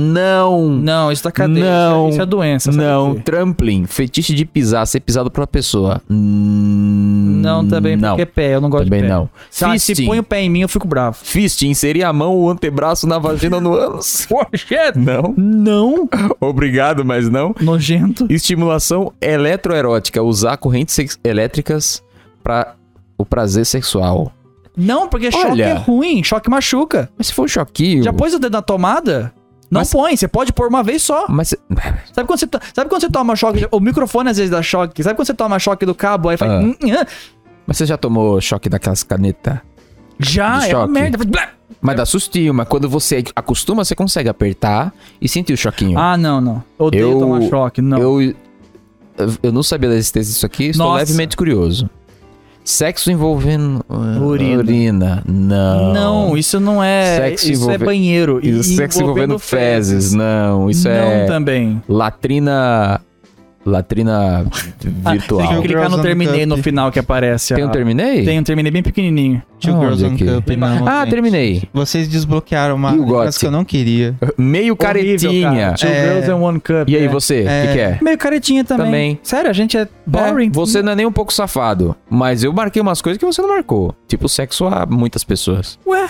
S2: Não.
S1: Não, isso tá cadeia.
S2: Não.
S1: Isso é doença. sabe
S2: Não.
S1: dizer?
S2: Trampling. Fetiche de pisar, ser pisado por uma pessoa. Hum,
S1: Não, também,
S2: não.
S1: porque é pé. Eu não gosto
S2: Também
S1: de pé.
S2: não.
S1: Se, ah, se
S2: Fisting.
S1: põe o pé em mim, eu fico bravo.
S2: Fist, inserir a mão ou o antebraço na vagina ou no ânus.
S1: é
S2: Não.
S1: Não,
S2: Obrigado, mas não.
S1: nojento.
S2: Estimulação eletroerótica. Usar correntes sex- elétricas para o prazer sexual.
S1: Não, porque choque
S2: Olha.
S1: é ruim, choque machuca.
S2: Mas se for um choquinho.
S1: Já pôs o dedo na tomada? Não
S2: Mas-
S1: põe, você pode pôr uma vez só.
S2: Mas.
S1: Sabe quando, você to- sabe quando você toma choque? O microfone às vezes dá choque. Sabe quando você toma choque do cabo? Aí faz.
S2: Ah.
S1: "Hum, hum".
S2: Mas você já tomou choque daquelas canetas?
S1: já,
S2: De
S1: é uma
S2: choque.
S1: merda. Faz blá.
S2: Mas dá sustinho, mas quando você acostuma, você consegue apertar e sentir o choquinho.
S1: Ah, não, não. Odeio
S2: Eu-
S1: tomar choque, não.
S2: Eu, eu não sabia da existência disso aqui, estou
S1: Nossa.
S2: levemente curioso. Sexo envolvendo uh,
S1: Urina.
S2: urina. Não.
S1: Não, isso não é.
S2: Sexo
S1: isso
S2: envolve-
S1: é banheiro. E
S2: Isso, sexo envolvendo fezes. Não, isso
S1: não
S2: é
S1: também.
S2: latrina.
S1: Ah,
S2: Latrina
S1: Tem
S2: virtual.
S1: que clicar
S3: Girls
S1: no
S3: on
S1: terminei
S3: Cup.
S1: no final que aparece.
S2: Tem um
S1: a-
S2: terminei?
S1: Tem um terminei bem pequenininho.
S3: Two
S2: Aonde
S3: Girls on
S2: aqui?
S3: Cup não,
S2: Ah,
S3: gente.
S2: terminei.
S3: Vocês desbloquearam uma
S2: E o
S3: frase
S2: Gotti?
S3: que eu não queria.
S2: Meio
S1: Horrível,
S2: caretinha.
S1: cara. Two
S3: É.
S1: girls and one cup.
S2: E aí,
S1: é.
S2: você? O
S3: É.
S2: que, que é?
S1: Meio caretinha também.
S2: Também.
S1: Sério, a gente é boring.
S2: É, você não é nem um pouco safado, mas eu marquei umas coisas que você não marcou. Tipo sexo a muitas pessoas.
S1: Ué,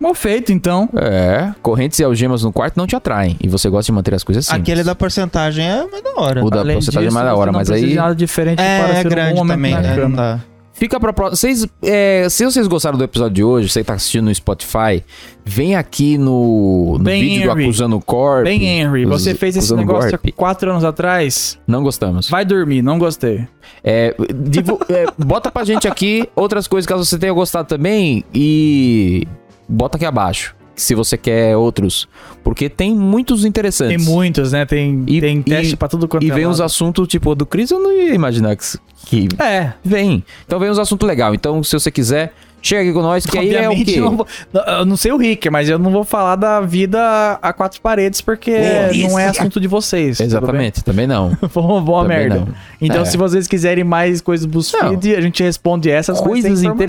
S1: mal feito então.
S2: É, correntes e algemas no quarto não te atraem. E você gosta de manter as coisas simples.
S3: Aquele da porcentagem é mais da hora.
S2: O da porcentagem é mais da hora, mas
S1: não precisa
S2: aí...
S1: de nada diferente para
S3: É, é
S1: ser um bom
S3: grande
S1: momento
S3: também,
S1: na
S3: né? Não
S1: cama.
S3: dá.
S2: Fica pra próxima. Vocês, é, se vocês gostaram do episódio de hoje, você que tá assistindo no Spotify, vem aqui no, no
S1: Bem,
S2: vídeo do
S1: Henry.
S2: Acusando o Corp.
S1: Bem, Henry,
S2: Us-
S1: você fez esse
S2: usando
S1: negócio
S2: golpe.
S1: há quatro anos atrás.
S2: Não gostamos.
S1: Vai dormir, não gostei.
S2: É, divu- é, bota pra gente aqui outras coisas caso você tenha gostado também e bota aqui abaixo se você quer outros, porque tem muitos
S1: Tem
S2: interessantes.
S1: muitos, né? Tem,
S2: E-
S1: tem teste
S2: e-
S1: pra tudo quanto
S2: E
S1: é
S2: vem uns
S1: lado.
S2: assuntos tipo do Cris, eu não ia imaginar que, que
S1: É,
S2: vem. Então vem uns assuntos legais. Então se você quiser, chega aqui com nós que aí é o
S1: obviamente
S2: quê?
S1: eu não vou- não, eu não sei o Rick, mas eu não vou falar da vida a quatro paredes porque
S5: Delícia.
S1: não é assunto de vocês. tudo bem?
S2: Exatamente, também não.
S1: Vamos, vamos a
S2: Também
S1: merda.
S2: não.
S1: Então,
S2: É.
S1: se vocês quiserem mais coisas do BuzzFeed, a gente responde essas Então, mas tem
S2: coisas
S1: informação. né?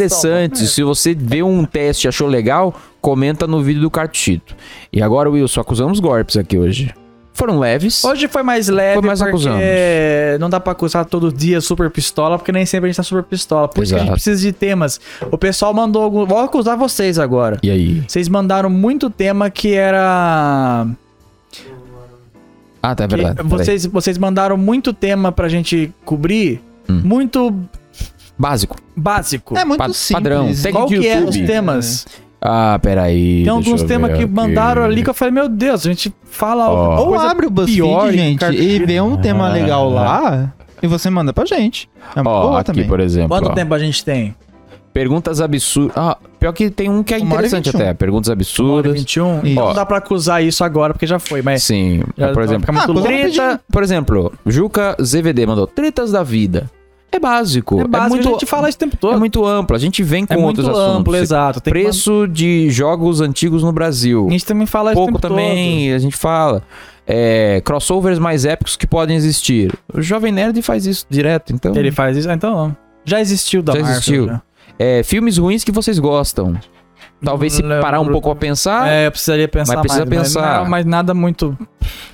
S2: interessantes. Se você vê um teste e achou legal, comenta no vídeo do Cartuchito. E agora, Wilson, acusamos golpes aqui hoje. Foram leves.
S1: Hoje foi mais leve.
S2: Foi mais
S1: porque
S2: acusamos.
S1: Não dá pra acusar todo dia super pistola, porque nem sempre a gente tá super pistola. Por isso que a gente
S2: Exato.
S1: precisa de temas. O pessoal mandou algum. Vou acusar vocês agora.
S2: E aí?
S1: Vocês mandaram muito tema que era.
S2: Ah, tá, é
S1: que
S2: verdade. Peraí.
S1: vocês, vocês mandaram muito tema pra gente cobrir.
S2: Hum.
S1: Muito
S2: Básico.
S1: básico.
S3: É muito
S2: Pa-
S3: simples.
S2: padrão, tem-
S1: Qual que eram os
S2: YouTube.
S1: temas?
S2: Ah, peraí.
S1: Tem
S2: deixa
S1: alguns
S2: eu
S1: É um temas
S2: ver
S1: que
S2: aqui.
S1: mandaram ali que eu falei, meu Deus, a gente fala.
S2: Ó.
S1: Ou
S3: Ou
S1: coisa
S3: abre o
S1: pior
S3: BuzzFeed,
S1: e
S3: gente, e
S1: car-
S3: vê um tema legal lá e você manda pra gente. É uma
S2: É. Ó,
S3: boa
S2: aqui,
S3: também.
S2: por exemplo.
S1: Quanto
S2: ó.
S1: tempo a gente tem?
S2: Perguntas absurdas. Ah, pior que tem um que é
S3: Uma hora e
S2: interessante
S3: 21.
S2: até. Perguntas
S1: Hora e
S2: absurdas.
S1: 21? Então
S3: Ó.
S1: não dá pra acusar isso agora, porque já foi, mas.
S2: Sim.
S1: É. já tá-
S2: por exemplo,
S1: fica muito
S3: Ah,
S1: longo.
S3: Vamos rapidinho.
S2: treta, por exemplo, Juca ZVD mandou tretas da vida. É básico.
S1: É básico,
S2: muito,
S1: a gente fala isso o tempo todo.
S2: é muito amplo. A gente vem com
S1: É muito
S2: outros
S1: amplo,
S2: assuntos.
S1: exato. Tem que mandar-
S2: Preço de jogos antigos no Brasil.
S1: A gente também fala isso o
S2: Pouco
S1: tempo
S2: também, a gente fala. É, crossovers mais épicos que podem existir. O Jovem Nerd faz isso direto, então.
S1: todo. Ele faz isso, ah, então ó. já existiu da
S2: Já
S1: Marvel. né?
S2: existiu.
S1: já.
S2: É, filmes ruins que vocês gostam. Talvez se
S1: Lembro.
S2: parar um pouco a pensar. É,
S1: É, eu precisaria pensar
S2: Mas precisa
S1: mais.
S2: pensar.
S1: Mas, não, mas nada muito.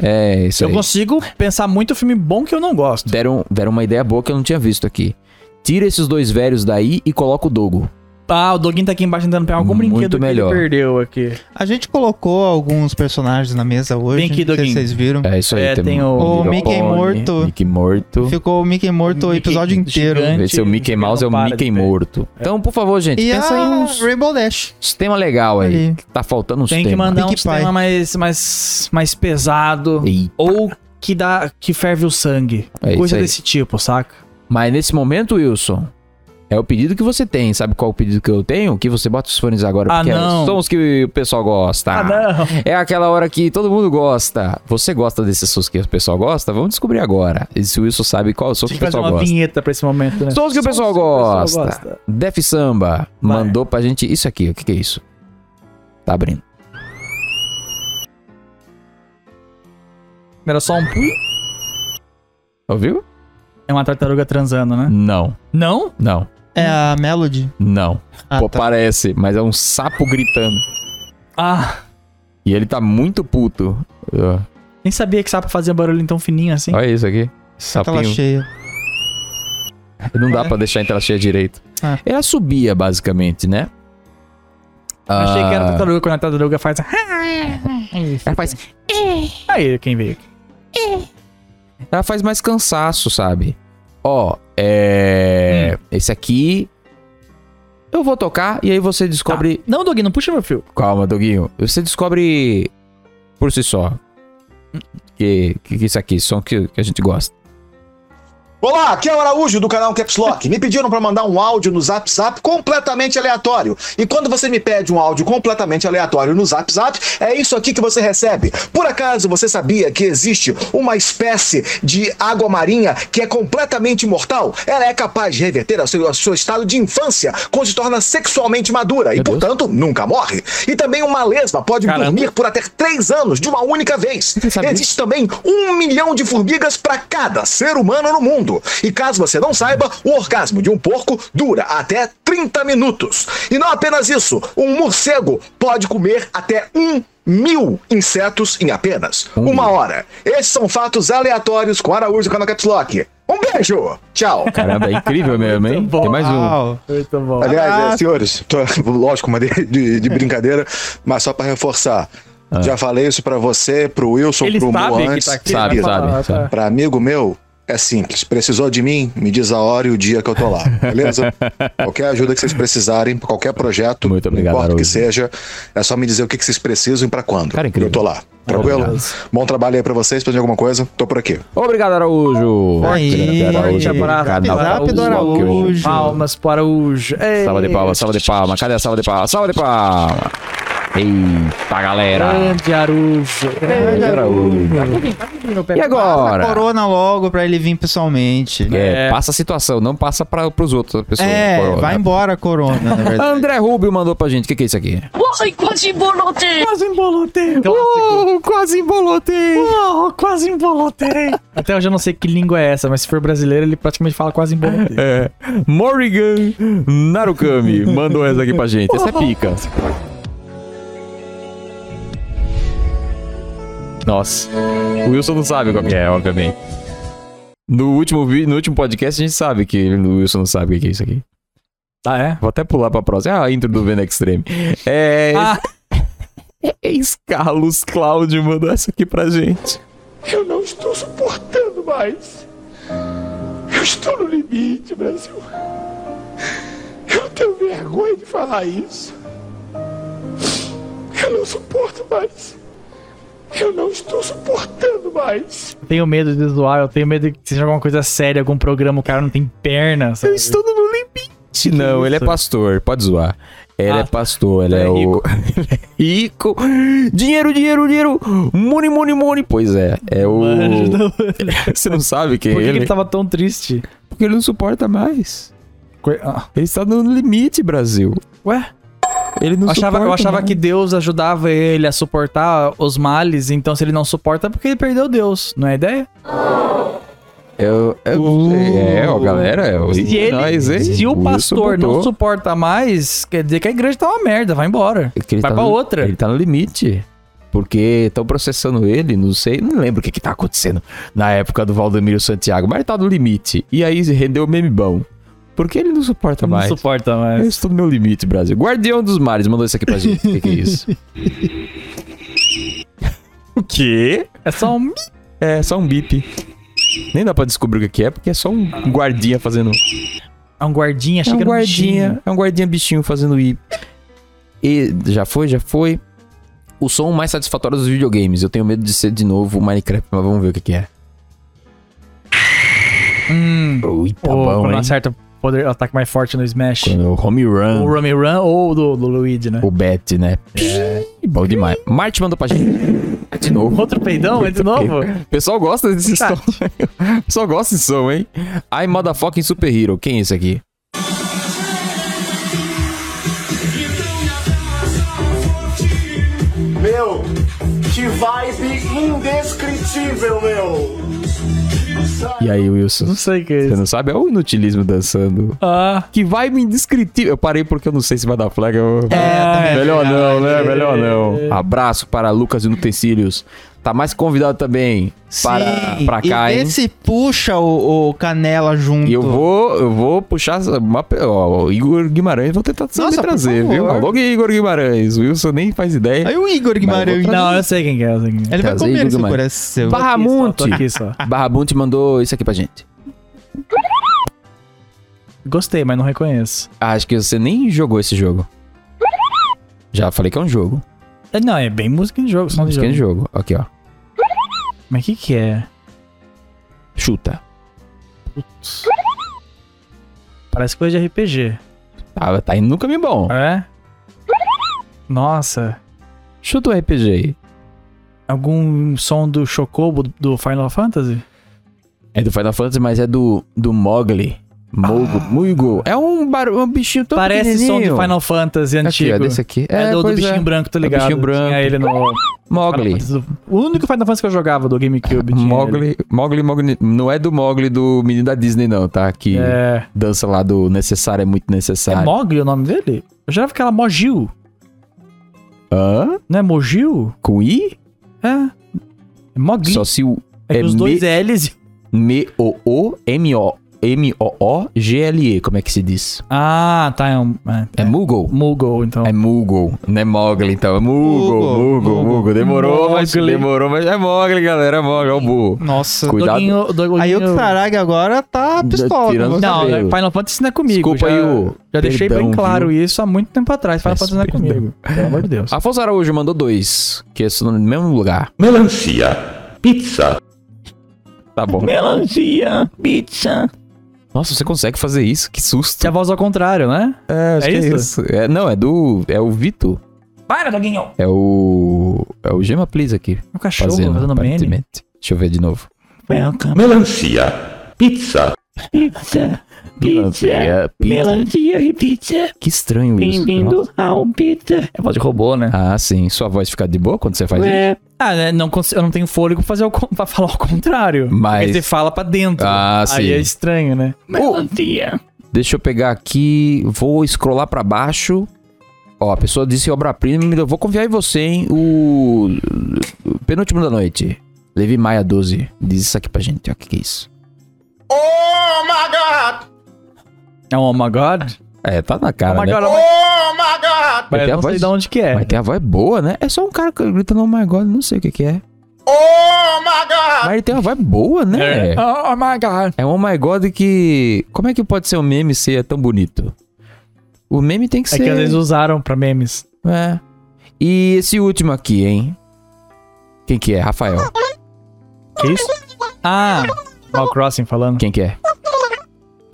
S2: é, isso
S1: Eu
S2: aí.
S1: consigo pensar muito filme bom que eu não gosto.
S2: Deram, deram uma ideia boa que eu não tinha visto aqui. Tira esses dois velhos daí e coloca o Dogo.
S1: Ah, o Doguinho tá aqui embaixo tentando pegar algum
S2: Muito
S1: brinquedo
S2: melhor.
S1: que ele perdeu aqui.
S3: A gente colocou alguns personagens na mesa hoje.
S1: Vem aqui,
S3: não sei
S1: Doguinho.
S3: se vocês viram.
S2: É isso aí.
S1: É, tem o-
S2: Little
S1: O
S3: Mickey
S2: Pony,
S3: morto.
S2: Mickey morto.
S3: Ficou o Mickey morto o
S1: Mickey
S3: episódio inteiro.
S1: gigante.
S2: Esse é o Mickey
S1: Ele
S2: Mouse,
S1: não
S2: é o
S1: para de
S2: Mickey
S1: ter. É.
S2: morto. Então, por favor, gente,
S3: E
S2: pensa em
S3: a
S2: uns
S3: Rainbow Dash.
S2: sistema legal aí.
S3: Ali.
S2: que Tá faltando uns
S1: Tem que
S2: temas.
S1: mandar um
S3: Pinkie Pie.
S1: sistema mais, mais, mais pesado.
S2: Ei,
S1: Ou que dá. que ferve o sangue.
S2: É isso
S1: Coisa
S2: aí.
S1: desse tipo, saca?
S2: Mas nesse momento, Wilson, é o pedido que você tem. Sabe qual o pedido que eu tenho? Que você bota os fones agora,
S1: Ah,
S2: porque
S1: não.
S2: são os que o pessoal gosta.
S1: Ah, não.
S2: É aquela hora que todo mundo gosta. Você gosta desses sons que o pessoal gosta? Vamos descobrir agora. E se o Wilson sabe qual som que
S1: Tinha
S2: o
S1: que fazer
S2: pessoal
S1: uma
S2: gosta.
S1: vinheta pra esse momento, né?
S2: Sons que o pessoal
S1: que o pessoal
S2: gosta.
S1: gosta.
S2: Def Samba
S1: Vai.
S2: mandou pra gente isso aqui. O que, que é isso? Tá abrindo.
S1: Era só um. pui.
S2: Ouviu?
S1: É uma tartaruga transando, né?
S2: Não,
S1: Não?
S2: não,
S3: É a Melody.
S2: não.
S3: Ah,
S2: Pô,
S3: tá.
S2: parece, mas é um sapo gritando.
S1: Ah,
S2: E ele tá muito puto. Ó,
S1: nem sabia que sapo fazia barulho tão fininho assim.
S2: Olha isso aqui.
S3: Tela
S2: Sapinho.
S3: cheia.
S2: Não
S1: É.
S2: dá pra deixar em tela cheia direito.
S3: Ah.
S2: É a subia, basicamente, né?
S1: Achei que era
S2: Ah,
S1: tartaruga quando a tartaruga faz.
S2: Ela faz,
S1: Aí, quem veio aqui.
S2: ela faz mais cansaço, sabe? Ó, é.
S1: Hum.
S2: Esse aqui. Eu vou tocar e aí você descobre.
S1: Tá. Não, Doug, não puxa meu fio.
S2: Calma, Doguinho. Você descobre por si só. Que, que, que isso aqui, som que, que a gente gosta.
S5: Olá, aqui é o Araújo do canal Caps Lock. Me pediram para mandar um áudio no Zap Zap completamente aleatório. E quando você me pede um áudio completamente aleatório no Zap Zap, é isso aqui que você recebe. Por acaso você sabia que existe uma espécie de água marinha que é completamente imortal? Ela é capaz de reverter ao seu, ao seu estado de infância quando se torna sexualmente madura e,
S2: Meu Deus.
S5: portanto, nunca morre. E também uma lesma pode
S1: Caramba.
S5: dormir por até três anos de uma única vez.
S2: sabia?
S5: Existe Existe também um milhão de formigas para cada ser humano no mundo. E caso você não saiba, o orgasmo de um porco dura até 30 minutos. E não apenas isso, um morcego pode comer até um mil insetos em apenas uma hora. Esses são fatos aleatórios com Araújo Canal Caps Lock. Um beijo! Tchau!
S2: Caramba, é incrível mesmo, hein?
S1: Muito bom.
S2: Tem
S3: Ah,
S2: mais um.
S3: Uau.
S1: Muito bom.
S6: Aliás,
S3: Caraca.
S6: é, senhores, tô- lógico, uma de, de- de brincadeira, mas só pra reforçar. Já falei isso pra você, pro Wilson,
S1: Ele
S6: pro Mu
S1: sabe que
S6: antes.
S1: tá aqui.
S2: Sabe,
S1: ele vai
S2: sabe,
S1: falar,
S2: sabe.
S1: tá.
S6: Pra amigo meu, é simples. Precisou de mim? Me diz a hora e o dia que eu tô lá, beleza? qualquer ajuda que vocês precisarem, pra qualquer projeto,
S2: Muito obrigado,
S6: não importa o que
S2: Araújo.
S6: seja, é só me dizer o que, que vocês precisam e pra quando.
S2: Cara, é incrível.
S6: Eu tô lá. Tranquilo?
S2: Obrigado.
S6: Bom trabalho aí pra vocês, precisam de alguma coisa? Tô por aqui.
S2: Obrigado, Araújo. né?
S3: Aí,
S2: Obrigado,
S1: forte abraço.
S2: Canal
S1: Zap
S3: do Araújo.
S1: Palmas para o. Ju- Ei.
S2: Salva de palmas, salva de palmas. Cadê a salva de palmas? Salva de palmas. Eita, galera.
S1: Grande Arujo.
S2: Grande
S1: Tá
S2: Araújo. E
S3: Passa a
S2: agora?
S3: corona logo pra ele vir pessoalmente.
S2: É, passa a situação, não passa para pros outros. a pessoa.
S3: É,
S2: Corona.
S3: vai embora a corona, na verdade.
S2: André Rubio mandou pra gente. O que, que é isso aqui?
S7: Ai, quase embolotei!
S1: Quase embolotei. Clássico.
S2: quase embolotei.
S1: Oh, quase embolotei. Até hoje eu não sei que língua é essa, mas se for brasileiro, ele praticamente fala quase embolotei.
S2: É, Morrigan Narukami mandou essa aqui pra gente. Essa é pica. Nossa. O Wilson não sabe qual que é, obviamente. No último, vi- no último podcast a gente sabe que o Wilson não sabe o que que é isso aqui.
S1: Tá, é?
S2: Vou até pular pra próxima. Ah, a intro do Vendo Extreme. É.
S1: Ah.
S2: Ex Carlos Cláudio mandou essa aqui pra gente.
S8: Eu não estou suportando mais. Eu estou no limite, Brasil. Eu tenho vergonha de falar isso. Eu não suporto mais. Eu não estou suportando mais.
S1: Eu tenho medo de zoar, eu tenho medo que seja alguma coisa séria, algum programa, o cara não tem perna, sabe?
S2: Estou no limite. Não, ele é
S1: isso?
S2: pastor, pode zoar. Ele
S1: Ah,
S2: é pastor, ele é,
S1: Ele é
S2: o. Ele é rico. Dinheiro, dinheiro, dinheiro. Money, money, money. Pois é, é o.
S1: Mas não-
S2: Você não sabe quem
S1: Por que,
S2: é
S1: tá- que
S2: ele?
S1: ele tava tão triste?
S2: Porque ele não suporta mais.
S1: Coi- ah,
S2: Ele está no limite, Brasil.
S1: Ué?
S2: Ele não
S1: Eu achava, eu
S2: suporta
S1: achava
S2: mais.
S1: que Deus ajudava ele a suportar os males, então se ele não suporta é porque ele perdeu Deus, não é a ideia?
S2: Eu, eu não sei. é, ó, galera. Eu,
S1: Se, ele, se o pastor não suporta mais, quer dizer que a igreja tá uma merda, vai embora.
S2: Vai
S1: Vai pra outra.
S2: É Ele tá no limite. Porque estão processando ele, não sei, não lembro o que que tá acontecendo na época do Valdemiro Santiago, mas ele tá no limite. E aí rendeu meme bom. Porque ele não suporta Tá mais.
S1: Não suporta
S2: Eu
S1: mais.
S2: estou no meu limite, Brasil. Guardião dos Mares mandou isso aqui pra gente. O que, que é isso? o quê?
S1: É só um.
S2: É só um bip. Nem dá pra descobrir o que que é, porque é só um guardinha fazendo.
S1: É um guardinha,
S2: É
S1: achei
S2: um
S1: que era um
S2: guardinha,
S1: bichinho.
S2: é um guardinha bichinho fazendo i. E já foi, já foi. O som mais satisfatório dos videogames. Eu tenho medo de ser de novo o Minecraft, mas vamos ver o que, que é.
S1: Hum.
S2: Eita,
S1: ou
S2: tá bom,
S1: quando
S2: hein?
S1: acerta o poder, o ataque mais forte no Smash.
S2: Quando o home
S1: Ou o
S2: run,
S1: Rummy Run ou do, do Luigi, né?
S2: o bet, né? Bom demais. Marte mandou pra gente. De novo.
S1: Outro peidão, é de novo?
S2: O pessoal gosta desse som. O pessoal gosta desse som, hein? Ai, motherfucking super hero. Quem é esse aqui?
S8: Meu, que vibe indescritível, meu.
S2: E aí, Wilson?
S1: Não sei o que é
S2: Você
S1: isso.
S2: não sabe? É o inutilismo dançando.
S1: Ah,
S2: Que vibe indescritível. Eu parei porque eu não sei se vai dar flag. Eu...
S1: é,
S2: Melhor não, né? Ah, Melhor não. Abraço para Lucas e Utensílios. Tá mais convidado também para,
S3: Sim,
S2: para cá,
S3: e
S2: hein?
S3: vê se puxa o, o Canela junto.
S2: E eu vou, eu vou puxar uma, pe- ó, o Igor Guimarães, vou tentar saber
S3: Nossa, por
S2: trazer, viu?
S3: favor.
S2: Alô, Igor Guimarães. O Wilson nem faz ideia.
S3: Aí o Igor Guimarães.
S1: Não, eu sei quem que é. eu sei quem que é.
S3: Ele vai
S2: Trazer
S3: comer
S2: Igor
S3: esse
S2: Guimarães.
S3: coração.
S1: Tô
S2: Barramonte.
S1: aqui só.
S2: Barramonte mandou isso aqui pra gente.
S1: Gostei, mas não reconheço.
S2: Ah, Acho que você nem jogou esse jogo. Já falei que é um jogo.
S1: É, Não, é bem música de jogo, som de
S2: Isso aqui é um
S1: jogo.
S2: jogo. Aqui, ó.
S1: Mas o que que é?
S2: Chuta.
S1: Parece coisa de RPG.
S2: Tá, tá indo no caminho bom.
S1: É? Nossa.
S2: Chuta o RPG aí.
S1: Algum som do Chocobo do Final Fantasy?
S2: É do Final Fantasy, mas é do, do Mogli. Mogo, Muigo. É um, bar, um bichinho todo
S1: Ah. Parece som de
S2: pequenininho.
S1: Final Fantasy
S2: Aqui,
S1: antigo.
S2: ó, desse aqui.
S1: É, do, do
S2: pois
S1: bichinho branco, tô
S2: É o
S1: ligado.
S2: bichinho branco.
S1: Tinha ele no Final
S2: Mogli.
S1: Fantasy do- O único Final Fantasy que eu jogava do GameCube. tinha ele.
S2: Mogli, Mogli, Mogli. Não é do Mogli do menino da Disney, não, tá? Que
S1: É.
S2: dança lá do Necessário é Muito
S1: É
S2: Necessário.
S1: Mogli o nome dele? Eu jurava que era Mogil.
S2: Hã?
S1: Não é Mogil?
S2: Com I?
S1: É. É Mogli.
S2: Só se o
S1: é
S2: é
S1: que os dois L's. e-
S2: M-O-O-M-O. M-O-O-G-L-E. Como é que se diz?
S1: Ah, tá. É, um, é,
S2: É Moogle?
S1: Moogle, então.
S2: É Moogle, não é Mogli, então. É Moogle,
S3: Moogle,
S2: Moogle,
S3: Moogle.
S2: Moogle. Demorou, mas
S1: Mogli.
S2: demorou, mas é Mogli, galera. É Mogli, é o burro.
S3: Nossa.
S2: Cuidado.
S1: Doguinho- Doguinho-
S3: Aí o Tsarag agora tá pistola.
S2: Tirando
S3: com você.
S1: Não,
S2: Cabelo.
S1: Final Fantasy não é comigo. já,
S2: Desculpa aí o-
S1: Já deixei
S2: Perdão,
S1: bem claro
S2: viu?
S1: isso há muito tempo atrás. Final Fantasy
S2: Peço
S1: não é
S2: perdão.
S1: comigo. Pelo amor de Deus.
S2: Afonso Araújo mandou dois, que é no mesmo lugar.
S8: Melancia, pizza.
S2: Tá bom.
S8: Melancia, pizza.
S2: Nossa, você consegue fazer isso? Que susto.
S1: Tinha é a voz ao contrário, né?
S2: É,
S1: é isso?
S2: É, não, é do. É o Vito.
S1: Para, Doguinho!
S2: É o. É o Gema Please aqui.
S1: O cachorro
S2: Fazendo,
S1: fazendo meme.
S2: aparentemente. Deixa eu ver de novo.
S8: Melancia, pizza.
S9: Pizza,
S2: Melancia,
S9: pizza,
S2: pizza.
S9: melancia e pizza.
S2: é, Que estranho isso.
S9: Bem-vindo ao pizza.
S1: É voz de robô, né?
S2: Ah, sim. Sua voz fica de boa quando você faz isso?
S9: É,
S1: Ah, né? Não, cons- eu não tenho fôlego pra, fazer o, con- pra falar ao contrário.
S2: Mas-
S1: Porque você fala pra dentro.
S2: Ah,
S1: Aí
S2: sim.
S1: é estranho, né?
S9: melancia.
S2: Deixa eu pegar aqui. Vou scrollar pra baixo. Ó, a pessoa disse obra-prima, eu vou confiar em você, hein? O o penúltimo da noite. Levi Maia 12. Diz isso aqui pra gente, ó. O que, que é isso?
S8: Oh my god!
S1: É um oh my god?
S2: É, tá na
S1: Oh
S2: cara,
S1: my
S2: né?
S1: god, oh my god.
S8: Oh my god!
S1: Mas
S2: Tem
S1: eu
S2: a
S1: não sei
S2: voz?
S1: de onde que é.
S2: Mas tem a voz boa, né? É só um cara que grita no oh my god, não sei o que que é.
S8: Oh my god!
S2: Mas ele tem uma voz boa, né? É,
S1: Oh, oh my god.
S2: um oh my god que... Como é que pode ser um meme ser tão bonito? O meme tem que
S1: É
S2: ser...
S1: que às vezes usaram pra memes.
S2: É. E esse último aqui, hein? Quem que é? Rafael.
S1: Que isso? Ah, Mal Crossing falando.
S2: Quem que é?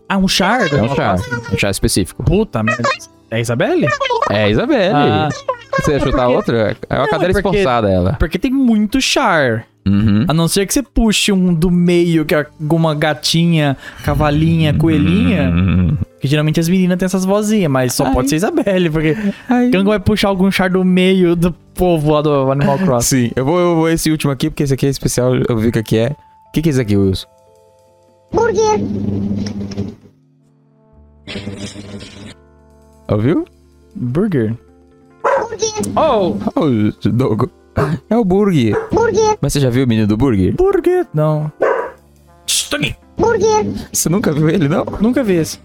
S1: Ah, um Shard?
S2: É um chá. Um chá específico.
S1: Puta merda. É a Isabelle?
S2: É, Isabelle.
S1: Ah.
S2: Você ia chutar outra? É uma
S1: Não,
S2: cadeira
S1: é porque-
S2: esforçada, ela.
S1: Porque tem muito Char.
S2: Uhum.
S1: A não ser que você puxe um do meio, que é alguma gatinha, cavalinha, coelhinha.
S2: Hum.
S1: Que geralmente as meninas têm essas vozinhas, mas só pode ser Isabelle, porque Kango vai puxar algum char do meio do povo lá do Animal Crossing.
S2: Sim, eu vou, eu vou esse último aqui, porque esse aqui é especial, eu vi o que que é. O que, que é isso aqui, Wilson? Burger. Ouviu?
S1: Burger.
S2: Oh, Dogo. É o burger. Burger. Mas você já viu o menino do burger?
S1: Burger. Não.
S2: Você nunca viu ele, não?
S1: Nunca vi esse.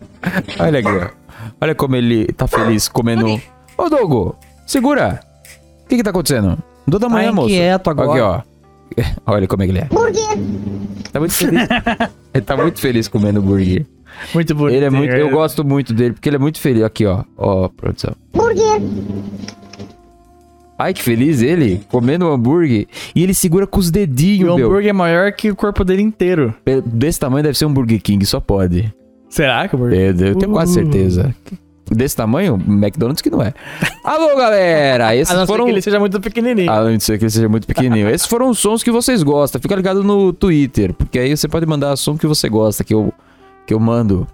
S2: Olha aqui, ó. Olha como ele tá feliz comendo. Ô, Dogo, segura. O que que tá acontecendo? Duas da manhã,
S1: Tá
S2: moço.
S1: inquieto agora.
S2: Aqui, ó. Olha como é que ele é. Burger. Tá muito feliz. ele tá muito feliz comendo burger.
S1: Muito bonito.
S2: Ele é muito, eu gosto muito dele, porque ele é muito feliz. Aqui, ó. Ó, produção. Burger. Ai, que feliz ele, comendo um hambúrguer. E ele segura com os
S1: E o
S2: dedinhos, meu.
S1: hambúrguer é maior que o corpo dele inteiro.
S2: Pe- Desse tamanho deve ser um Burger King, só pode.
S1: Será que o burger?
S2: Eu, eu tenho quase
S1: Uh.
S2: certeza. Desse tamanho, McDonald's que não é. Alô, galera! Esses
S1: A não ser
S2: foram... Ah.
S1: que ele seja muito pequenininho.
S2: A não ser que ele seja muito pequenininho. Esses foram os sons que vocês gostam. Fica ligado no Twitter, porque aí você pode mandar som que você gosta, que eu, que eu mando.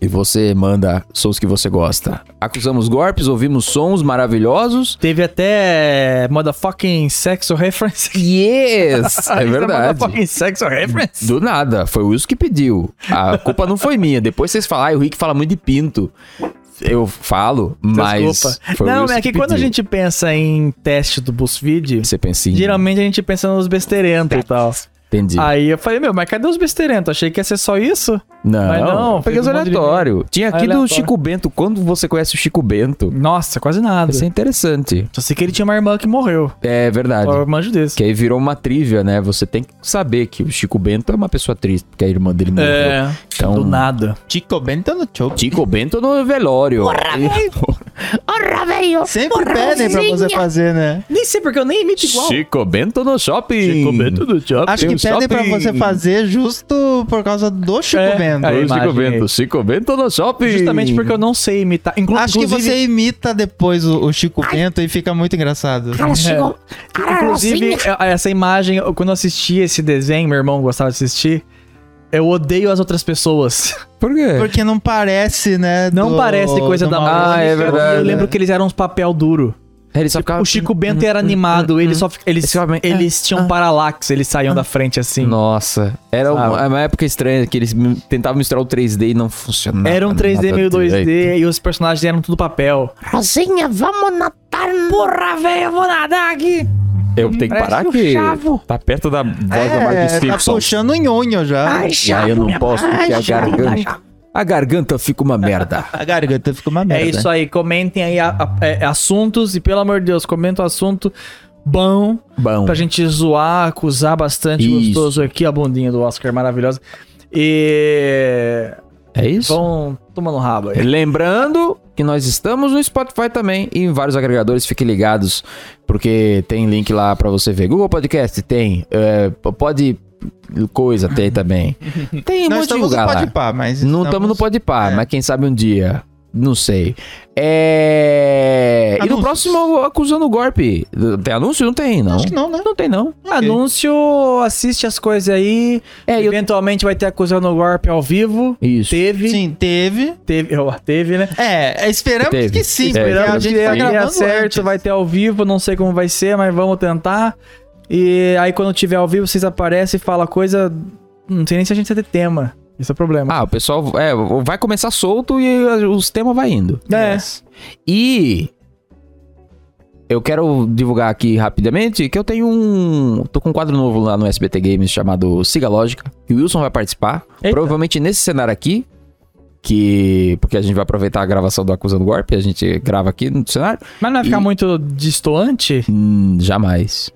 S2: E você manda sons que você gosta. Acusamos golpes, ouvimos sons maravilhosos.
S1: Teve até motherfucking sexo reference.
S2: Yes! É verdade.
S1: motherfucking sexo reference.
S2: Do nada, foi o Wilson que pediu. A culpa não foi minha. Depois vocês falam, ah, o Rick fala muito de pinto. Eu falo, mas.
S1: Desculpa.
S2: foi o
S1: Não,
S2: Wilson
S1: é que quando a
S2: pediu.
S1: gente pensa em teste do BuzzFeed,
S2: Você pensa em.
S1: geralmente Ah, a gente pensa nos besteirentos e
S2: Tá.
S1: tal.
S2: Entendi.
S1: Aí eu falei, meu, mas cadê os besteirentos? Achei que ia ser só isso. Mas
S2: Não,
S1: não,
S2: peguei
S1: fez
S2: os
S1: um monte de
S2: aleatórios. Tinha aqui do
S1: Aleatório.
S2: Chico Bento. Quando você conhece o Chico Bento,
S1: Nossa, quase nada.
S2: isso é interessante.
S1: Só sei que ele tinha uma irmã que morreu.
S2: É verdade.
S1: Eu manjo desse.
S2: Que aí virou uma trivia, né? Você tem que saber que o Chico Bento é uma pessoa triste, porque a irmã dele morreu.
S1: É,
S2: Então,
S1: do nada.
S3: Chico Bento no chope.
S2: Chico Bento no velório.
S9: Ora, velho!
S3: Sempre pedem pra você fazer, né?
S1: Nem sei porque eu nem imito igual.
S2: Chico Bento no shopping.
S1: do Job.
S3: Acho
S2: Tem
S3: que
S2: um
S3: pedem pra
S2: shopping.
S3: você fazer justo por causa do Chico
S1: É,
S3: Bento.
S1: aí,
S2: Ô, Chico
S1: imagem
S2: Bento,
S1: aí.
S2: Chico Bento no shopping.
S1: Justamente porque eu não sei imitar. Inclu
S3: Acho que
S1: inclusive,
S3: você imita depois o, o Chico Bento e fica muito engraçado.
S9: Cara, chegou.
S1: é. Inclusive,
S9: Inclusive.
S1: a- essa imagem, eu- quando eu assisti esse desenho, meu irmão gostava de assistir, eu odeio as outras pessoas.
S2: Por quê?
S3: Porque não parece, né?
S1: Oh, Não
S3: do-
S1: parece coisa
S3: do
S1: da
S3: Maurício.
S2: É. Ah, é verdade.
S1: Eu lembro que eles eram uns papel duro.
S2: Ele só ficava...
S1: O Chico Bento
S2: Uhum,
S1: era animado, ele só, fi- eles,
S2: Esse homem- Ah.
S1: eles tinham paralaxe, eles saíam da frente assim.
S2: Nossa, era uma,
S1: Sabe?
S2: uma época estranha que eles m- tentavam misturar o 3D e não funcionava.
S1: Era um 3D
S2: nada
S1: meio 2D
S2: direito.
S1: e os personagens eram tudo papel.
S9: Rosinha, vamos nadar. Porra, velho, eu vou nadar aqui.
S2: Eu tenho que
S1: Parece
S2: parar
S1: um
S2: que
S9: chavo.
S2: tá perto da voz da Marge
S3: É, tá
S2: Simpson.
S3: puxando o nhonho
S1: Ah,
S3: já.
S9: Ai,
S2: E aí eu
S9: chave.
S2: não posso porque a
S9: Ai, chave.
S2: garganta... A garganta fica uma merda.
S3: A garganta ficou uma
S1: É
S3: merda.
S1: isso aí, comentem aí a- a- é, assuntos e pelo amor de Deus, comenta o assunto bom
S2: Bom,
S1: pra gente zoar, acusar bastante
S2: Isso.
S1: gostoso aqui a bundinha do Oscar maravilhosa. E
S2: é isso?
S1: vão tomando rabo aí.
S2: Lembrando que nós estamos no Spotify também e em vários agregadores, fiquem ligados, porque tem link lá pra você ver. Google Podcast tem, é, p- pode coisa tem também. Tem um
S3: Nós
S2: monte de
S3: estamos
S2: lugar
S3: no
S2: lá.
S3: Podpah, mas...
S2: Não estamos no Podpah,
S3: É.
S2: mas quem sabe um dia. Não sei. É... E no
S3: Anúncios.
S2: próximo, acusando o golpe. Tem anúncio? Não tem, não.
S3: Acho que não, né?
S2: Não tem, não.
S1: Anúncio, assiste as coisas aí.
S2: É, eu-
S1: Eventualmente vai ter acusando o golpe ao vivo.
S2: Isso.
S1: Teve,
S3: Sim, teve.
S1: teve, eu- teve, né?
S3: É, esperamos
S2: Teve.
S3: que sim. porque
S1: Esperamos
S3: a
S1: que
S3: gente tá
S1: dê
S3: gravando
S1: é certo,
S3: antes.
S1: vai ter ao vivo, não sei como vai ser, mas vamos tentar. E aí quando tiver ao vivo, vocês aparecem e falam coisa. Não sei nem se a gente vai ter tema. Esse é o problema.
S2: Ah, o
S3: É.
S2: pessoal é, vai começar solto e os temas vai indo.
S1: é.
S2: E eu quero divulgar aqui rapidamente que eu tenho um. Tô com um quadro novo lá no SBT Games chamado Siga Lógica. E o Wilson vai participar.
S1: Eita.
S2: Provavelmente nesse cenário aqui. Que. Porque a gente vai aproveitar a gravação do Acusando Golpe. A gente grava aqui no cenário.
S1: Mas não vai ficar
S2: E-
S1: muito distoante?
S2: Hum, jamais.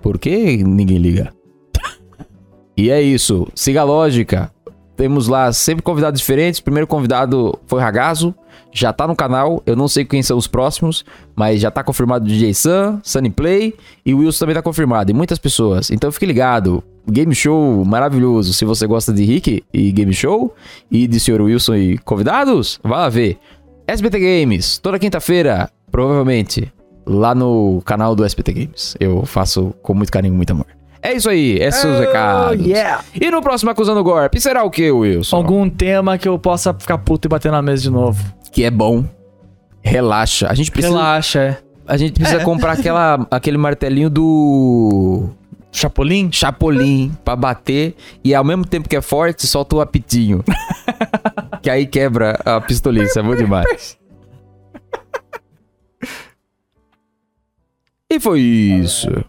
S2: Porque ninguém liga. e é isso. Siga a lógica. Temos lá sempre convidados diferentes. O primeiro convidado foi Ragazo. Já tá no canal. Eu não sei quem são os próximos. Mas já tá confirmado o DJ Sun, Sunny Play. E o Wilson também tá confirmado. E muitas pessoas. Então fique ligado. Game show maravilhoso. Se você gosta de Rick e Game Show. E de Sr. Wilson e convidados. Vai lá ver. SBT Games. Toda quinta-feira. Provavelmente lá no canal do SPT Games. Eu faço com muito carinho e muito amor. É isso aí, esses
S1: Oh,
S2: são os recados. E no próximo Acusando Golpe, será o que, Wilson?
S1: Algum tema que eu possa ficar puto e bater na mesa de novo.
S2: Que é bom. Relaxa. A gente precisa,
S1: Relaxa, é.
S2: A gente precisa comprar aquela, aquele martelinho do
S1: Chapolin?
S2: Chapolin pra bater e ao mesmo tempo que é forte, solta o apitinho. que aí quebra a pistolinha, isso é bom demais. E foi isso.